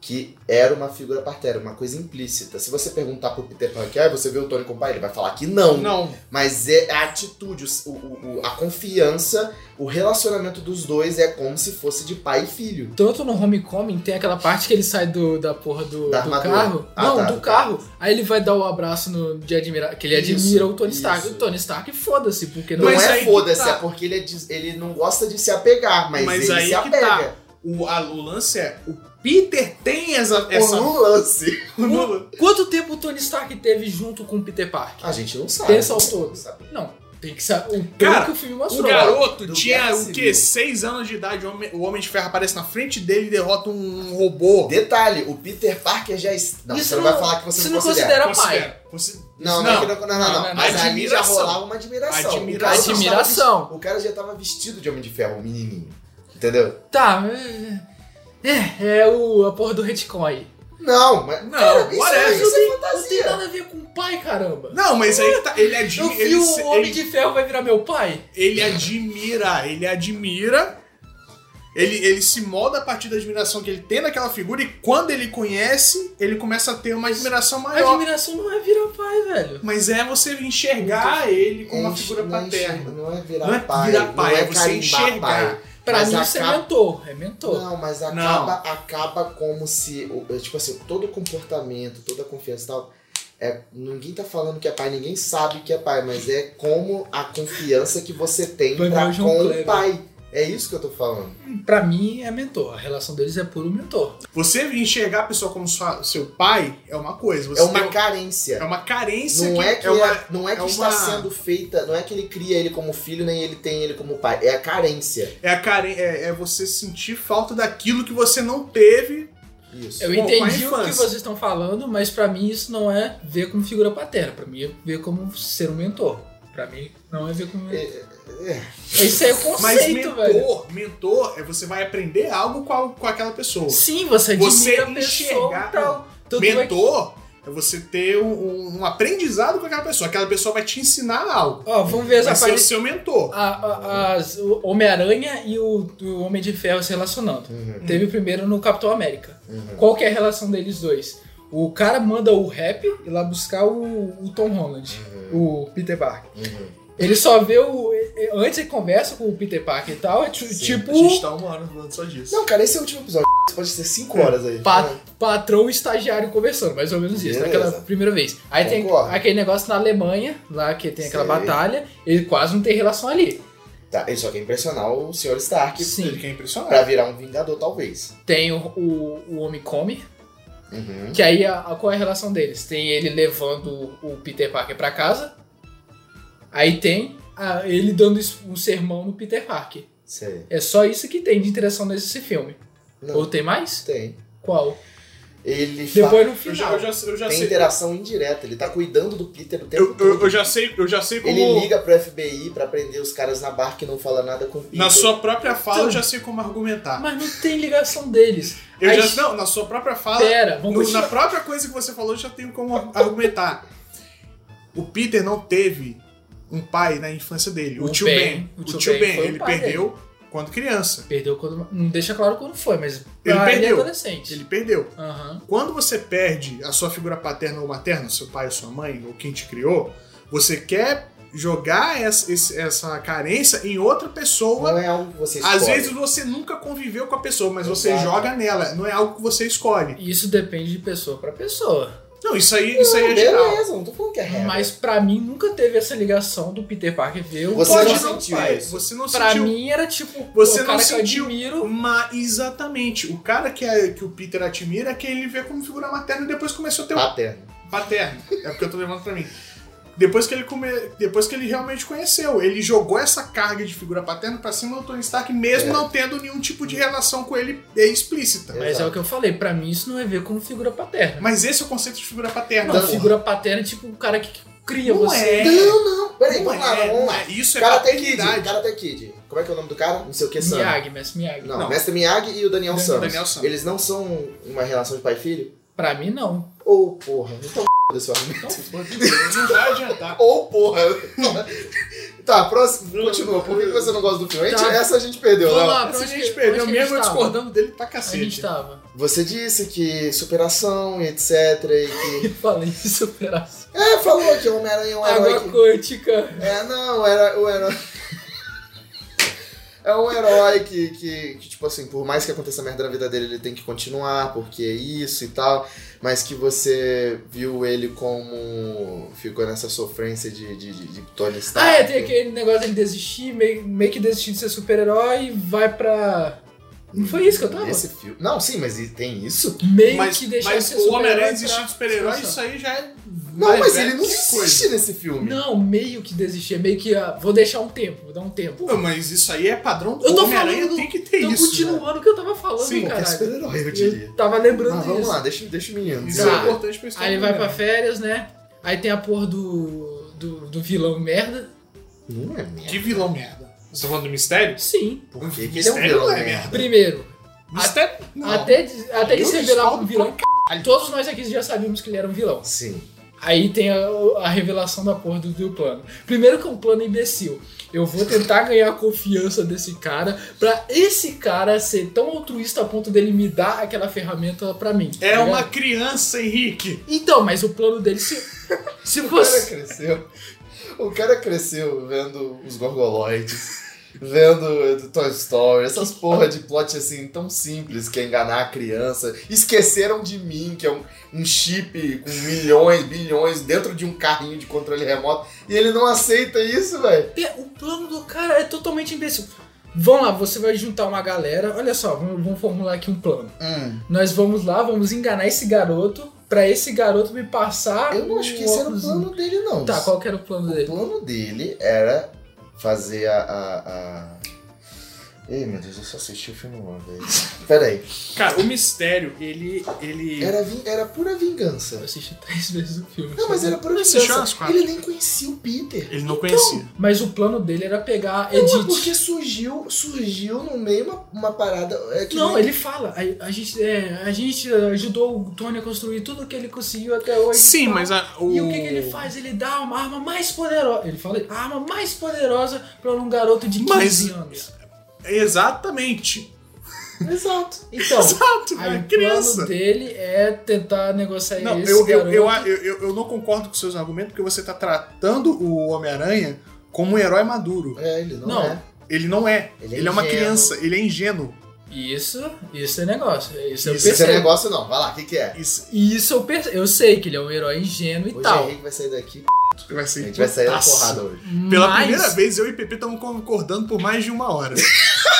B: que era uma figura parterna, uma coisa implícita. Se você perguntar pro Peter Parker, ah, você vê o Tony como pai, ele vai falar que não.
G: Não.
B: Mas é a atitude, o- o- o- a confiança, o relacionamento dos dois é como se fosse de pai e filho.
C: Tanto no Homecoming tem aquela parte que ele sai do, da porra do,
B: Da
C: do
B: armadura.
C: carro.
B: Ah,
C: não,
B: tá,
C: do
B: tá.
C: carro. Aí ele vai dar o abraço no, de admirar. Que ele
B: Isso,
C: admira o Tony Stark.
B: isso.
C: O Tony Stark, foda-se, porque não
B: Não
D: Mas
C: é.
D: aí
B: é
D: que
B: foda-se,
D: tá.
B: é porque ele, é des- ele não gosta de se apegar, mas,
D: Mas
B: ele
D: aí
B: se
D: que tá.
B: apega.
D: O, a- o lance é, o Peter tem essa...
B: Por
D: essa
B: um lance.
D: Lula.
C: é. Quanto tempo o Tony Stark teve junto com o Peter Parker?
B: A gente não sabe.
C: Pensa ao todo.
B: Sabe.
C: Não, tem que saber. O
D: Cara,
C: que o filme
D: O
C: mostrou.
D: garoto
B: Do
D: tinha
B: Guerra
D: o quê?
B: Civil.
D: Seis anos de idade, o Homem, o Homem de Ferro aparece na frente dele e derrota um robô.
B: Detalhe, o Peter Parker já... est- Não,
C: Isso
B: você não, vai falar que você não considera.
C: considera pai.
D: Considera- consi-
B: Não, é
D: Não.
B: não, não, não, não,
C: Não,
B: não,
C: não,
B: Mas ali já
D: admiração.
B: rolava uma admiração. O cara já
C: Admiração.
B: estava vesti- O cara já tava vestido de Homem de Ferro, um menininho. Entendeu?
C: Tá, é- é, é o, a porra do retcon aí.
B: Não, mas...
D: Não,
B: cara, isso, é-
D: whatever.
B: isso é
C: Não tem
B: fantasia.
C: nada a ver com o pai, caramba.
D: Não, mas aí tá, ele admira...
C: Eu vi
D: ele,
C: o Homem
D: ele-
C: de Ferro vai virar meu pai?
D: ele admira, ele admira, ele, ele se molda a partir da admiração que ele tem naquela figura e quando ele conhece, ele começa a ter uma admiração
C: A
D: maior.
C: admiração não é virar pai, velho.
D: Mas é você enxergar ele como uma
B: Enche-
D: figura
B: não é enxerga-
D: paterna.
B: Não é virar
D: Não é
B: pai.
D: virar pai,
B: não
D: é você
B: carimbar
D: enxergar.
B: pai.
C: Pra
B: Mas
C: mim
B: a
C: isso
B: capa-
C: é mentor, é mentor.
B: Não, mas
D: Não.
B: acaba, acaba como se. o- é, Tipo assim, todo comportamento, toda confiança e tal. É, ninguém tá falando que é pai, ninguém sabe que é pai, mas é como a confiança que você tem
C: Vai virar o
B: pra
C: João
B: com
C: Kleber.
B: o pai. É isso que eu tô falando.
C: Pra mim é mentor, a relação deles é puro mentor.
D: Você enxergar a pessoa como sua- seu pai é uma coisa. Você
B: É uma
D: tem- é
B: carência.
D: uma carência
B: Não
D: que,
B: é que,
D: é uma-
B: é- não é que
D: é
B: está
D: uma-
B: sendo feita, não é que ele cria ele como filho, nem ele tem ele como pai. É a carência.
D: é, a care- é- é você sentir falta daquilo que você não teve.
B: Isso.
C: Eu
D: Bom, com a
C: entendi o que
D: infância.
C: vocês estão falando, mas pra mim isso não é ver como figura paterna, pra mim é ver como ser um mentor. Pra mim não é ver como
B: É, é.
C: Isso aí é o
D: Mas
C: conceito, velho.
D: mentor, mentor é você vai aprender algo com, a- com aquela pessoa.
C: Sim, você admira
D: Você
C: a pessoa
D: enxergar-
C: e tal. Tanto é que-
D: Mentor é você ter um, um- um aprendizado com aquela pessoa. Aquela pessoa vai te ensinar algo.
C: Ó, vamos ver
D: Vai
C: essa
D: ser o
C: parte.
D: seu mentor.
C: A, a- as- o Homem-Aranha e o, o Homem de Ferro se relacionando.
B: Uhum,
C: Teve o primeiro no Capitão América.
B: uhum.
C: Qual que é a relação deles dois? O cara manda o rap ir lá buscar o, o Tom Holland, o Peter Parker.
B: Uhum.
C: Ele só vê o. Antes ele conversa com o Peter Parker e tal, é ti- tipo.
D: A gente tá uma hora falando só disso.
B: Não, cara, esse é o último episódio. Pode ser 5 horas aí.
C: pa- patrão e estagiário conversando, mais ou menos isso,
B: Beleza.
C: naquela primeira vez. Aí tem
B: Concordo.
C: aquele negócio na Alemanha, lá que tem aquela
B: Sei.
C: batalha, ele quase não tem relação ali.
B: Tá, ele só quer impressionar o Sr. Stark
D: Ele
C: Sim, É,
D: quer impressionar.
B: pra virar um Vingador, talvez.
C: tem o, o, o Homecoming,
B: Uhum.
C: Que aí, a, a- qual é a relação deles? Tem ele levando o, o Peter Parker pra casa. Aí tem a- ele dando es- um sermão no Peter Parker.
B: Sei.
C: É só isso que tem de interação nesse filme.
B: Não,
C: Ou tem mais?
B: tem.
C: Qual?
B: Ele fa-
C: Depois no
D: Eu já,
C: final.
D: eu já, eu já
B: tem
D: sei.
B: interação indireta, ele tá cuidando do Peter o tempo
D: Eu,
B: todo.
D: eu- eu já sei, eu já sei como.
B: Ele liga pro FBI pra prender os caras na barra que não fala nada com o Peter.
D: Na sua própria fala,
C: Então-
D: eu já sei como argumentar.
C: Mas não tem ligação deles.
D: Eu
C: Aí-
D: já, não, na sua própria fala,
C: Pera, vamos
D: No-
C: continuar.
D: na própria coisa que você falou, eu já tenho como ar- argumentar. O Peter não teve um pai na infância dele. O,
C: O
D: tio
C: Ben.
D: Ben.
C: Um O
D: O
C: tio
D: tio
C: Ben
D: Ben,
C: foi o
D: ele
C: pai
D: perdeu quando criança.
C: Perdeu quando. Não deixa claro quando foi, mas.
D: Ele
C: pra é
D: perdeu.
C: adolescente.
D: Ele perdeu.
C: Aham.
D: Quando você perde a sua figura paterna ou materna, seu pai ou sua mãe, ou quem te criou, você quer jogar essa, esse- essa carência em outra pessoa.
B: Não é algo que você escolhe.
D: Às vezes você nunca conviveu com a pessoa, mas você
B: Exato.
D: joga nela. Não é algo que você escolhe.
C: Isso depende de pessoa pra pessoa.
D: Não, isso aí, isso aí é geral.
B: Ah, Beleza, não tô falando que é regra.
C: Mas pra mim nunca teve essa ligação do Peter Parker ver o
B: Você
C: Pode
B: não
C: não,
B: sentiu
C: pai.
B: isso?
D: Você não
C: Pra
D: sentiu
C: mim era tipo,
D: Você
C: o
D: não
C: cara que eu
D: sentiu-
C: admiro.
D: Mas exatamente, o cara que, é- que o Peter admira é que ele vê como figura materna e depois começou a ter o
B: Paterno.
D: paterno. É porque eu tô levando pra mim. Depois que, ele come... Depois que ele realmente conheceu, ele jogou essa carga de figura paterna pra cima do Tony Stark, mesmo não tendo nenhum tipo de relação com ele explícita.
C: Mas é o que eu falei, pra mim isso não é ver como figura paterna.
D: Mas esse é o conceito de figura paterna.
C: Não,
D: porra.
C: figura paterna é tipo o cara que cria
D: Não
C: você.
D: é.
B: Não, não. Peraí,
D: Não
B: vamos lá, vamos lá.
D: é, isso é
B: Karate Kid,
D: paternidade.
B: Karate Kid. Como é que é o nome do cara? Não sei o que, Sam.
C: Miyagi, mestre Miyagi.
B: Não,
D: Não.
B: Mestre Miyagi e o Daniel
D: Daniel
B: Sam.
D: Sam.
B: Eles não são uma relação de pai e filho?
C: Pra mim, não.
B: Ou porra, então desse argumento.
C: Então, foda-se.
D: Não vai adiantar.
B: Ou porra. tá, próximo. Continua. Por que você não gosta do filme? A gente-
C: Tá.
B: Essa a gente perdeu,
C: Vamos
B: Léo.
C: lá, pra
D: Essa
C: onde
D: gente
C: que-
D: perdeu
C: onde que a
D: mesmo eu
C: gente tava?
D: discordando dele pra
C: A gente tá
D: cacete.
C: tava.
B: Você disse que superação e etc. E que.
C: Eu falei de superação.
B: É, falou que o Homem-Aranha é um herói.
C: Água
B: Que...
C: quântica.
B: É, não, era o herói. É um herói que, que, que, tipo assim, por mais que aconteça merda na vida dele, ele tem que continuar, porque é isso e tal. Mas que você viu ele como. ficou nessa sofrência de, de, de, de Tony Stark.
C: Ah, é, tem aquele negócio dele desistir, meio, meio que desistir de ser super-herói e vai pra. Não foi isso que eu tava?
B: Esse filme. Não, sim, mas e- tem isso?
C: Meio
D: Mas,
C: que deixar de
D: mas
C: ser
D: o Homem-Aranha
C: super-herói.
D: desistir
C: pra
D: de super-herói, isso
C: situação.
D: aí já é.
B: Não,
D: mais
B: mas
D: velho
B: ele não
D: que coisa.
B: existe nesse filme.
C: Não, meio que desistir. é Meio que. ah, vou deixar um tempo, vou dar um tempo.
D: Pô, mas isso aí é padrão do
C: Eu tô
D: Homem-Aranha,
C: falando,
D: tem que ter
C: Tô
D: isso. né?
C: continuando o que eu tava falando,
D: Sim,
B: Porque é
C: caralho.
B: super-herói, eu diria.
C: Eu tava
D: Ah,
C: lembrando
B: Mas
C: disso.
B: vamos lá, deixa, deixa o menino.
D: Isso
C: Cara,
D: é importante pra história
C: Aí ele
D: do
C: vai pra
D: Homem-Aranha.
C: férias, né? Aí tem a porra do. do, do vilão merda.
B: Não é merda.
D: Que vilão merda. Você tá falando do mistério?
C: Sim.
B: Por que que ele é um
D: Mistério
B: vilão
D: não é
B: merda?
C: Primeiro,
D: Mistério? Não.
C: até, de- até ele
D: Eu
C: se revelar um
D: discordo
C: vilão. Todos nós aqui já sabíamos que ele era um vilão.
B: Sim.
C: Aí tem a, a revelação da porra do, do plano. Primeiro que é um plano imbecil. Eu vou tentar ganhar a confiança desse cara pra esse cara ser tão altruísta a ponto dele me dar aquela ferramenta pra mim. tá
D: É
C: ligado?
D: uma criança, Henrique.
C: Então, mas o plano dele se. Se
B: O cara
C: você.
B: cresceu. O cara cresceu vendo os gorgoloides. Vendo do Toy Story, essas porra de plot assim tão simples que é enganar a criança. Esqueceram de mim, que é um, um chip com milhões, bilhões dentro de um carrinho de controle remoto. E ele não aceita isso, velho.
C: Pe- O plano do cara é totalmente imbecil. Vamos lá, você vai juntar uma galera. Olha só, vamos, vamos formular aqui um plano. Nós vamos lá, vamos enganar esse garoto pra esse garoto me passar.
B: Eu não acho
C: o
B: que esse era o
C: óculos-
B: plano dele, não.
C: Tá, qual que era o plano
B: O
C: dele?
B: plano dele era fazer a. a, a... Ei, meu Deus, eu só assisti o filme uma vez. Peraí.
D: Cara, o mistério, ele. ele...
B: Era, vin- era pura
C: Eu
B: vingança.
C: assisti três vezes o filme.
B: Não, mas era pura
D: Você assistiu as
B: vingança.
D: quatro?
B: Ele nem conhecia o Peter.
D: Ele não conhecia.
C: Mas o plano dele era pegar a
B: Não, é
C: Edith.
B: porque surgiu, surgiu no meio uma, uma parada. É que
C: Não,
B: nem-
C: ele fala. A, a gente, é, a gente ajudou o Tony a construir tudo que ele conseguiu até hoje.
D: Sim,
C: Tá.
D: mas a- o.
C: E o que, que ele faz? Ele dá uma arma mais poderosa. Ele fala, a arma mais poderosa pra um garoto de 15
D: Mas-
C: anos.
D: Exatamente.
B: Exato.
C: Então,
D: Exato,
C: aí o
D: velho.
C: plano
D: é criança.
C: dele é tentar negociar
D: Não,
C: esse
D: eu, eu,
C: garoto.
D: eu, eu, eu- eu não concordo com seus argumentos, porque você tá tratando o Homem-Aranha como um herói maduro.
B: É, ele não,
C: Não.
B: é.
D: Ele não é.
B: Ele
D: Ele
B: é
D: é, uma
B: ingênuo.
D: criança, ele é ingênuo.
C: Isso, isso é negócio. Isso, eu
D: Isso é
B: Esse
C: percebo.
B: negócio não. Vai lá, o que, que é?
D: Isso
C: Isso eu percebo. Eu sei que ele é um herói ingênuo e
B: Hoje o
D: Então. é
C: tal.
B: Henrique vai sair daqui.
D: vai
B: A
D: ser.
B: gente vai sair da
D: putaço.
B: porrada hoje.
D: Pela
C: mas-
D: primeira vez, eu e Pepe estamos concordando por mais de uma hora.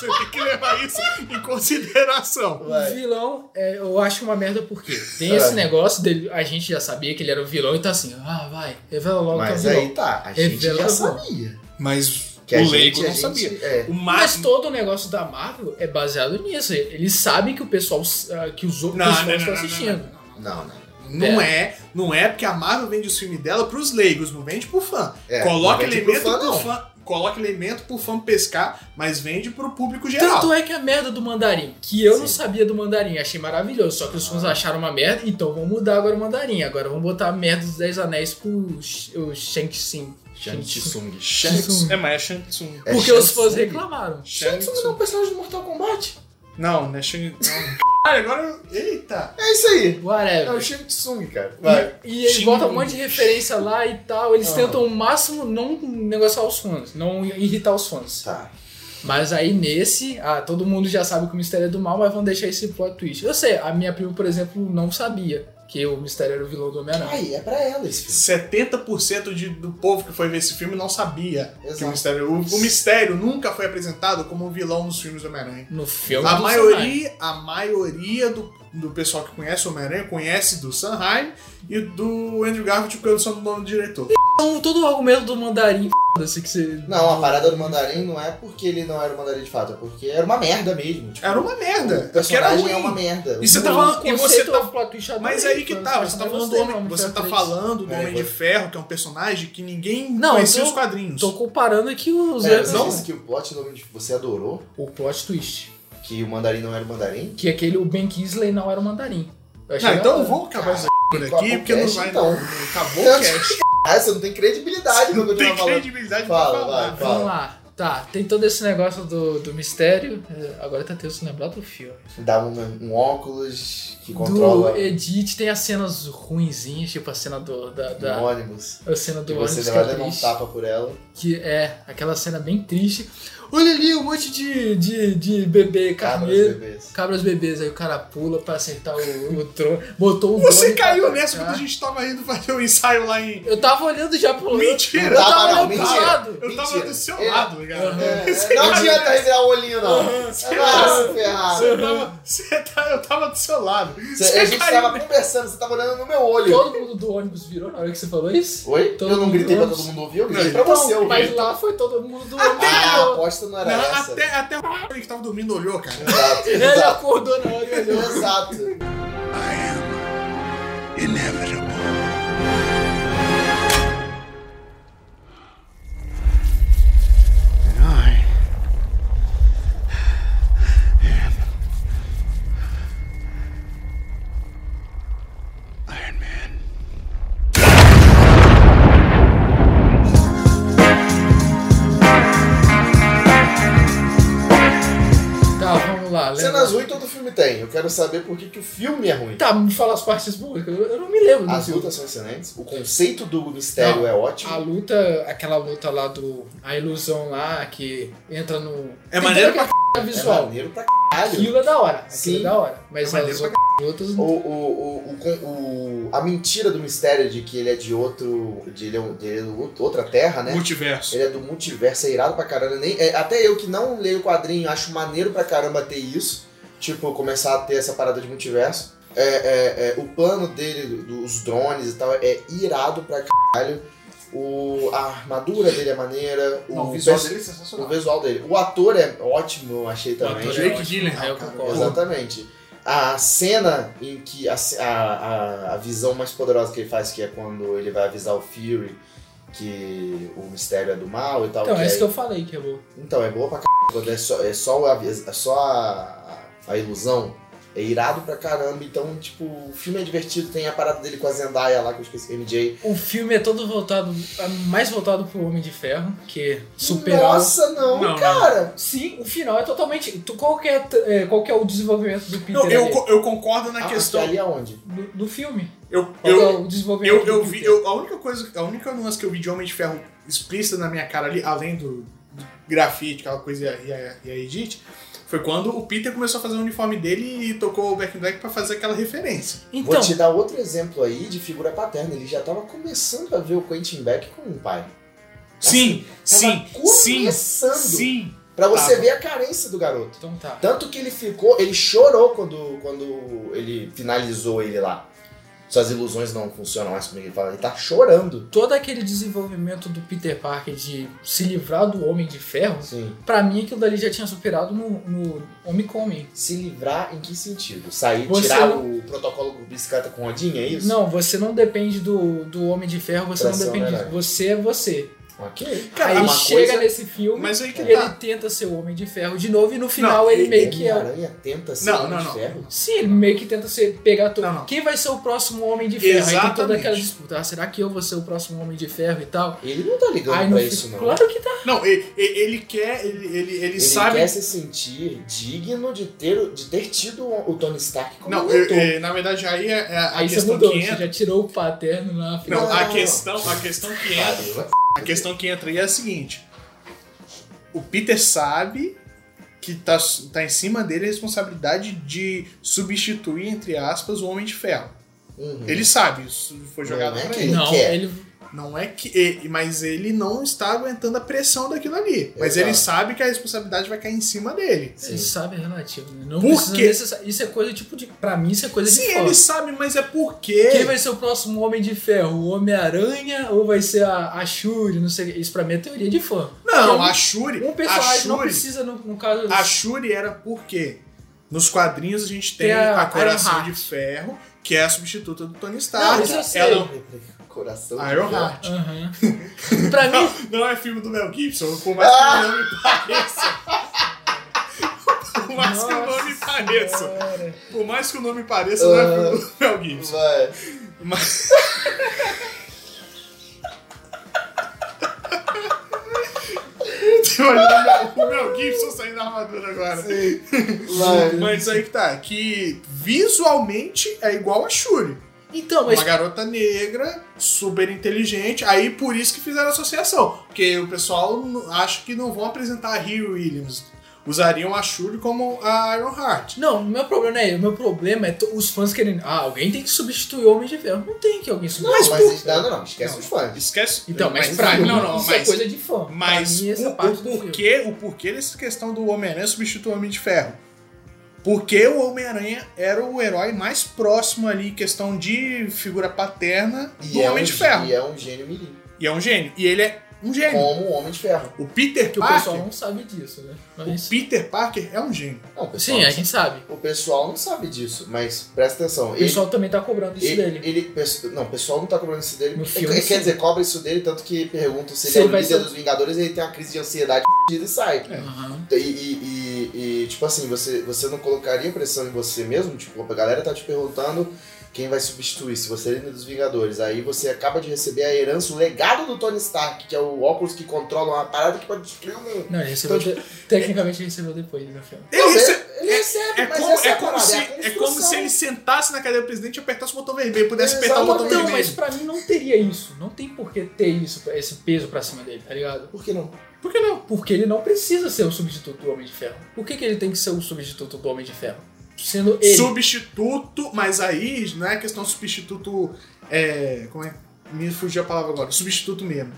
D: Você tem que levar isso em consideração.
B: Vai.
C: O vilão, é, eu acho uma merda porque tem esse
B: É.
C: negócio dele. A gente já sabia que ele era o vilão e tá assim, ah, vai, revela logo
B: Mas
C: que é o vilão.
B: aí tá, a gente já
C: Revelação.
B: sabia.
D: Mas
B: Que a
D: o
B: gente-
D: leigo
B: a
D: não
B: gente-
D: sabia.
B: É,
D: O
C: Mas
D: Mas
C: todo o negócio da Marvel é baseado nisso. Eles sabem que o pessoal, ah, que os
D: Não,
C: outros
D: não,
C: pessoal
D: não,
C: estão
D: não, não,
C: assistindo.
B: não, não.
D: não é, não é porque a Marvel vende os filmes dela pros leigos, não vende pro fã.
B: É,
D: coloca
B: não vende
D: elemento
B: pro fã,
D: pro
B: não.
D: fã, coloca elemento pro fã pescar, mas vende pro público geral.
C: Tanto é que a merda do mandarim, que eu não
B: Sim. Ah.
C: sabia do mandarim, achei maravilhoso. Só que os fãs acharam uma merda, então vão mudar agora o mandarim. Agora vão botar a merda dos Dez Anéis pro Sh- o Shang Tsung.
B: Shang Tsung.
C: Tsung.
D: É, mas é Shang Tsung.
B: É
C: Porque os
B: Shang
C: fãs
B: Tsung?
C: reclamaram.
B: Shang Tsung não é um personagem do Mortal Kombat?
D: Não, não é Shang Tsung. Caralho, agora. eu- Eita!
B: É isso aí. É o
C: Whatever.
B: Shang Tsung, cara. Vai.
C: E, e eles
D: Xing-
C: botam um monte de referência lá e tal. Eles
B: Ah.
C: tentam o máximo não negociar os fãs, não irritar os fãs.
B: Tá.
C: Mas aí nesse, ah, todo mundo já sabe que o mistério é do mal, mas vão deixar esse plot twist. Eu sei, a minha prima, por exemplo, não sabia que o mistério era o vilão do Homem-Aranha.
B: Aí, é pra ela esse filme.
D: 70% de, do povo que foi ver esse filme não sabia que
B: Exato.
D: o mistério. O, o mistério nunca foi apresentado como um vilão nos filmes do Homem-Aranha.
C: No filme
D: A
C: do Sandman.
D: maioria, a maioria do, do pessoal que conhece o Homem-Aranha conhece do Sanheim e do Andrew Garfield, porque eu sou o nome do diretor.
C: Então, todo o argumento do mandarim, foda-se que você...
D: um
B: Não, a parada do mandarim não é porque ele não era o mandarim de fato, é porque era uma merda mesmo. Tipo,
D: Era uma merda.
B: O
D: Porque era
B: personagem
D: ruim.
B: é uma merda.
D: E você tá
C: Não,
D: falando.
C: o
D: E você
C: conceito
D: tá
C: é um plot twist, eu
D: Mas
C: adorei,
D: aí que
C: foi um
D: tá,
C: dos
D: você tá
B: né?
C: personagens
D: falando do Homem,
C: mais legais,
D: você tá
C: Homem-Ferro
D: falando do
B: É,
D: Homem de
B: foi. então
D: Ferro, que é um personagem que ninguém
C: Não,
D: conhecia
C: eu tô-
D: os quadrinhos.
C: 3. Tô comparando aqui os...
D: É,
B: Pera,
C: erros.
B: você disse que o plot do Homem de- você adorou
C: O plot twist.
B: que o mandarim não era o mandarim?
C: Que é aquele, o Ben Kingsley não era o mandarim. Eu achei
D: Ah,
C: da
D: então
C: hora.
D: vamos acabar essa por
B: acabou
D: aqui,
B: o
D: porque não
B: cast,
D: vai.
B: então.
D: Não, acabou o cast.
B: Ah, você não tem credibilidade no que eu
D: Tem
B: tava falando.
D: credibilidade pra
B: Fala,
D: falar.
B: vai,
C: Vamos
B: fala.
C: lá. Tá, tem todo esse negócio do, do mistério. É, Agora tá tendo que se lembrar do filme.
B: Dá um, um óculos que
C: Do
B: controla
C: Edit tem as cenas ruinzinhas, tipo a cena do. Da,
B: um
C: da,
B: ônibus.
C: a cena
B: E
C: do
B: você
C: ônibus que
B: vai
C: é
B: levar um
C: triste.
B: tapa por ela.
C: Que é aquela cena bem triste. Olha ali um monte de, de, de bebê
B: Cabras,
C: carneiro.
B: bebês.
C: Cabras bebês, aí o cara pula pra acertar o, o trono. Botou o
D: Você
C: drone pra
D: caiu
C: atacar.
D: nessa quando a gente tava indo fazer o ensaio lá em.
C: Eu tava olhando já pro lado.
D: Mentira!
C: Eu tava
B: Não, não,
C: olhando pro
B: mentira.
C: lado.
D: Eu tava
B: Mentira.
D: do seu
B: É.
D: lado, cara.
B: É, é, não adianta revirar o olhinho, não. Nossa, ferrado.
D: Eu tava, você tá- eu tava do seu lado.
B: Cê- a gente
D: caiu.
B: tava conversando, você tava olhando no meu olho.
C: Todo mundo do ônibus virou na hora que você falou isso?
B: Oi?
C: Todo
B: eu não
C: mundo
B: gritei pra
C: antes.
B: todo mundo ouvir, eu gritei pra
D: Então,
B: você ouvir.
C: Mas lá foi todo mundo do
B: Ah, a
C: ônibus.
B: aposta não era
D: Não,
B: essa.
D: até, até o que tava dormindo olhou, cara.
B: Exato,
C: Ele
B: exato.
C: acordou na hora e olhou.
B: Exato.
C: Tá, vamos lá.
B: Cenas
C: Lembra.
B: ruins todo filme tem. Eu quero saber por que, que o filme é ruim.
C: Tá, me fala as partes boas, que eu, eu não me lembro do
B: As
C: filme.
B: lutas são excelentes, o conceito do mistério é ótimo.
C: A luta, aquela luta lá do. A ilusão lá que entra no.
D: É
C: Tem
D: maneiro
C: toda aquela c...
B: É
C: visual.
B: maneiro pra caralho.
C: Aquilo é da hora. Aquilo
B: Sim.
C: é da hora. Mas
D: É maneiro
C: as
D: pra
C: outras lutas.
B: O, o, o, o con- o- a mentira do mistério de que ele é de outro. de ele é, um- de ele é de outro- outra terra, né?
D: Multiverso.
B: Ele é do multiverso, é irado pra caramba. Nem, é, até eu que não leio o quadrinho, acho maneiro pra caramba ter isso. Tipo, começar a ter essa parada de multiverso. É, é, é, o plano dele, dos drones e tal, é irado pra caralho. O, a armadura dele é maneira. O,
D: Não, o visual
B: perso-
D: dele é é
B: o
D: sensacional.
B: visual dele. O ator é ótimo, eu achei também.
C: ator
D: Jake
C: ótimo,
D: Gyllenhaal,
C: aí eu
D: cara.
C: concordo.
B: Exatamente. A cena em que a, ce- a, a, a visão mais poderosa que ele faz, que é quando ele vai avisar o Fury que o mistério é do mal e tal.
C: Então,
B: que
C: é
B: aí-
C: isso que eu falei que é bom.
B: então, é boa pra caramba. quando É só, é só, o avi- é só a, a ilusão. É irado pra caramba. Então, tipo, o filme é divertido. Tem a parada dele com a Zendaya lá, que eu esqueci, MJ.
C: O filme é todo voltado. é Mais voltado pro Homem de Ferro, que superar. o-
B: Nossa, não,
D: Não, não.
B: cara.
C: Sim, o final é totalmente. tu- Qual que é, é, qual que é o desenvolvimento do Peter?
D: Não, eu,
C: ali?
D: co- eu concordo na
B: Ah,
D: questão.
B: Ali aonde?
C: No, no filme.
D: Eu,
C: Qual que é
D: eu,
C: o desenvolvimento
D: eu, eu
C: do
D: vi.
C: Peter?
D: eu- a única coisa. A única nuance que eu vi de Homem de Ferro explícita na minha cara ali, além do, do grafite, aquela coisa e a, e a- e a Edith, foi quando o Peter começou a fazer o uniforme dele e tocou o Back in Black pra fazer aquela referência.
C: Então,
B: Vou te dar outro exemplo aí de figura paterna. Ele já tava começando a ver o Quentin Beck como um pai. Assim,
D: Sim, sim,
B: Tava
D: sim,
B: começando.
D: sim.
B: Pra você
D: Tava.
B: ver a carência do garoto.
C: então tá.
B: Tanto que ele ficou, ele chorou quando, quando ele finalizou ele lá. Suas ilusões não funcionam mais comigo. Ele fala, ele tá chorando.
C: Todo aquele desenvolvimento do Peter Parker de se livrar do Homem de Ferro,
B: Sim.
C: pra mim aquilo dali já tinha superado no, no Homecoming.
B: Se livrar em que sentido? Sair,
C: Você
B: tirar
C: não-
B: o protocolo com bicicleta com rodinha, é isso?
C: Não, você não depende do, do Homem de Ferro, você
B: Pra
C: não
B: ser um
C: depende.
B: herói.
C: Você é você.
B: Ok.
C: aí
B: uma
C: chega
B: coisa-
C: nesse filme
D: é Mas aí que
C: e ele
D: tá.
C: tenta ser o Homem de Ferro de novo e no final
D: Não,
C: ele, meio que
B: Homem
C: é.
B: aranha tenta ser um
D: Não,
B: Homem
D: não,
B: de
D: não.
B: ferro?
C: Sim, ele meio que tenta ser, pegar todo.
D: Não, não.
C: Quem vai ser o próximo Homem de Ferro? Aí tem toda
D: Exatamente.
C: aquela disputa. Ah, será que eu vou ser o próximo Homem de Ferro e tal?
B: Ele não tá ligando
C: Aí no
B: pra
C: fi-
B: isso, não.
C: Claro que tá.
D: Não, ele, ele- ele quer, ele, ele, ele,
B: Ele
D: sabe.
B: quer se sentir digno de ter, de ter tido o Tony Stark como um
D: Não, eu-
B: mentor.
D: eu- na verdade aí é, é a
C: Aí você
D: questão
C: mudou,
D: que
C: você
D: entra.
C: já tirou o paterno na final.
D: Não, a
B: Não.
D: questão, a questão que entra.
B: Pariu, vai
D: A questão que entra aí é a seguinte. O, o Peter sabe que tá, tá em cima dele a responsabilidade de substituir, entre aspas, o Homem de Ferro.
B: Uhum.
D: Ele sabe, isso foi jogado
B: Não é
D: pra
B: que
D: ele.
C: não,
B: quer.
C: ele
D: Não é que. ele- Mas ele não está aguentando a pressão daquilo ali. Mas ele
B: Exato.
D: sabe que a responsabilidade vai cair em cima dele.
C: Ele sabe é relativo, né? Não
D: Por
C: precisa
D: quê?
C: necessa- Isso é coisa tipo de. Pra mim, isso é coisa
D: Sim,
C: de fã.
D: ele sabe, mas é porque.
C: Quem vai ser o próximo Homem de Ferro? O Homem-Aranha ou vai ser a, a Shuri? Não sei. Isso pra mim é teoria de fã.
D: Não,
C: Porque
D: a Shuri.
C: um, um
D: a
C: personagem
D: Shuri,
C: não precisa, no, no caso.
D: A Shuri era porque nos quadrinhos a gente tem
C: Tem a
D: a, Coração de
C: Ironheart.
D: Ferro, que é a substituta do Tony
C: Não,
D: Stark.
C: isso eu sei.
D: Ela-
B: Coração de
D: Ironheart.
C: Aham. pra mim,
D: Não é filme do Mel Gibson, por mais que o nome
C: Ah!
D: pareça. Por mais que o nome
C: Nossa
D: pareça.
C: Senhora. Ah.
D: Por mais que o nome pareça, não é filme do Mel
B: ferro.
D: Gibson.
B: Vai.
D: Mas, Então, Olha, o Mel- o Mel Gibson saindo da armadura agora.
B: Vai.
D: Mas aí que tá, que visualmente é igual a Shuri.
C: Então, mas
D: Uma garota negra, super inteligente, aí por isso que fizeram a associação. Porque o pessoal n- acha que não vão apresentar a Riri Williams. Usariam a Shuri como a Ironheart.
C: Não, o meu problema não é ele. O meu problema é to- os fãs querendo. Ah, alguém tem que substituir o Homem de Ferro. Não tem que alguém substituir.
B: Mas, mas não, não, esquece os fãs.
D: Esquece.
C: Então, mas, pra mim,
D: não, não,
C: isso
D: mas,
C: é coisa de fã. Pra
D: mas
C: mim, essa
D: o,
C: parte
D: o
C: do filme.
D: porquê, o porquê dessa questão do Homem-Aranha substituir o Homem de Ferro? Porque o Homem-Aranha era o herói mais próximo ali, questão de figura paterna do
B: E é, um,
D: Homem de
B: gê-
D: Ferro.
B: e é um gênio melee.
D: E é um gênio. E ele é um gênio.
B: Como o Homem de Ferro.
D: O Peter
C: Que o
D: Parker.
C: pessoal não sabe disso, né?
D: O
C: Mas,
D: Peter Parker é um gênio.
B: Não, o pessoal
C: sim,
B: não
C: a gente sabe.
B: O pessoal não sabe disso, mas presta atenção.
C: O
B: Ele,
C: pessoal também tá cobrando isso
B: ele,
C: dele.
B: ele- pesso- não, o pessoal não tá cobrando isso dele.
C: No
B: É-
C: filme,
B: é-
C: sim.
B: quer dizer, cobra isso dele, tanto que perguntam se, ele
C: Se
B: é
C: ele
B: o
C: vai
B: líder
C: ser-
B: dos Vingadores e ele tem uma crise de ansiedade e sai.
C: Aham.
B: E, e- e- e, tipo assim, você, você não colocaria pressão em você mesmo? Tipo, a galera tá te perguntando quem vai substituir, se você é líder dos Vingadores. Aí você acaba de receber a herança, o legado do Tony Stark, que é o óculos que controla uma parada que pode destruir o mundo.
C: Não, ele recebeu. de- Tecnicamente, ele recebeu depois né, do filme.
D: Ele
B: Não,
D: rece-
B: Ele recebe,
D: é,
B: mas
D: como,
B: essa é
D: é,
B: a
D: como
B: parada,
D: se,
B: é a
D: é como se
B: construção. É,
D: ele sentasse na cadeira do presidente e apertasse o botão vermelho, pudesse apertar o botão
B: Exatamente.
C: Então,
D: vermelho.
C: mas pra mim não teria isso. Não tem por que ter isso, esse peso pra cima dele, tá ligado?
B: Por que não?
C: Por que não? Porque ele não precisa ser o substituto do Homem de Ferro. Por que, que ele tem que ser o substituto do Homem de Ferro? Sendo ele.
D: Substituto, mas aí não é questão de substituto. É, como é? Me fugiu a palavra agora. Substituto mesmo.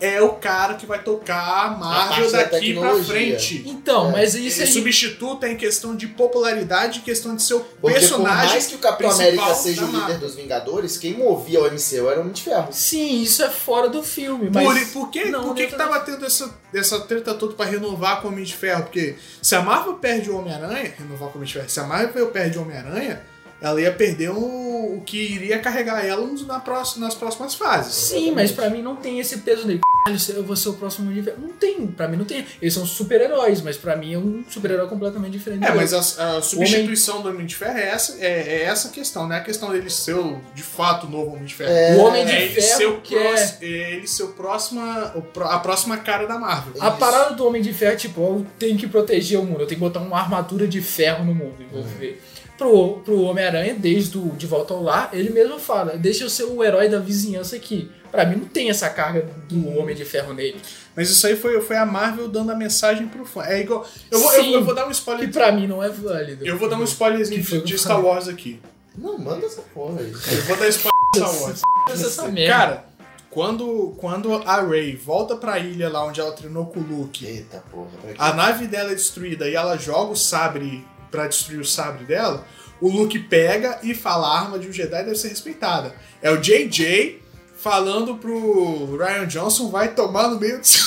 D: É o cara que vai tocar a Marvel
B: parte da
D: daqui pra
B: tecnologia.
D: frente.
C: Então, mas
D: E
C: isso aí.
D: substituto é em questão de popularidade, em questão de seu
B: Porque por
D: personagem.
B: mais que o Capitão
D: principal
B: América seja
D: da
B: o líder
D: Marvel.
B: dos Vingadores, quem movia o MCU era o Homem de Ferro.
C: Sim, isso é fora do filme, mas.
D: Por, por que,
C: Não,
D: por que, que
C: dentro
D: tá
C: do-
D: batendo essa, essa treta toda pra renovar com o Homem de Ferro? Porque se a Marvel perde o Homem-Aranha, renovar com o Homem de Ferro, se a Marvel perde o Homem-Aranha, ela ia perder o, o que iria carregar ela nos- na próxima, nas próximas fases.
C: Sim, mas pra mim não tem esse peso dele. Caralho, se eu vou ser o próximo Homem de Ferro. Não tem, pra mim não tem. Eles são super-heróis, mas pra mim é um super-herói completamente diferente.
D: É,
C: do
D: mas a, a substituição do Homem de Ferro é essa, é, é essa questão, né? A questão dele ser o, de fato o novo Homem de Ferro.
C: outro. o Homem de
D: É ele ser
C: Ferro
D: o,
C: que é.
D: próximo, ele ser o próxima, o pró- a próxima cara da Marvel.
C: A
B: Isso.
C: parada do Homem de Ferro é tipo, eu tenho que proteger o mundo, eu tenho que botar uma armadura de ferro no mundo, envolver. Pro, pro Homem-Aranha, desde o De Volta ao Lar, ele mesmo fala, deixa eu ser o herói da vizinhança aqui. Pra mim não tem essa carga do Homem de Ferro nele.
D: Mas isso aí foi, foi a Marvel dando a mensagem pro fã. É igual. Eu vou, eu,
C: Sim.
D: eu vou dar um
C: Que
D: spoiler.
C: pra mim não é válido.
D: Eu vou dar um spoilerzinho
C: Que foi
D: de,
C: o que
D: de
C: eu
D: Star
C: falei.
D: Wars aqui.
B: Não, manda essa porra aí.
D: Eu vou dar spoiler de Star Wars.
C: essa merda.
D: Cara, quando, quando a Rey volta pra ilha lá onde ela treinou com o Luke,
B: Eita porra, pra quê?
D: a nave dela é destruída e ela joga o sabre pra destruir o sabre dela, o Luke pega e fala: a arma de um Jedi deve ser respeitada. É o JJ falando pro Ryan Johnson: vai tomar no meio do seu.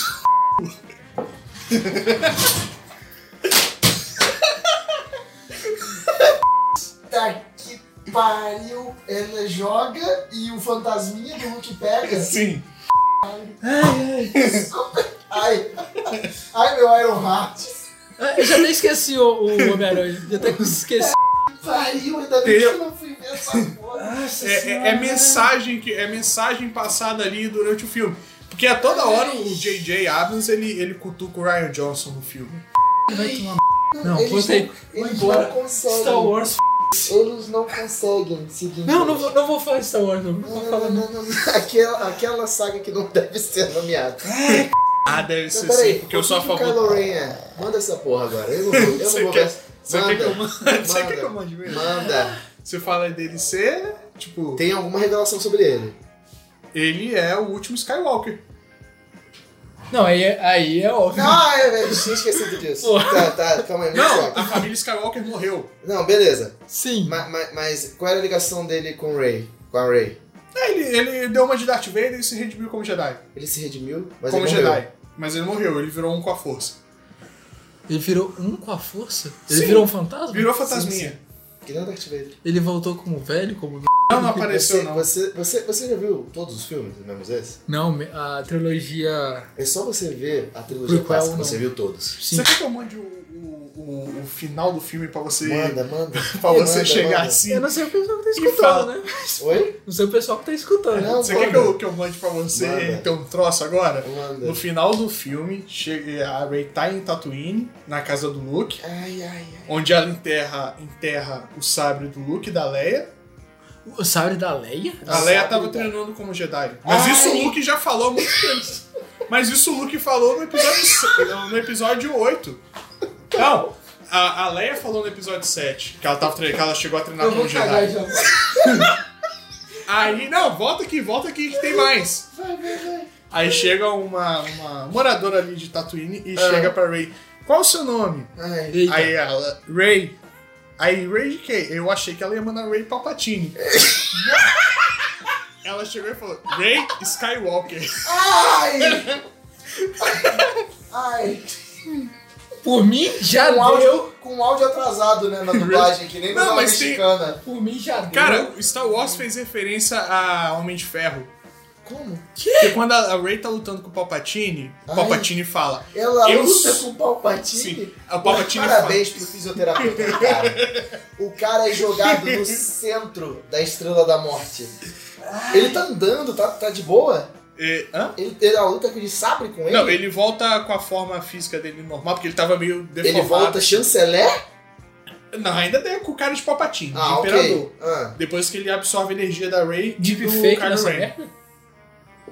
H: Tá que pariu. Ela joga e o fantasminha do Hulk pega.
D: Sim.
H: Ai, ai meu Iron Heart.
C: Ah, Eu já até esqueci o, o Homem-Aranha, já até esqueci.
H: Pariu, ainda bem que eu não fui ver essa porra.
D: É, é- é mensagem que é mensagem passada ali durante o filme. Porque a toda hora o J.J. Abrams ele, ele cutuca o Ryan Johnson no filme.
C: Vai tomar m****. Não,
H: Eles
C: botei.
H: Eles
C: embora.
H: não conseguem.
C: Star Wars. f***.
H: Eles não conseguem seguir. em
C: Não, não
H: frente.
C: vou, não vou falar de Star Wars, não. Não
H: Não,
C: vou
H: não,
C: falar
H: não, não,
C: não.
H: não. Aquela, aquela saga que não deve ser nomeada.
D: Ah, deve ser
B: Então,
D: sim,
B: peraí,
D: porque eu sou a
B: o que que o
D: favor.
B: Kylo Ren é? Manda essa porra agora. Eu não vou, eu não
D: Você
B: vou
D: quer-
B: ver.
D: você quer que eu
B: Manda,
D: mande? Você quer que eu mande mesmo?
B: Manda.
D: Você fala dele ser, tipo,
B: Tem alguma revelação sobre ele?
D: ele é o último Skywalker.
C: Não, aí, é- aí é óbvio.
B: Ah, é, velho, tinha esquecido disso.
C: Porra.
B: Tá, tá, calma aí, muito
D: Não,
B: não.
D: a família Skywalker morreu.
B: não, beleza.
C: Sim.
B: Ma- ma- mas qual era a ligação dele com o Ray? Com a Ray?
D: É, Ele, ele deu uma de Darth Vader e se redimiu como Jedi.
B: Ele se redimiu, mas
D: como
B: ele morreu.
D: Jedi. Mas ele morreu, ele virou um com a força.
C: Ele virou um com a força? Ele
D: Sim.
C: virou um fantasma?
D: Virou fantasminha.
B: Que não é Darth Vader.
C: Ele voltou como velho, como.
D: Não, não
B: Você,
D: apareceu, não.
B: você, você, você já viu todos os filmes, menos esse?
C: Não, me- a trilogia.
B: É só você ver a trilogia
C: Prequel,
B: clássica,
C: não.
B: você viu todos.
C: Sim.
D: Você quer que eu mande o, o- o- o final do filme pra você,
B: Manda, manda.
D: pra você
B: manda,
D: chegar
B: manda.
D: assim?
C: Eu não sei o pessoal que tá
D: fala.
C: escutando, né?
B: Oi?
C: Não sei o pessoal que tá escutando.
B: Não,
D: Você
B: manda.
D: quer que
C: é.
D: eu, que eu mande pra você
B: Manda.
D: ter um troço agora?
B: Manda.
D: No final do filme, chega, a Rey tá em Tatooine, na casa do Luke,
B: Ai, ai, ai.
D: onde ela enterra, enterra o sabre do Luke e da Leia.
C: O sabre da Leia?
D: A Leia tava
B: Sabre da-
D: treinando como Jedi. Mas
B: Ai.
D: isso o Luke já falou há muito tempo. Mas isso o Luke falou no episódio, se- no episódio 8. Não, a, a Leia falou no episódio 7 que ela, tava tre- que ela chegou a treinar como Jedi.
C: já.
D: Aí, não, volta aqui, volta aqui que tem mais. Aí chega uma, uma moradora ali de Tatooine e chega pra Rey. Qual o seu nome?
B: Ai.
C: Eita.
D: Aí ela, Ray. Aí, Ray de quê? Eu achei que ela ia mandar Ray Palpatine. ela chegou e falou, Ray Skywalker.
B: Ai! Ai!
C: Por mim
D: É
C: já
D: um
B: Com
C: deu.
B: áudio, com áudio atrasado, né? Na dublagem, que nem
D: Não,
B: na novela
D: mas tem-
B: mexicana.
C: Por mim já deu.
D: Cara, o Star Wars fez referência a Homem de Ferro.
B: Como?
D: Porque quando a a Ray tá lutando com o Palpatine, o
B: Ai.
D: Palpatine fala.
B: Ela
D: Eu
B: luta
D: s-
B: com o Palpatine?
D: Sim, o Palpatine é fala.
B: Parabéns pro fisioterapeuta, cara. O cara é jogado no centro da Estrela da Morte. Ele tá andando, tá, tá de boa?
D: "É, hã?
B: Ele, ele, a luta que ele sabe com ele?
D: Não, ele volta com a forma física dele normal, porque ele tava meio
B: Ele
D: deformado.
B: volta chanceler?
D: Não, ainda é com o cara de Palpatine, de
B: Ah,
D: imperador.
B: ok. Ah,
D: Depois que ele absorve a energia da Ray e do
C: deepfake
D: Kylo
C: nessa
D: Ren.
C: merda?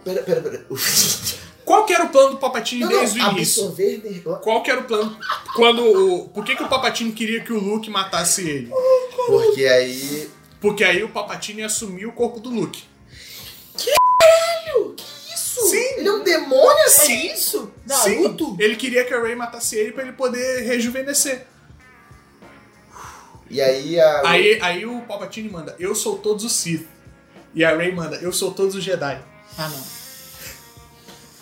B: pera, pera, pera.
D: Qual que era o plano do Palpatine
B: Não,
D: desde
B: não,
D: o início?
B: absorver negócio.
D: Qual que era o plano? Quando o... Por que, que o Palpatine queria que o Luke matasse ele?
B: Porque aí.
D: Porque aí o Palpatine ia assumir o corpo do Luke.
B: Sim! Ele é um demônio assim?
D: Sim.
B: isso?
C: Naruto?
D: Sim, ele queria que a Ray matasse ele pra ele poder rejuvenescer.
B: E aí a.
D: Aí, aí o Palpatine manda, eu sou todos os Sith. E a Ray manda, eu sou todos os Jedi.
C: Ah, não.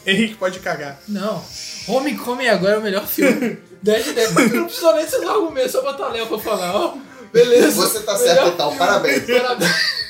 D: Henrique pode cagar.
C: Não. Homecoming agora é o melhor filme. 10 de 10. Não precisa nem desses argumentos, só botar Léo pra falar, ó. Beleza.
B: Você tá certo,
C: Melhor
B: então.
C: filme.
B: Parabéns.
C: Parabéns.